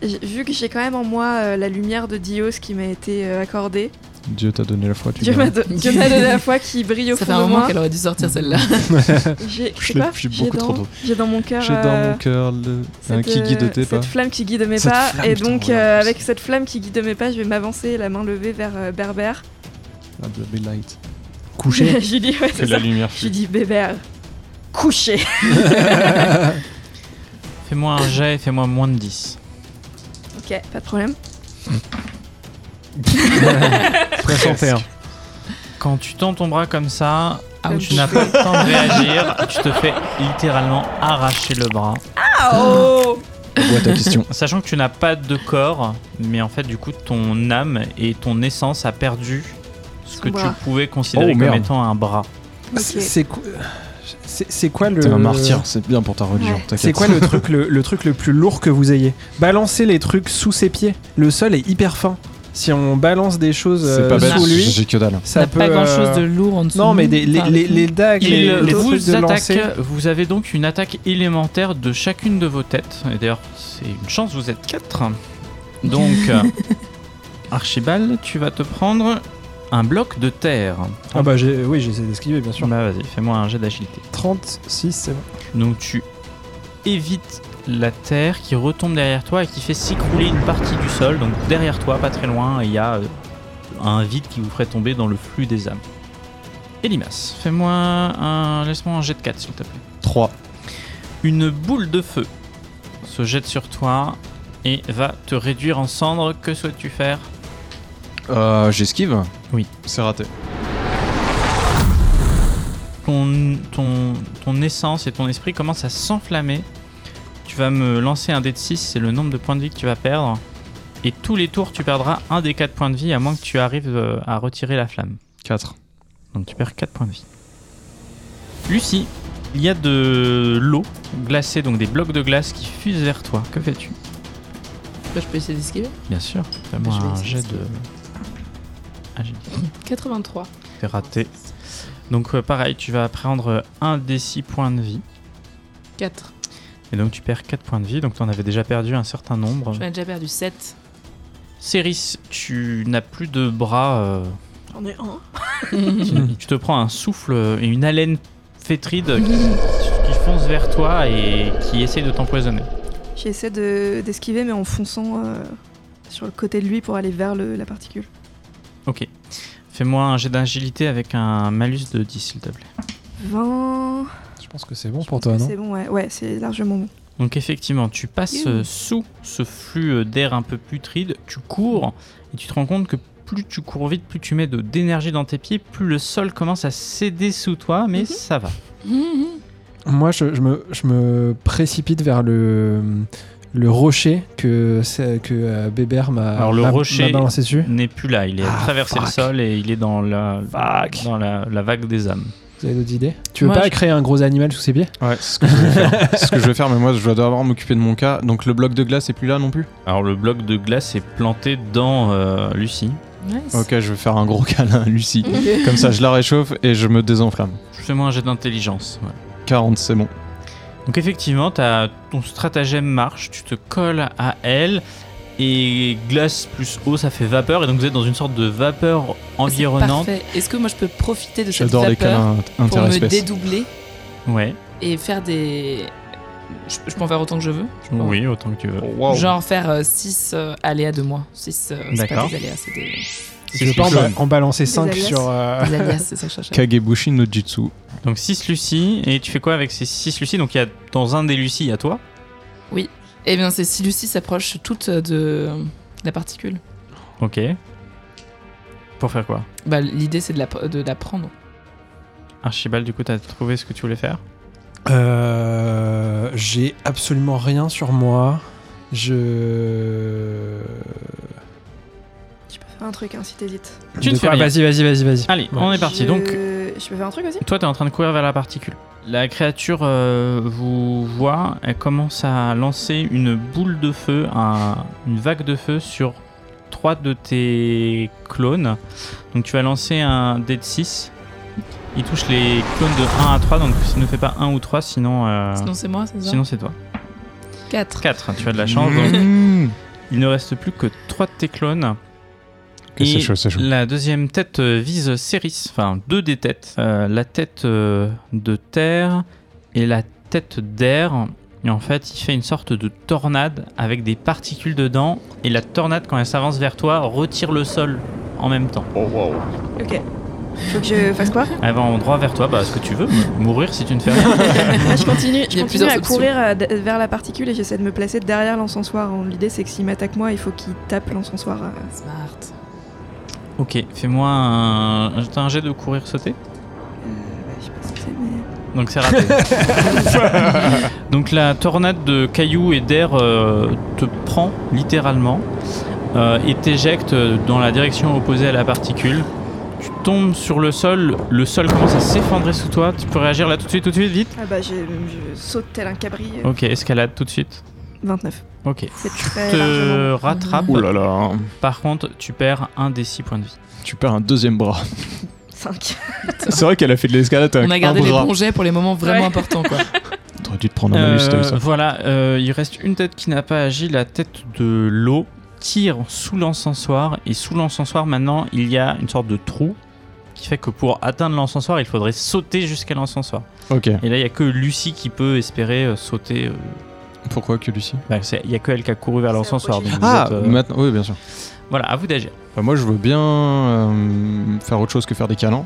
J'ai- Vu que j'ai quand même en moi euh, la lumière de Dios qui m'a été euh, accordée,
Dieu t'a donné la foi, tu
Dieu
verras.
m'a don- Dieu m'a donné la foi qui brille au
Ça fait
fond
un
de
moment
moi.
qu'elle aurait dû sortir celle-là.
J'ai
Je
je sais
l'ai
pas,
pris
j'ai
beaucoup trop
dans-
tôt.
j'ai dans mon cœur.
J'ai dans
euh,
mon cœur le... un
cette,
qui guide tes
euh,
pas.
cette flamme qui guide mes
Cette
pas
flamme,
et
putain,
donc
regarde,
euh,
c'est-
avec cette flamme qui guide mes pas je vais m'avancer la main levée vers euh, Berbère
Ah, de la belle light.
Couché.
j'ai dit ouais, c'est ça.
lumière.
j'ai dit Berbère couché
Fais-moi un jet et fais-moi moins de 10.
ok pas de problème
61.
Quand tu tends ton bras comme ça,
Comme
tu n'as pas le temps de réagir, tu te fais littéralement arracher le bras.
ah oh
Vois ta question.
Sachant que tu n'as pas de corps, mais en fait du coup ton âme et ton essence a perdu ce
Son
que
bras.
tu pouvais considérer
Oh,
comme
merde.
étant un bras.
C'est c'est quoi C'est c'est quoi le
T'es un martyr, Ah, c'est bien pour ta religion.
Ouais.
t'inquiète.
C'est quoi le truc le, le truc le plus lourd que vous ayez Balancez les trucs sous ses pieds. Le sol est hyper fin. Si on balance des choses
C'est
euh,
pas bête,
sous lui,
j'ai que dalle.
T'as
ça peut.
pas grand
euh,
chose de lourd en dessous.
Non, mais des- les,
Enfin,
les, les dagues,
Il
les, les trucs
vous
de
attaque.
lancer.
Vous avez donc une attaque élémentaire de chacune de vos têtes. Et d'ailleurs, c'est une chance, vous êtes quatre. Donc, euh, Archibald, tu vas te prendre un bloc de terre.
Ah bah j'ai- oui, j'essaie d'esquiver bien sûr.
Bah, vas-y, fais-moi un jet d'agilité.
36, c'est bon.
Donc tu évites la terre qui retombe derrière toi et qui fait s'écrouler une partie du sol. Donc derrière toi, pas très loin, il y a euh, un vide qui vous ferait tomber dans le flux des âmes. Elimas, fais-moi un... Laisse-moi un jet de 4, s'il te plaît.
3.
Une boule de feu se jette sur toi et va te réduire en cendres. Que souhaites-tu faire
Euh, j'esquive
Oui.
C'est raté.
ton, ton, ton essence et ton esprit commencent à s'enflammer. Tu vas me lancer un dé de 6, c'est le nombre de points de vie que tu vas perdre. Et tous les tours, tu perdras un des 4 points de vie, à moins que tu arrives euh, à retirer la flamme.
4.
Donc tu perds 4 points de vie. Lucie, il y a de l'eau glacée, donc des blocs de glace qui fusent vers toi. Que fais-tu
bah, je peux essayer d'esquiver.
Bien sûr,
moi
moi
un
un jet
jet
de... Ah, j'ai
83.
C'est raté. Donc euh, pareil, tu vas prendre euh, un des 6 points de vie.
4.
Et donc tu perds 4 points de vie, donc tu en avais déjà perdu un certain nombre.
J'en ai déjà perdu 7.
Céris, tu n'as plus de bras, euh,
j'en ai un
tu, tu te prends un souffle et une haleine fétride qui, qui fonce vers toi et qui essaie de t'empoisonner.
J'essaie de- d'esquiver, mais en fonçant euh, sur le côté de lui pour aller vers le- la particule.
Ok. Fais-moi un jet d'agilité avec un malus de 10, s'il te plaît.
20.
Je pense que c'est bon
Je
pour
pense
toi,
que
non
C'est bon, ouais, ouais c'est largement bon.
Donc effectivement, tu passes
Youhou.
euh, sous ce flux euh, d'air un peu putride, tu cours et tu te rends compte que plus tu cours vite, plus tu mets de- d'énergie dans tes pieds, plus le sol commence à céder sous toi, mais ça va.
Mhm.
Moi, je, je me, je me précipite vers le, le rocher que, c'est- que euh, Bébert m'a
Alors, le
m'a-
rocher-
m'a balancé dessus.
N'est plus là, il est
Ah,
traversé le
fuck.
sol et il est dans la,
Fuck.
dans la, la vague des âmes.
Vous avez d'autres idées Tu veux
Moi,
pas
je-
créer un gros animal sous ses pieds
Ouais, c'est ce que je vais faire. C'est ce que je vais faire, mais moi je dois d'abord m'occuper de mon cas. Donc le bloc de glace est plus là non plus
Alors le bloc de glace est planté dans euh, Lucie.
Nice.
Ok, je vais faire un gros câlin à Lucie.
Ok.
Comme ça, je la réchauffe et je me désenflamme.
Fais-moi un jet d'intelligence. ouais.
40, c'est bon.
Donc effectivement, t'as- ton stratagème marche, tu te colles à elle, et glace plus eau, ça fait vapeur, et donc vous êtes dans une sorte de vapeur
Ah, c'est
environnante.
Parfait. Est-ce que moi je peux profiter de cette
J'adore les
vapeur
câlins
pour me
interespèces.
dédoubler
Ouais,
et faire des. Je, je peux en faire autant que je veux. je pense.
oui, autant que tu veux.
Oh,
Genre faire 6 aléas de moi. 6. c'est pas
D'accord.
des aléas, c'est des,
Je veux pas en, ba- en balancer 5
alias.
sur. euh,
des alias, c'est ça que je cherchais.
Kagebushi no Jutsu.
Donc 6 Lucie, et tu fais quoi avec ces 6 Lucie Donc il y a, dans un des Lucie, il y a toi.
Eh bien, c'est si Lucie s'approche toute de la particule.
Ok. Pour faire quoi
Bah, l'idée c'est de la, de la prendre.
Archibald, du coup, t'as trouvé ce que tu voulais faire
Euh, J'ai absolument rien sur moi. Je.
Je peux faire un truc hein, si t'hésites.
Tu
De
ne fais
quoi
rien.
Vas-y, vas-y, vas-y, vas-y.
Allez,
Ouais.
on est parti.
Je-
Donc
Je peux faire un truc aussi
Toi, t'es en train de courir vers la particule. La créature euh, vous voit, elle commence à lancer une boule de feu, un- une vague de feu sur trois de tes clones. Donc tu vas lancer un dé de 6. Il touche les clones de 1 à 3, donc ne fais pas 1 ou 3, sinon, euh,
Sinon, c'est moi, c'est ça
sinon c'est toi.
4.
4, tu as de la chance. donc
Mmh.
il ne reste plus que 3 de tes clones.
Ok, c'est
Et
chaud, c'est chaud.
La deuxième tête euh, vise Céris, enfin deux des têtes. Euh, la tête euh, de terre et la tête d'air. Et en fait, il fait une sorte de tornade avec des particules dedans. Et la tornade, quand elle s'avance vers toi, retire le sol en même temps.
Ok. Faut que je fasse quoi
Elle va en droit vers toi, bah ce que tu veux, mou- mourir si tu ne fais rien.
Je continue,
Il y
je
a
continue
plusieurs
à
options.
courir euh, d- vers la particule et j'essaie de me placer derrière l'encensoir. hein. L'idée c'est que s'il m'attaque moi, il faut qu'il tape l'encensoir. euh.
Smart.
ok, fais-moi un... t'as un jet de courir sauter.
Euh, bah, je sais pas ce que c'est, mais.
Donc c'est raté. Donc la tornade de cailloux et d'air euh, te prend littéralement euh, et t'éjecte dans la direction opposée à la particule. Tu tombes sur le sol, le sol commence à s'effondrer sous toi. Tu peux réagir là tout de suite, tout de suite, vite.
Ah bah, je, je saute tel un cabri. euh,
Ok, escalade tout de suite.
29.
Ok.
C'est très Euh, largement.
Te rattrape.
Ouh là là.
Par contre, tu perds un des six points de vie.
Tu perds un deuxième bras.
5.
C'est vrai qu'elle a fait de l'escalade
Euh,
avec
On a gardé
un
les
bras.
bons jets pour les moments vraiment
Ouais.
importants, quoi.
T'aurais dû te prendre un malus,
Euh,
t'as eu ça.
voilà, euh, il reste une tête qui n'a pas agi, la tête de l'eau tire sous l'encensoir et sous l'encensoir maintenant il y a une sorte de trou qui fait que pour atteindre l'encensoir il faudrait sauter jusqu'à l'encensoir.
Ok.
Et là il y a que Lucie qui peut espérer euh, sauter. euh,
Pourquoi que Lucie
bah, c'est- il y a que elle qui a couru vers
C'est
l'encensoir.
approché.
donc vous
Ah,
êtes, euh,
maintenant, oui, bien sûr.
Voilà, à vous d'agir.
Bah, moi, je veux bien euh, faire autre chose que faire des câlins.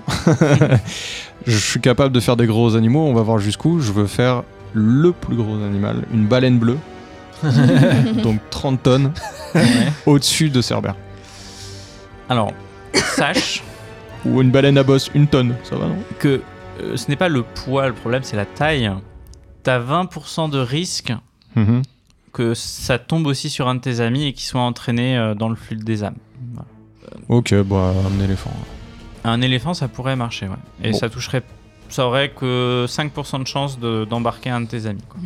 je suis capable de faire des gros animaux, on va voir jusqu'où. Je veux faire le plus gros animal, une baleine bleue. Donc 30 tonnes au-dessus de Cerber.
Alors, sache
Ou une baleine à bosse, une tonne, ça va non
que euh, ce n'est pas le poids le problème, c'est la taille. T'as 20% de risque que ça tombe aussi sur un de tes amis et qu'il soit entraîné euh, dans le flux des âmes. Voilà.
Ok, bah un éléphant.
Un éléphant, ça pourrait marcher, ouais. Et
Bon.
ça toucherait. Ça aurait que 5% de chance de- d'embarquer un de tes amis. quoi.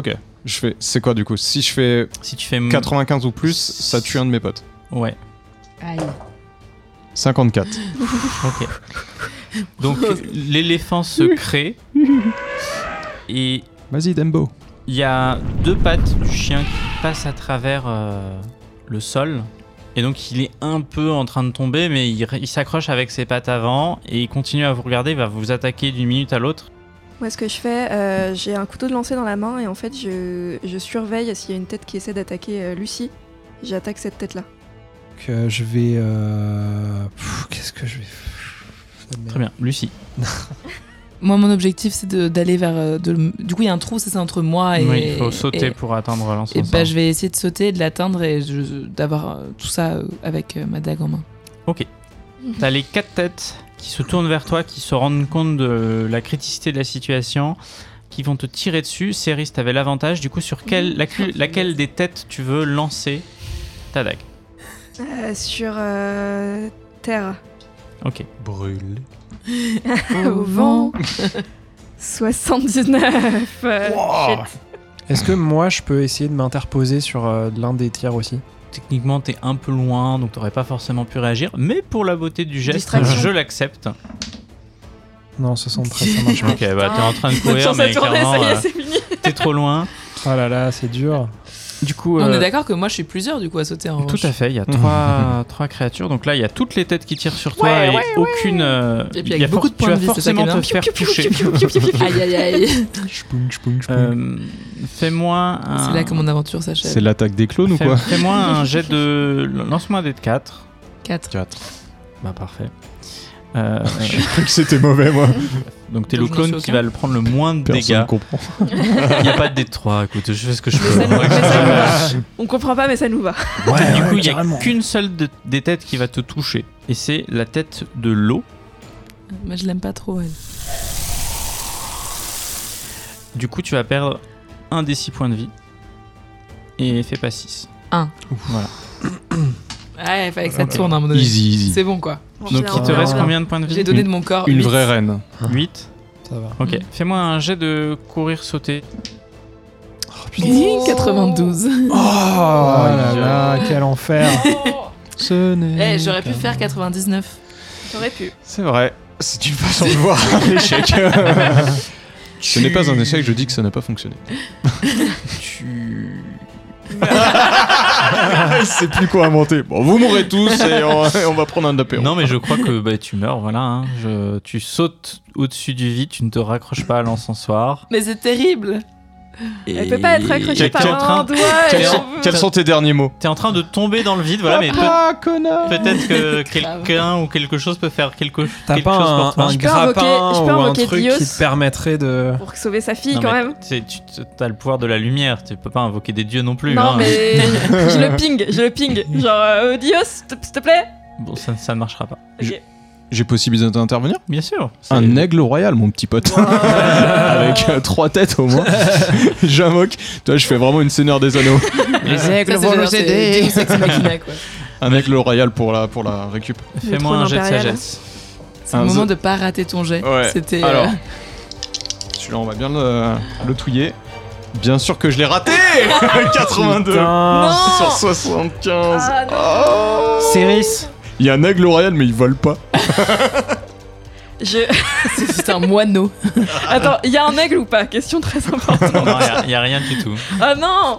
Ok, je fais. C'est quoi du coup Si je fais
Si tu fais.
Mm.
m-
95 ou plus, ça tue un de mes potes.
Ouais,
Aïe.
54.
ok. Donc l'éléphant se crée. Et
Vas-y Dembo.
il y a deux pattes du chien qui passent à travers euh, le sol. Et donc il est un peu en train de tomber, mais il, il s'accroche avec ses pattes avant et il continue à vous regarder, il va vous attaquer d'une minute à l'autre.
Moi, ce que je fais, euh, j'ai un couteau de lancer dans la main et en fait, je, je surveille s'il y a une tête qui essaie d'attaquer euh, Lucie. J'attaque cette tête-là.
Donc, euh, je vais. euh, pff, Qu'est-ce que je vais. Ça me-
Très bien, Lucie.
Moi, mon objectif, c'est de- d'aller vers. euh, de- du coup, il y a un trou, c'est ça, entre moi et.
Oui, il faut sauter
et-
pour atteindre
Et
l'ensemble.
bah, je vais essayer de sauter, et de l'atteindre et je- d'avoir euh, tout ça euh, avec euh, ma dague en main.
T'as les quatre têtes qui se tournent vers toi, qui se rendent compte de la criticité de la situation, qui vont te tirer dessus. Céris, t'avais l'avantage. Du coup, sur quelle, lacu- laquelle des têtes tu veux lancer ta dague
Euh, sur euh, Terre.
Ok.
Brûle.
Au vent. 79.
Oh,
euh,
Oh,
shit.
Est-ce que moi, je peux essayer de m'interposer sur euh, l'un des tirs aussi
Techniquement, t'es un peu loin, donc t'aurais pas forcément pu réagir. Mais pour la beauté du geste,
Distraction.
je l'accepte.
Non, 73, ça marche pas.
Ok, bah t'es en train de
Bonne
courir,
chance à
mais
tourner, ça
clairement,
y est,
euh,
c'est fini.
t'es trop loin.
Oh là là, c'est dur.
Du coup,
Non, On
euh,
est d'accord que moi, je suis plusieurs, du coup, à sauter en
Tout
revanche.
à fait, il y a trois, trois créatures. Donc là, il y a toutes les têtes qui tirent sur toi
Ouais,
et aucune. euh,
Et puis
il y
avec
a
beaucoup de points
for- tu
de vie,
vas
c'est ça qui est
forcément
bien.
te faire toucher.
Aïe, aïe, aïe.
Chpoung, chpoung, chpoung.
Euh, Fais-moi un.
C'est là que mon aventure
C'est
s'achève.
l'attaque des clones ou
fais-
quoi
Fais-moi un jet de. Lance-moi un dé de 4.
4.
Bah, parfait. Euh,
J'ai cru que c'était mauvais, moi.
donc t'es
Je
le
n'en
clone
sais
qui
aucun.
va le prendre le moins de
Personne
dégâts.
comprend.
Il n'y a pas de dé de 3, écoute, je fais ce que je
Mais ça nous- mais
peux.
ça nous va. On comprend pas, mais ça nous va.
du coup, il n'y a qu'une seule de- des têtes qui va te toucher. Et c'est la tête de l'eau.
Moi, je l'aime pas trop, elle.
Du coup, tu vas perdre un des 6 points de vie. Et fais pas 6.
Ouais, Ah, il fallait que ça tourne à un moment donné.
Easy, easy.
C'est bon, quoi.
Bon,
Donc
finalement,
il te
on
reste
verra.
combien de points de vie
J'ai donné de mon corps.
Une
huit.
vraie reine.
8.
Ça va.
Ok.
Mhm.
Mm.
Fais-moi un jet de courir sauter.
Oh, 92.
Oh, là
Dieu.
là, quel enfer. Ce
Eh,
n'est
j'aurais pu
qu'un-
faire 99.
T'aurais pu.
C'est vrai. C'est une façon de voir un échec. Ce n'est pas un échec, je dis que ça n'a pas fonctionné.
Tu.
Je sais plus quoi inventer. Bon, vous mourrez tous et on, on va prendre un apéro.
Non mais je crois que bah, tu meurs, voilà. hein. Je- Tu sautes au-dessus du vide, tu ne te raccroches pas à l'encensoir.
Mais c'est terrible.
Elle peut pas être accrochée
Quelqu'un
par
est en train-
un doigt.
Quel-
et
quels, sont,
on veut-
quels sont tes derniers mots
T'es en train de tomber dans le vide, voilà, mais peut-
Ah, connard
peut-être que
Grave.
quelqu'un ou quelque chose peut faire quelque,
T'as
quelque
pas
chose
un,
pour toi.
un
Je peux
grappin
invoquer- je peux
ou un
invoquer
truc
Dios.
qui te permettrait de.
Pour sauver sa fille,
Non,
quand
mais
même.
t'sais, tu as le pouvoir de la lumière, tu peux pas invoquer des dieux non plus.
non,
hein.
mais je le ping, je le ping. Genre, euh, oh, Dios, s'il te- s'il te plaît.
Bon, ça, ça ne marchera pas.
J'ai possibilité d'intervenir
Bien sûr. c'est-
Un aigle royal, mon petit pote. Avec euh, trois têtes au moins. J'invoque. Toi, je fais vraiment une seigneur des anneaux.
Les
Ça, c'est genre, c'est Deus Ex Machina, quoi.
Un aigle royal pour la, pour la récup.
Fais-moi un jet de
impérial.
sagesse.
C'est le
Un
moment
ze-
de pas rater ton jet.
Ouais.
C'était. euh,
Alors, celui-là, on va bien le, le touiller. Bien sûr que je l'ai raté 82
Putain.
sur 75
Ah,
Oh
Céris
Il y a un aigle royal, mais il vole pas.
Je...
C'est c'est un moineau.
Attends, il y a un aigle ou pas Question très importante.
Non, il n'y a, rien du tout.
Ah non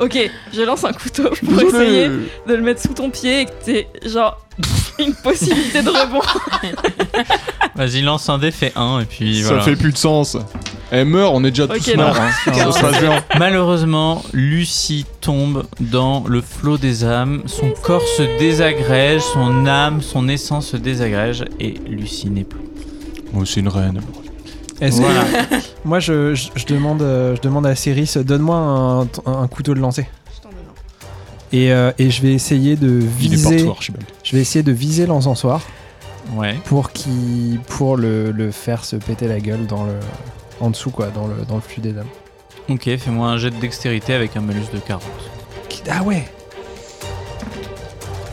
Ok, je lance un couteau pour essayer de le mettre sous ton pied et que t'aies genre une possibilité de rebond.
Vas-y, lance un dé, fais 1 et puis
Ça
voilà.
fait plus de sens. Elle meurt, on est déjà
Ok,
tous
non.
morts. hein. Ça se passe bien.
Malheureusement, Lucie tombe dans le flot des âmes. Son corps se désagrège, son âme, son essence se désagrège et Lucie n'est plus.
Oh, c'est une reine.
Est-ce que-
Voilà.
Moi, je, je- je demande, euh, je demande à Céris, donne-moi un, un couteau de lancer. Et, euh, et je vais essayer de
Il est
viser.
partout, Archibald.
Je vais essayer de viser l'encensoir
Ouais.
pour qu'il, pour le, le faire se péter la gueule dans le, en dessous quoi, dans le, dans le flux des dames.
Ok, fais-moi un jet de dextérité avec un malus de 40.
Ah ouais.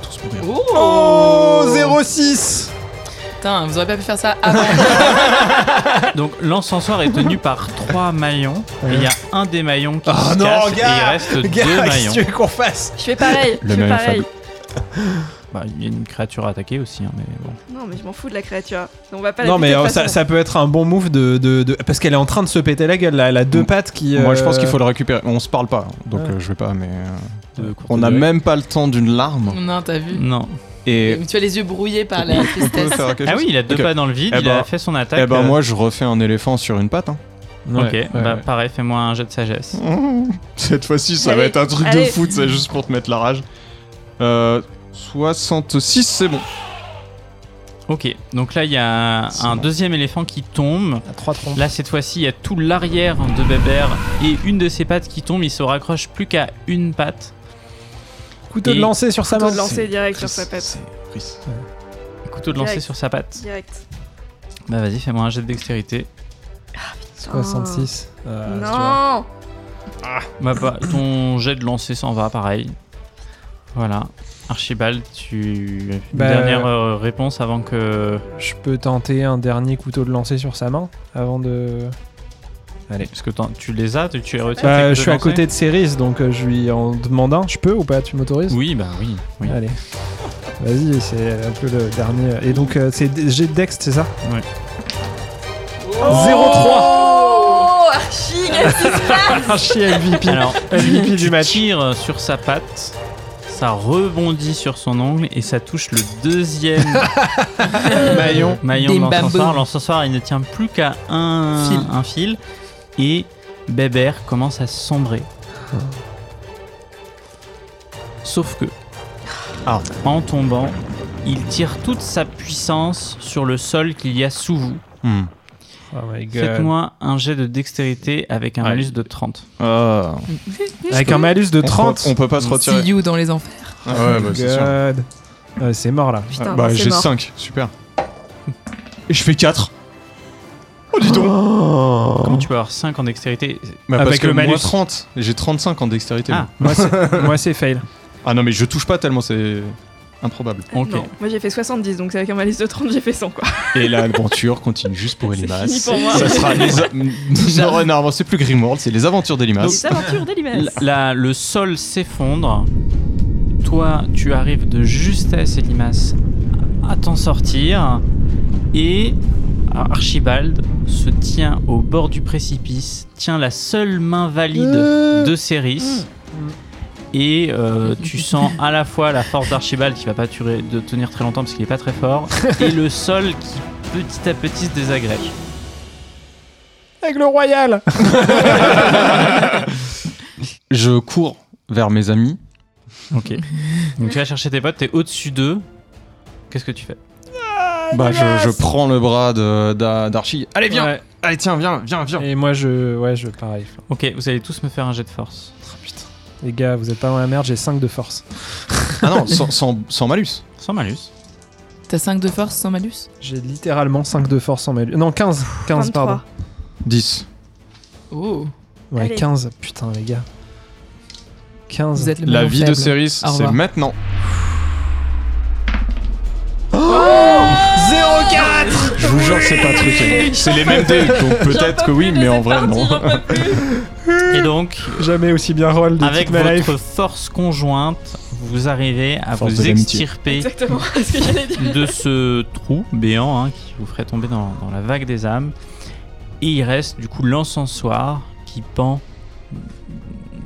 Tous mourir.
Oh 06.
Putain, vous auriez pas pu faire ça avant.
Donc l'encensoir est tenu par trois maillons. et Il y a un des maillons qui
Oh
Ah
se
non,
casse
gars,
et il reste deux
Gars, qu'est-ce
maillons.
que tu veux qu'on fasse
Je fais pareil,
Le
je fais
maillon
pareil.
Bah, il y a une créature attaquée aussi, hein, mais bon.
Non mais je m'en fous de la créature. On va pas Ah, la
Non mais
buter
euh,
de toute
ça,
façon.
ça peut être un bon move de, de- de- parce qu'elle est en train de se péter la gueule là. Elle a deux
Mm.
pattes qui.
Moi,
euh,
je pense qu'il faut le récupérer. On se parle pas, donc
Ouais.
euh, je vais pas, mais. euh,
De courte
On n'a
durée.
même pas le temps d'une larme.
non, t'as vu.
Non.
Et
Et Tu as les yeux brouillés par la
on peut
tristesse.
faire quelque
Ah
chose
oui, il a deux
Ok.
pas dans le vide,
Eh
il
ben-
a fait son attaque.
Eh ben
euh,
moi je refais un éléphant sur une patte. hein.
Ok,
Ouais, ouais,
bah
ouais.
pareil, fais-moi un jet de sagesse.
Cette fois-ci ça va
Allez,
être un truc
allez.
de foot, c'est juste pour te mettre la rage. Euh, 66 c'est bon.
Ok, donc là il y a un,
C'est
un
bon.
deuxième éléphant qui tombe.
T'as trois troncs.
Là cette fois-ci il y a tout l'arrière de Bébert et une de ses pattes qui tombe, il se raccroche plus qu'à une patte.
Couteau
Et-
de lancer sur sa
Couteau
main.
de lancer
C'est
direct
Chris,
sur sa patte.
c'est Chris.
Couteau de lancer
Direct.
sur sa patte.
Direct.
Bah vas-y, fais-moi un jet de dextérité.
66.
Ah,
Euh, tu vois.
non
Bah, bah, ton jet de lancer s'en va, pareil. Voilà. Archibald, tu. Une
Bah,
dernière euh, réponse avant que.
Je peux tenter un dernier couteau de lancer sur sa main avant de.
Parce que t'en- tu les as, tu, tu les
Ah,
retiens. tes
Bah,
coups
je suis à
lancer
côté de Cerise, donc euh, je lui en demande un. Je peux ou pas Tu m'autorises
Oui, bah oui. oui.
Allez. Vas-y, c'est un peu le dernier. Et donc, euh, c'est d- jet de Dex, c'est ça
Ouais.
0-3
Oh Archie qu'est-ce qui se passe
Un chien MVP
Alors,
MVP du match.
tire sur sa patte, ça rebondit sur son ongle et ça touche le deuxième maillon, maillon
Des
de l'encensoir.
bambous.
L'encensoir, il ne tient plus qu'à un
Fil.
un fil et Bébert commence à sombrer. Sauf que, en tombant, il tire toute sa puissance sur le sol qu'il y a sous vous.
Hmm.
Oh my god.
Faites-moi un jet de dextérité avec un
Ouais.
malus de 30.
Ah.
Avec un malus de
On peut-
30.
On peut pas se
See
retirer.
you dans les enfers.
Ah ouais, bah,
my
c'est sûr.
god. Ouais, c'est mort là.
Putain,
Ah, bah
c'est
j'ai
mort.
5, super. Et je fais 4. Oh dis donc
Comment tu peux avoir 5 en dextérité
Euh,
Bah, parce
Avec
que
le
moi,
malus.
30, j'ai 35 en dextérité.
Ah.
moi.
Moi, c'est- Moi, c'est fail.
Ah. non mais je touche pas tellement c'est improbable.
Ok.
Non, moi j'ai fait 70, donc avec un malice de 30, j'ai fait 100 quoi.
Et l'aventure continue juste pour les
fini
masses.
pour moi.
Ça sera les... a- non, ouais, non, c'est plus Grimworld, c'est les aventures des limaces.
Les aventures
La-
d'Elimas.
la- le sol s'effondre. Toi, tu arrives de justesse, Elimas, à t'en sortir. Et Archibald se tient au bord du précipice, tient la seule main valide
Euh.
de Céris. Et euh, tu sens à la fois la force d'Archibald qui va pas durer- de tenir très longtemps parce qu'il est pas très fort, et le sol qui petit à petit se désagrège.
Avec le royal
Je cours vers mes amis.
Ok. Donc tu vas chercher tes potes, t'es au-dessus d'eux. Qu'est-ce que tu fais
Bah je, je prends le bras de- d'A- d'Archie. Allez viens
Ouais.
Allez tiens, viens, viens, viens
Et moi, je. Ouais, je. Pareil.
Ok, vous allez tous me faire un jet de force.
Les gars, vous êtes pas dans la merde, j'ai 5 de force.
Ah non, sans, sans, sans malus.
Sans malus.
T'as 5 de force sans malus
J'ai littéralement 5 de force en malus. Non, 15. 15,
23.
pardon.
10.
Oh,
Ouais,
Allez.
15. Putain, les gars. 15.
vous êtes le
La
maillon
vie de
faible.
Céris,
Au
c'est
revoir.
maintenant.
0,4
Je vous jure, c'est pas truqué. C'est les mêmes dés, donc peut-être que oui, mais en vrai, non.
Et donc,
Jamais aussi bien roll de
avec
toute ma life.
votre force conjointe, vous arrivez à
Force de
vous
l'amitié.
extirper
Exactement, c'est ce que j'allais dire.
de ce trou béant hein, qui vous ferait tomber dans, dans la vague des âmes. Et il reste du coup l'encensoir qui pend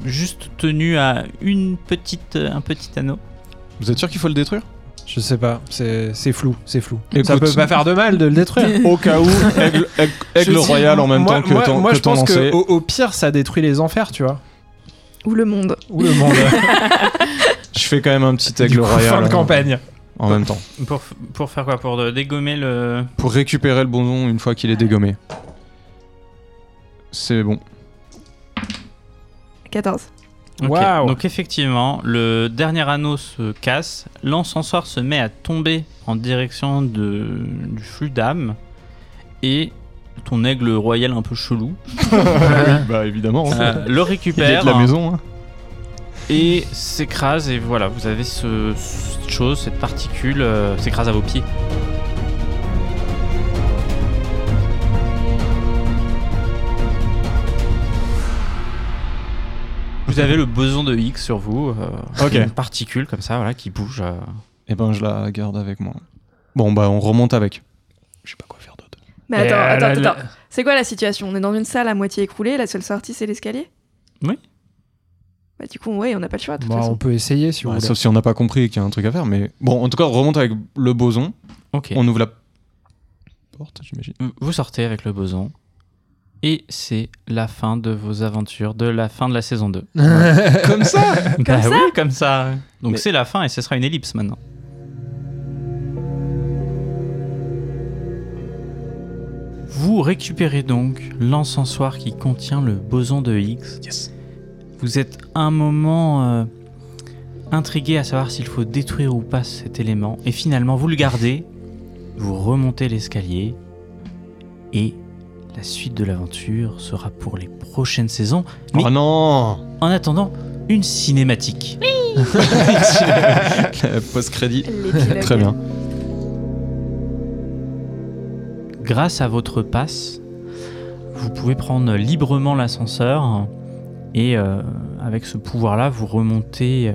juste tenu à une petite, un petit anneau.
Vous êtes sûr qu'il faut le détruire
Je sais pas, c'est c'est flou, c'est flou. Ça
Écoute.
peut pas faire de mal de le détruire.
Au cas où, Aigle, aigle- aigle
Je dis-
Royal en même
moi-
temps que
moi-
ton,
Moi,
que
je
ton
pense
lancer.
que au, au pire, ça détruit les enfers, tu vois.
Ou le monde.
Ou le monde.
Je fais quand même un petit
Du
Aigle
coup,
Royal
fin de
hein,
campagne.
en même temps.
Pour, pour faire quoi Pour de- dégommer le.
Pour récupérer le bonbon une fois qu'il est dégommé. C'est bon.
14.
Ok,
Waouh.
Donc effectivement, le dernier anneau se casse, l'encensoir se met à tomber en direction de, du flux d'âme et ton aigle royal un peu chelou
bah évidemment.
euh, le
Il est
récupère
de la maison. hein.
et s'écrase et voilà, vous avez ce, cette chose, cette particule euh, s'écrase à vos pieds. Vous avez le boson de X sur vous, euh,
Ok.
une particule comme ça voilà, qui bouge. euh,
Et ben je la garde avec moi. Bon bah on remonte avec. Je sais pas quoi faire d'autre.
Mais
Et,
attends,
euh,
attends,
la- la-
attends. C'est quoi la situation On est dans une salle à moitié écroulée, la seule sortie c'est l'escalier Bah, du coup, ouais, on n'a pas le choix de toute
Bah, on
façon.
peut essayer si vous
Ouais,
voulez.
sauf si on n'a pas compris qu'il y a un truc à faire, mais bon, en tout cas, on remonte avec le boson.
Ok.
On ouvre la porte, j'imagine.
Vous sortez avec le boson. Et c'est la fin de vos aventures, de la fin de la saison 2.
Comme ça
bah oui, comme ça. Donc
Mais-
c'est la fin et ce sera une ellipse maintenant. Vous récupérez donc l'encensoir qui contient le boson de Higgs. Vous êtes un moment euh, intrigué à savoir s'il faut détruire ou pas cet élément. Et finalement, vous le gardez, vous remontez l'escalier et la suite de l'aventure sera pour les prochaines saisons. Mais-
Oh non
En attendant, une cinématique.
Post-crédit.
L'épilogue.
Très bien.
Grâce à votre passe, vous pouvez prendre librement l'ascenseur et euh, avec ce pouvoir-là, vous remontez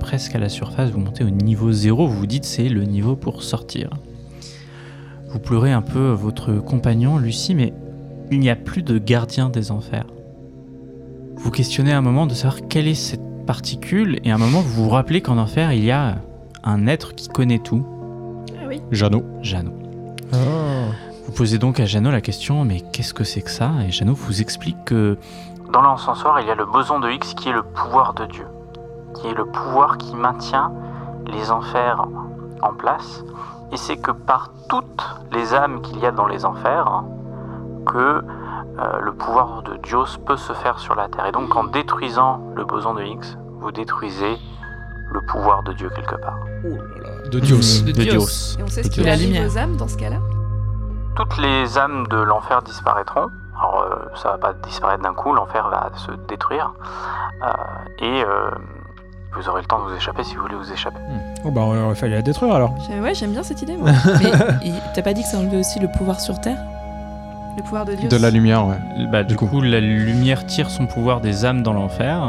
presque à la surface, vous montez au niveau 0, vous vous dites c'est le niveau pour sortir. Vous pleurez un peu votre compagnon, Lucie, mais il n'y a plus de gardien des enfers. Vous questionnez un moment de savoir quelle est cette particule et à un moment vous vous rappelez qu'en enfer il y a un être qui connaît tout,
Ah oui.
Jeannot.
Jeannot.
Ah.
Vous posez donc à Jeannot la question, mais qu'est-ce que c'est que ça Et Jeannot vous explique que
Dans l'encensoir, il y a le boson de Higgs qui est le pouvoir de Dieu, qui est le pouvoir qui maintient les enfers en place. Et c'est que par toutes les âmes qu'il y a dans les enfers que euh, le pouvoir de Dios peut se faire sur la Terre. Et donc en détruisant le boson de Higgs, vous détruisez le pouvoir de Dieu quelque part.
De Dios.
De
de
Dios.
Dios.
Et on sait
De
ce qu'il
La
arrive
lumière.
aux âmes dans ce cas-là
Toutes les âmes de l'enfer disparaîtront. Alors, euh, ça va pas disparaître d'un coup, l'enfer va se détruire. Euh, et euh, vous aurez le temps de vous échapper si vous voulez vous échapper.
Oh, bah, il aurait fallu la détruire alors.
J'ai- Ouais, j'aime bien cette idée, moi.
Mais il- t'as pas dit que ça enlevait aussi le pouvoir sur Terre
le pouvoir de Dieu.
De la lumière, ouais.
Bah, du
Du
coup,
coup.
la lumière tire son pouvoir des âmes dans l'enfer.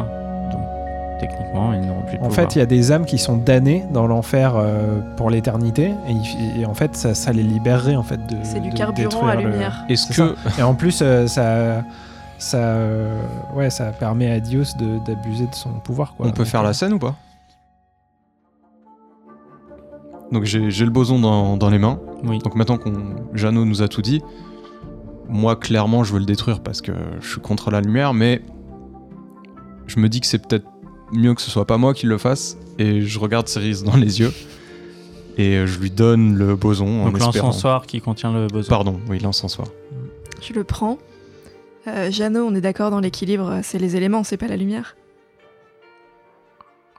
Donc, techniquement, ils n'auront plus de
En
pouvoir.
fait, il y a des âmes qui sont damnées dans l'enfer euh, pour l'éternité, et, il- et en fait, ça, ça les libérerait en fait de.
C'est du
Euh, de
carburant
détruire
à
le-
lumière.
Est-ce
C'est
que.
Et en plus, euh, ça, ça, euh, ouais, ça permet à Dios de- d'abuser de son pouvoir. Quoi.
On peut faire la scène ou pas Donc j'ai j'ai le boson dans, dans les mains.
Oui.
Donc maintenant qu'on Jeannot nous a tout dit, moi clairement je veux le détruire parce que je suis contre la lumière, mais je me dis que c'est peut-être mieux que ce soit pas moi qui le fasse. Et je regarde Cyrus dans les yeux et je lui donne le boson en
Donc,
espérant.
l'encensoir qui contient le boson.
Pardon, oui l'encensoir.
Tu le prends. Euh, Jeannot, on est d'accord dans l'équilibre, euh, c'est les éléments, c'est pas la lumière.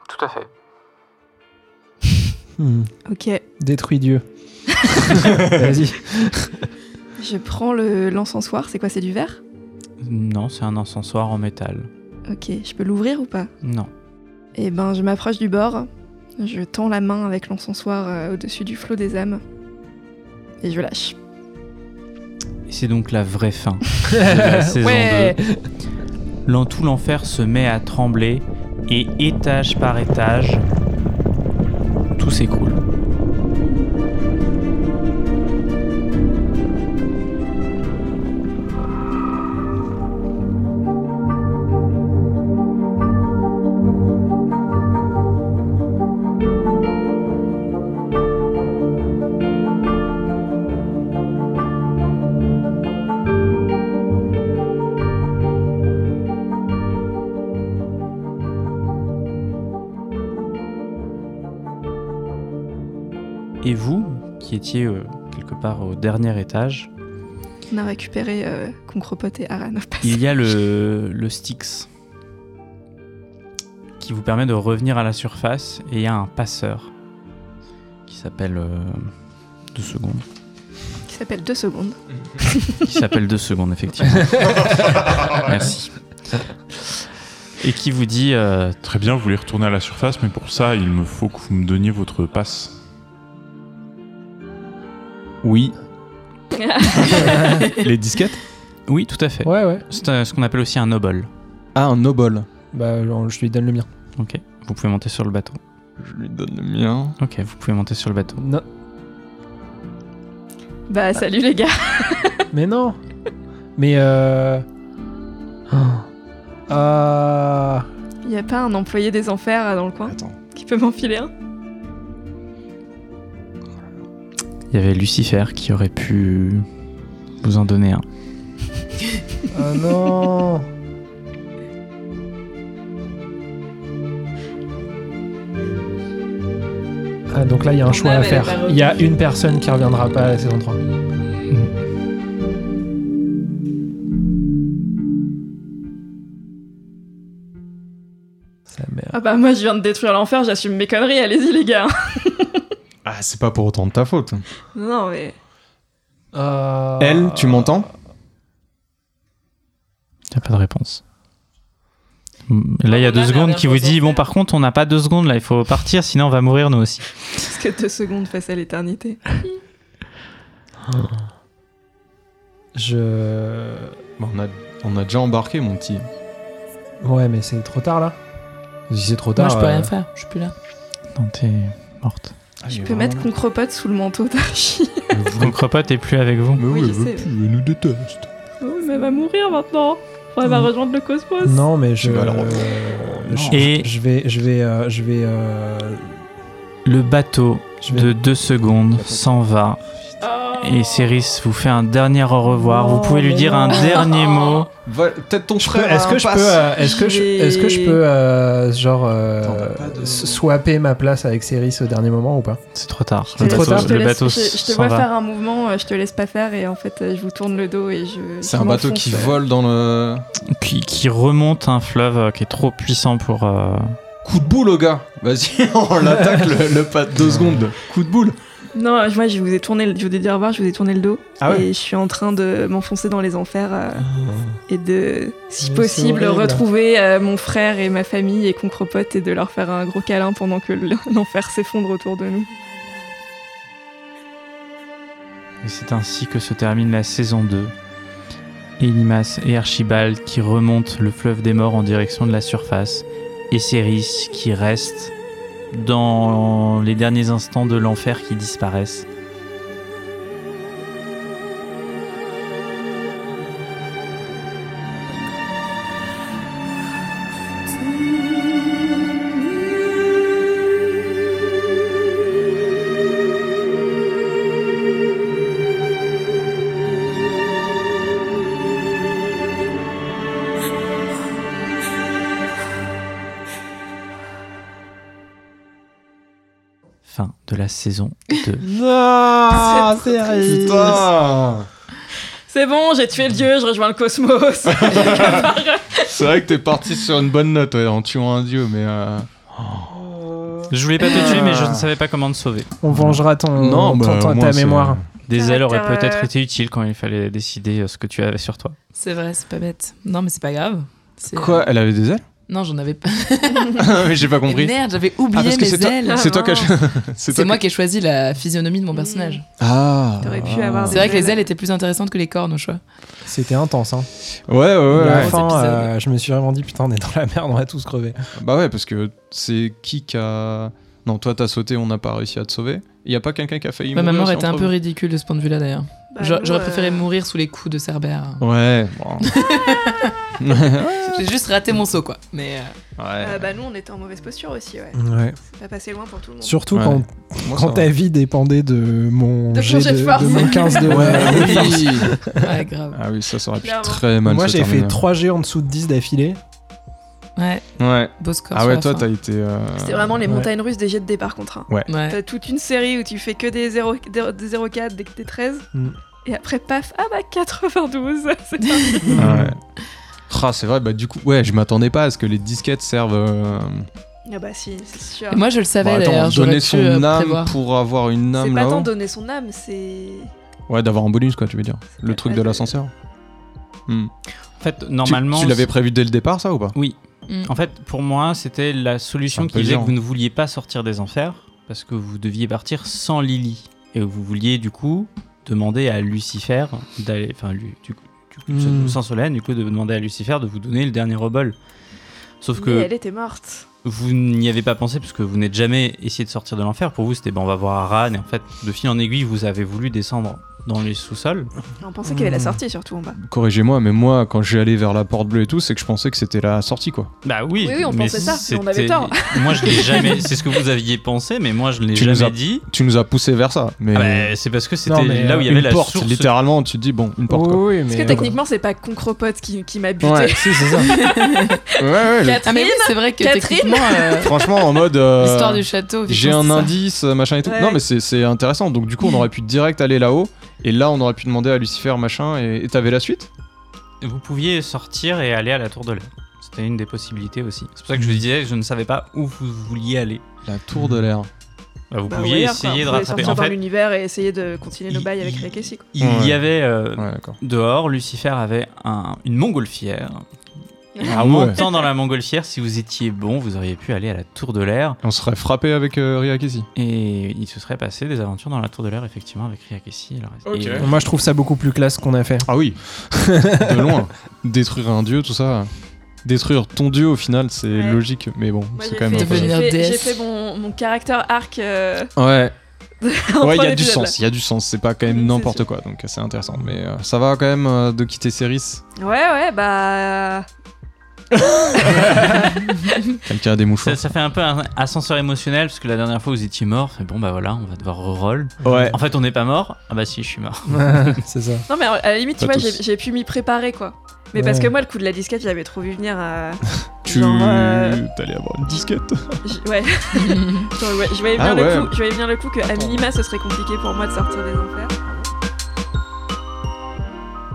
Tout à fait.
Hmm.
Ok,
Détruis Dieu. Vas-y.
je prends le l'encensoir, c'est quoi, c'est du verre
Non, c'est un encensoir en métal.
Ok, je peux l'ouvrir ou pas
Non.
Eh ben, je m'approche du bord, je tends la main avec l'encensoir euh, au-dessus du flot des âmes, et je lâche.
Et c'est donc la vraie fin de la saison
Ouais.
2. L'en- tout l'enfer se met à trembler et étage par étage, tout s'écroule. Et vous, qui étiez euh, quelque part au dernier étage,
On a récupéré euh, Concrepote et Aran. au passage.
Il y a le, le Styx qui vous permet de revenir à la surface et il y a un passeur qui s'appelle. euh, deux secondes.
Qui s'appelle Deux secondes.
Qui s'appelle deux secondes, effectivement. Merci. Et qui vous dit. euh,
Très bien, vous voulez retourner à la surface, mais pour ça, il me faut que vous me donniez votre passe.
Oui. Les disquettes
oui, tout à fait.
Ouais, ouais.
C'est un- ce qu'on appelle aussi un obol.
Ah un obol.
Bah, genre, je lui donne le mien.
Ok. Vous pouvez monter sur le bateau.
Je lui donne le mien.
Ok, vous pouvez monter sur le bateau.
Non.
Bah, salut les gars
Mais non. Mais euh. Ah.
Il Il a pas un employé des enfers euh, dans le coin
Attends.
qui peut m'enfiler un
Il y avait Lucifer qui aurait pu vous en donner un.
Ah non Ah, donc là, il y a un
Ton
choix
âme,
à
elle est pas
faire.
revenue.
Il y a une personne qui reviendra pas à ces endroits. Sa mère.
Ah bah moi je viens de détruire l'enfer, j'assume mes conneries, allez-y les gars
Ah, c'est pas pour autant de ta faute.
Non mais...
Euh,
Elle, tu m'entends
Il a pas de réponse. Mm, Là, il y a
On
deux
a la
secondes
dernière
qui vous
chose à
dit
faire.
Bon, par contre, on n'a pas deux secondes là, il faut partir, sinon on va mourir nous aussi.
Parce que deux secondes face à l'éternité.
Ah,
Je.
Bah, on, a, on a déjà embarqué, mon petit.
Ouais, mais c'est trop tard là. Si c'est trop tard.
Moi, je peux
euh,
rien faire, je suis plus là.
Non, t'es morte.
Ah,
Je peux mettre qu'on crepote sous le manteau d'Archie.
Donc, Cropote est plus avec vous.
Mais
Oui,
oui,
je
elle veut
sais.
plus, elle nous déteste.
Oh, mais elle va mourir maintenant Elle va
Mm.
rejoindre le cosmos
Non, mais
Tu
je.
vas le re-
euh, je-
Et-
je vais, je vais, euh, je vais, euh,
Le bateau
je vais.
de deux secondes s'en va et Céris vous fait un dernier au revoir. vous pouvez lui dire un dernier mot.
Va- Peut-être ton
Je peux-
frère.
Est-ce
a
que
un
je peux,
pass.
euh, est-ce que je,
J'y
est-ce que je
vais.
peux, euh, genre, euh,
Attends, t'as pas de-
s- swapper ma place avec Céris au dernier moment ou pas
C'est trop tard.
Je te
Le
trop
laisse-
bateau,
tard.
je te,
le
laisse-
bateau
je- je te
s'en
vois
va.
faire un mouvement, euh, je te laisse pas faire et en fait euh, je vous tourne le dos et je.
C'est
je
un bateau qui
m'enfonce.
vole dans le.
Qui, qui remonte un fleuve euh, qui est trop puissant pour. euh,
Coup de boule, au gars Vas-y, on l'attaque le, le pas de deux secondes. Coup de boule
Non, euh, moi je vous ai tourné, le- je vous ai dit au revoir, je vous ai tourné le dos
Ah ouais
et je suis en train de m'enfoncer dans les enfers euh,
Ah.
et de, si
Mais
possible,
c'est horrible.
retrouver euh, mon frère et ma famille et qu'on crepote et de leur faire un gros câlin pendant que l- l'enfer s'effondre autour de nous.
Et c'est ainsi que se termine la saison 2. Elimas et Archibald qui remontent le fleuve des morts en direction de la surface, et Céris qui reste dans les derniers instants de l'enfer qui disparaissent. Fin de la saison 2.
Non
C'est trop triste.
Putain
C'est bon, j'ai tué le dieu, je rejoins le cosmos.
C'est vrai que t'es parti sur une bonne note ouais, en tuant un dieu, mais. euh,
Je voulais pas te tuer, mais
Ah.
je ne savais pas comment te sauver.
On vengera ton,
Non,
ton-
bah,
ton-
au moins,
ta
c'est-
mémoire.
Des ailes auraient
Caractère,
peut-être
euh,
été utiles quand il fallait décider euh, ce que tu avais sur toi.
C'est vrai, c'est pas bête. Non, mais c'est pas grave. C'est-
Quoi Elle avait des ailes
Non, j'en avais pas.
Mais J'ai pas compris.
Merde, j'avais
Ah,
oublié
parce que c'est
mes
toi,
ailes.
c'est toi qui as- c'est
C'est
toi
moi
qui-
qui ai choisi la physionomie de mon personnage.
Ah
T'aurais pu avoir
C'est vrai que les ailes étaient plus intéressantes que les cornes au choix.
C'était intense. Hein.
Ouais, ouais, ouais.
à la
ouais.
fin,
Cet épisode.
euh, je me suis vraiment dit putain, on est dans la merde, on va tous crever.
Bah ouais, parce que c'est qui qui a. Non, toi t'as sauté, on n'a pas réussi à te sauver. Il y a pas quelqu'un qui a failli
Ma
mourir.
maman
aussi
était un
entre
peu
vous
ridicule de ce point de vue-là d'ailleurs.
Bah,
J'a-
nous,
J'aurais
euh,
préféré mourir sous les coups de Cerbère.
Ouais. bon.
J'ai juste raté mon saut quoi. Mais euh,
euh,
ouais.
bah nous on était en mauvaise posture aussi, ouais.
Ouais.
C'est pas passé loin pour tout le monde.
Surtout
Ouais.
quand,
Moi,
quand
ça
ta vie dépendait de mon
De ton jet de force.
mon 15 de.
va. Ouais, oui.
ouais, grave.
Ah oui, ça, ça aurait pu
Clairement.
très mal
euh, Moi,
se
j'ai fait
terminer.
3 G en dessous de 10 d'affilée.
Ouais,
Ouais.
beau score.
Ah
sur
ouais,
la
toi
fin.
t'as été. euh,
C'était vraiment les
ouais.
montagnes russes des jets de départ contre un.
Ouais.
T'as toute une série où tu fais que des 0, des- des 0,4 dès que t'es 13.
Mm.
Et après, paf, ah bah 92. c'est pas-
Ouais. Ah, c'est vrai, bah du coup, ouais, je m'attendais pas à ce que les disquettes servent. euh,
ah bah si, c'est sûr.
Et moi je le savais
bah,
d'ailleurs.
attends,
j'aurais
donner
pu,
son
euh,
âme
prévoir.
pour avoir une
c'est
âme
pas tant
là-haut.
donner son âme, c'est.
Ouais, d'avoir un bonus, quoi, tu veux dire.
c'est
Le
pas-
truc
pas
de l'ascenseur. Hmm.
En fait,
Tu-
normalement.
Tu, l'avais prévu dès le départ, ça ou pas
Oui.
Mm.
En fait, pour moi, c'était la
C'est
solution
un
qui
peu
disait que
dur.
vous ne vouliez pas sortir des enfers parce que vous deviez partir sans Lily et vous vouliez du coup demander à Lucifer d'aller, enfin lui, du coup, du coup,
Mm.
sans Solène, du coup, de demander à Lucifer de vous donner le dernier rebol. Sauf
Mais
que
elle était morte.
vous n'y avez pas pensé parce que vous n'êtes jamais essayé de sortir de l'enfer. Pour vous, c'était bon, on va voir Aran. Et en fait, de fil en aiguille, vous avez voulu descendre dans les sous-sols.
On pensait qu'il y avait la sortie surtout en bas.
Corrigez-moi, mais moi, quand j'ai allé vers la porte bleue et tout, c'est que je pensais que c'était la sortie, quoi.
Bah oui,
Oui, oui, on
mais
pensait ça, mais on avait
c'était-
tort.
moi, je l'ai jamais. C'est ce que vous aviez pensé, mais moi, je l'ai
Tu nous
jamais
as-
dit.
Tu nous as poussé vers ça, mais. euh,
Ah bah, c'est parce que
Non,
c'était
mais,
là où il y
une
avait la
porte,
source.
littéralement, tu te dis, bon, une porte, quoi.
oui, mais.
Parce que techniquement, c'est pas Concrepote qui, qui m'a buté.
Ouais.
Si, c'est ça.
Oh.
Ouais, ouais, le-
Ah, mais oui, c'est vrai que
Catherine
techniquement, euh,
franchement, en mode. euh,
l'histoire du château.
J'ai
effectivement,
un
c'est ça.
indice, machin et tout.
Ouais.
Non, mais c'est- c'est intéressant. Donc, du coup, on aurait pu direct aller là-haut. Et là, on aurait pu demander à Lucifer, machin. Et et t'avais la suite
Vous pouviez sortir et aller à la tour de l'air. C'était une des possibilités aussi. C'est pour ça que je
Mm.
vous disais, je ne savais pas où vous vouliez aller.
La tour de l'air.
Bah, vous
Bah,
pouviez
voyez, quoi,
essayer
on
de
pouvait
rattraper.
sortir
En
dans
fait,
l'univers et essayer de continuer nos
il-
bails avec
il-
Rick et Cy, quoi.
il y
Ouais.
avait euh,
Ouais, d'accord.
dehors, Lucifer avait un- une montgolfière.
Ah
en
ouais.
montant dans la montgolfière, si vous étiez bon, vous auriez pu aller à la tour de l'air.
Et On serait frappé avec euh, Ria Kessi.
Et il se serait passé des aventures dans la tour de l'air, effectivement, avec Riakessi. et le reste.
Ok.
Et, euh,
Moi, je trouve ça beaucoup plus classe qu'on a fait.
Ah oui De loin. Détruire un dieu, tout ça. Détruire ton dieu, au final, c'est
Ouais.
logique. Mais bon,
Moi,
c'est
j'ai
quand même.
fait-
un peu-
Devenir
j'ai fait,
déesse.
j'ai fait mon, mon caractère arc. euh,
Ouais,
en
ouais, il y
trois
a du
épisodes,
sens, il y a du sens, c'est pas quand
Oui,
même
c'est
n'importe
sûr.
quoi, donc c'est intéressant. Mais euh, ça va quand même euh, de quitter Céris
là. Ouais, ouais, bah.
Quelqu'un a des
ça,
mouchoirs.
ça fait un peu un ascenseur émotionnel, parce que la dernière fois, vous étiez mort. Fait, bon, bah voilà, on va devoir reroll.
Ouais.
En fait, on n'est pas mort. Ah bah si, je suis mort.
c'est ça.
Non, mais à la limite, tu
Pas
vois,
tous.
j'ai j'ai pu m'y préparer, quoi. Mais
Ouais.
parce que moi, le coup de la disquette, j'avais trop vu venir. euh,
Tu.
genre, euh,
T'allais avoir une disquette
j- ouais. Genre, ouais, je voyais bien,
Ah
le
ouais.
coup- je voyais bien le coup que, à minima, ce serait compliqué pour moi de sortir des enfers.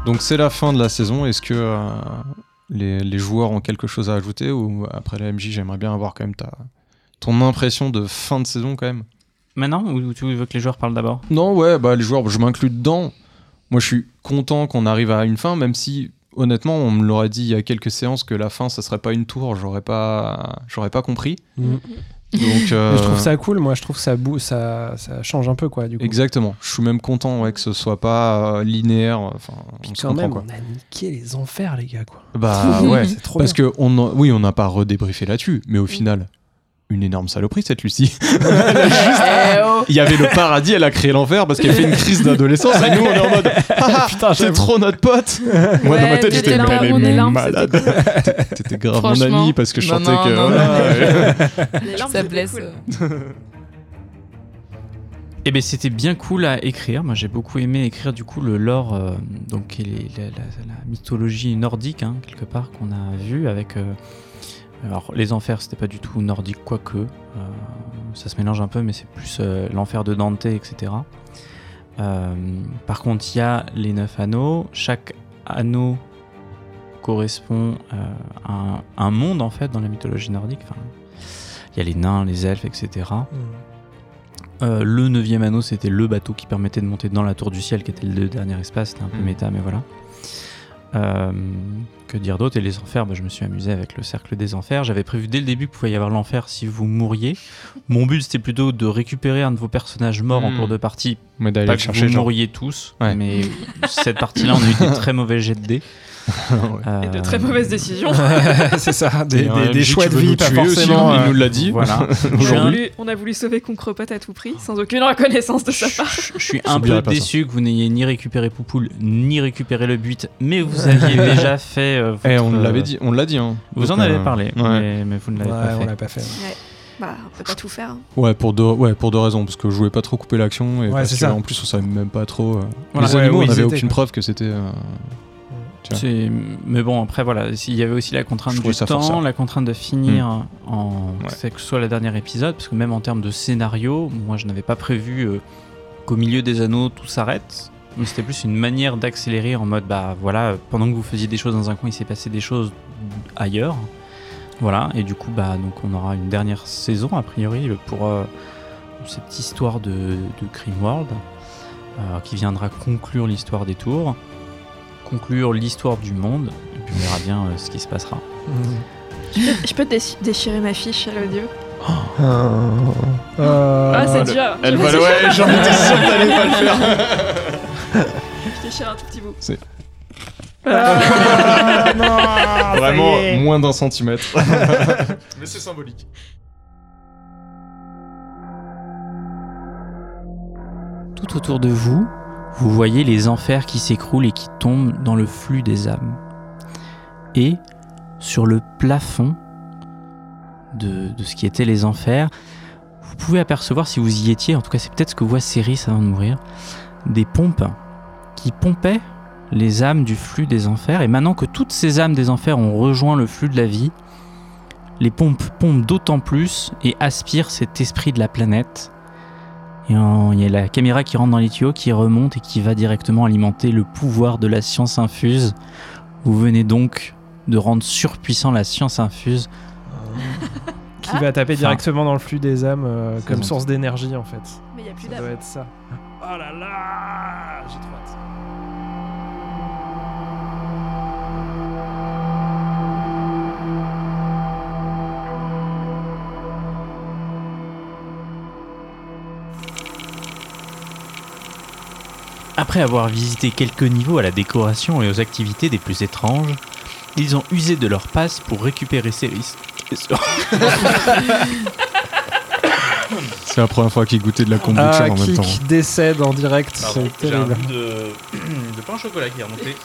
Donc c'est la fin de la saison. Est-ce que euh, les, les joueurs ont quelque chose à ajouter ou après la MJ, j'aimerais bien avoir quand même ta ton impression de fin de saison quand même.
Maintenant, ou tu veux que les joueurs parlent d'abord
Non, ouais, bah les joueurs, je m'inclus dedans. Moi, je suis content qu'on arrive à une fin, même si honnêtement, on me l'aurait dit il y a quelques séances que la fin, ça serait pas une tour. J'aurais pas, j'aurais pas compris.
Mm.
Donc euh,
Mais je trouve ça cool, moi, je trouve ça, bou- ça, ça change un peu, quoi, du coup.
Exactement. Je suis même content ouais, que ce soit pas euh, linéaire. Enfin,
Puis
on se
quand
comprend
même,
quoi.
on a niqué les enfers, les gars, quoi.
Bah ouais.
C'est trop
Parce que on en- oui, on n'a pas redébriefé là-dessus, mais
Mm.
au final, une énorme saloperie cette Lucie.
Eh oh.
Il y avait le paradis, elle a créé l'enfer parce qu'elle fait une crise d'adolescence et nous on est en mode ah,
Putain,
c'est
j'avoue.
trop notre pote. Moi dans ma
Ouais,
tête
t'étais
j'étais
là,
mais elle
on est
est
là, on
malade. T'étais grave mon
Franchement.
ami parce que je
Non,
sentais
non,
que
non,
voilà.
Les lampes,
Ça
c'était
blesse.
cool.
euh.
Eh ben c'était bien cool à écrire. Moi j'ai beaucoup aimé écrire du coup le lore, euh, donc et les- la, la- la mythologie nordique hein, quelque part qu'on a vu avec. euh, alors les enfers c'était pas du tout nordique quoique, euh, ça se mélange un peu mais c'est plus euh, l'enfer de Dante etc. Euh, par contre il y a les neuf anneaux. Chaque anneau correspond euh, à un- un monde en fait dans la mythologie nordique. Enfin, il y a les nains, les elfes etc. Euh, le neuvième anneau, c'était le bateau qui permettait de monter dans la tour du ciel, qui était le dernier espace. C'était un peu
Mm.
méta, mais voilà. Euh, que dire d'autre Et les enfers, bah, je me suis amusé avec le cercle des enfers. J'avais prévu dès le début qu'il pouvait y avoir l'enfer si vous mouriez. Mon but, c'était plutôt de récupérer un de vos personnages morts en
Mm.
cours de partie.
Mais d'aller
Pas
le
que
chercher
vous
genre.
mouriez tous,
Ouais.
mais cette partie-là, on a eu des très mauvais jets de dés.
Et de
Euh,
très mauvaises décisions.
c'est ça, des,
Et un
des- des
MJ qui
choix de
veut
vie,
nous
pas
tuer aussi,
forcément.
hein,
euh,
il nous l'a dit.
Voilà.
On a
Aujourd'hui.
voulu- On a voulu sauver Concrepote à tout prix, sans aucune reconnaissance de sa part.
Je suis un peu
J'oublierai pas ça.
déçu que vous n'ayez ni récupéré Poupoule, ni récupéré le but, mais vous aviez déjà fait. euh,
Eh,
votre,
on
euh,
l'avait dit, on l'a dit. hein.
Vous
Donc,
en avez
euh,
parlé,
Ouais.
mais, mais vous ne l'avez
ouais,
pas
on
fait.
l'a pas fait. ouais.
Bah, on peut pas tout faire. hein.
Ouais, pour deux, ouais, pour deux raisons, parce que je voulais pas trop couper l'action et
Ouais,
parce
c'est
que,
ça.
en plus on savait même pas trop. euh,
Voilà.
Les
Ouais,
animaux,
où
on
ils
avait
étaient,
aucune
quoi.
preuve que c'était. euh, Ouais.
C'est- Mais bon, après, voilà, il y avait aussi la contrainte
Je
du
trouvais ça fort,
temps,
ça.
la contrainte de finir en.
Ouais.
c'est Que ce soit le dernier épisode, parce que même en termes de scénario, moi je n'avais pas prévu euh, qu'au milieu des anneaux tout s'arrête. Mais c'était plus une manière d'accélérer en mode, bah voilà, euh, pendant que vous faisiez des choses dans un coin, il s'est passé des choses ailleurs. Voilà, et du coup, bah donc on aura une dernière saison, a priori, pour euh, cette histoire de, de Grimworld, euh, qui viendra conclure l'histoire des tours conclure l'histoire du monde, et puis on verra bien euh, ce qui se passera.
Mm.
Je peux déchi- déchirer ma fiche à l'audio
Euh,
Ah, c'est dur. Je vais-
ouais, j'en étais sûr que t'allais pas le faire.
Je déchire un tout petit bout.
C'est-
Ah,
non,
Vraiment moins d'un centimètre. Mais c'est symbolique.
Tout autour de vous, vous voyez les enfers qui s'écroulent et qui tombent dans le flux des âmes. Et sur le plafond de, de ce qui étaient les enfers, vous pouvez apercevoir, si vous y étiez, en tout cas c'est peut-être ce que voit Céris avant de mourir, des pompes qui pompaient les âmes du flux des enfers. Et maintenant que toutes ces âmes des enfers ont rejoint le flux de la vie, les pompes pompent d'autant plus et aspirent cet esprit de la planète. Et en- il y a la caméra qui rentre dans les tuyaux, qui remonte et qui va directement alimenter le pouvoir de la science infuse. Vous venez donc de rendre surpuissant la science infuse.
Qui va taper
Enfin.
directement dans le flux des âmes euh,
C'est
comme
gentil.
source d'énergie en fait.
Mais il a plus
Ça doit
d'âme.
être ça. Oh là là J'ai trop hâte.
Après avoir visité quelques niveaux à la décoration et aux activités des plus étranges, ils ont usé de leur passe pour récupérer Céris.
C'est la première fois qu'il goûtait de la kombucha
Ah,
en même temps.
Kik décède en direct, c'est
J'ai un
terrible.
de... de pain au chocolat qui est remonté.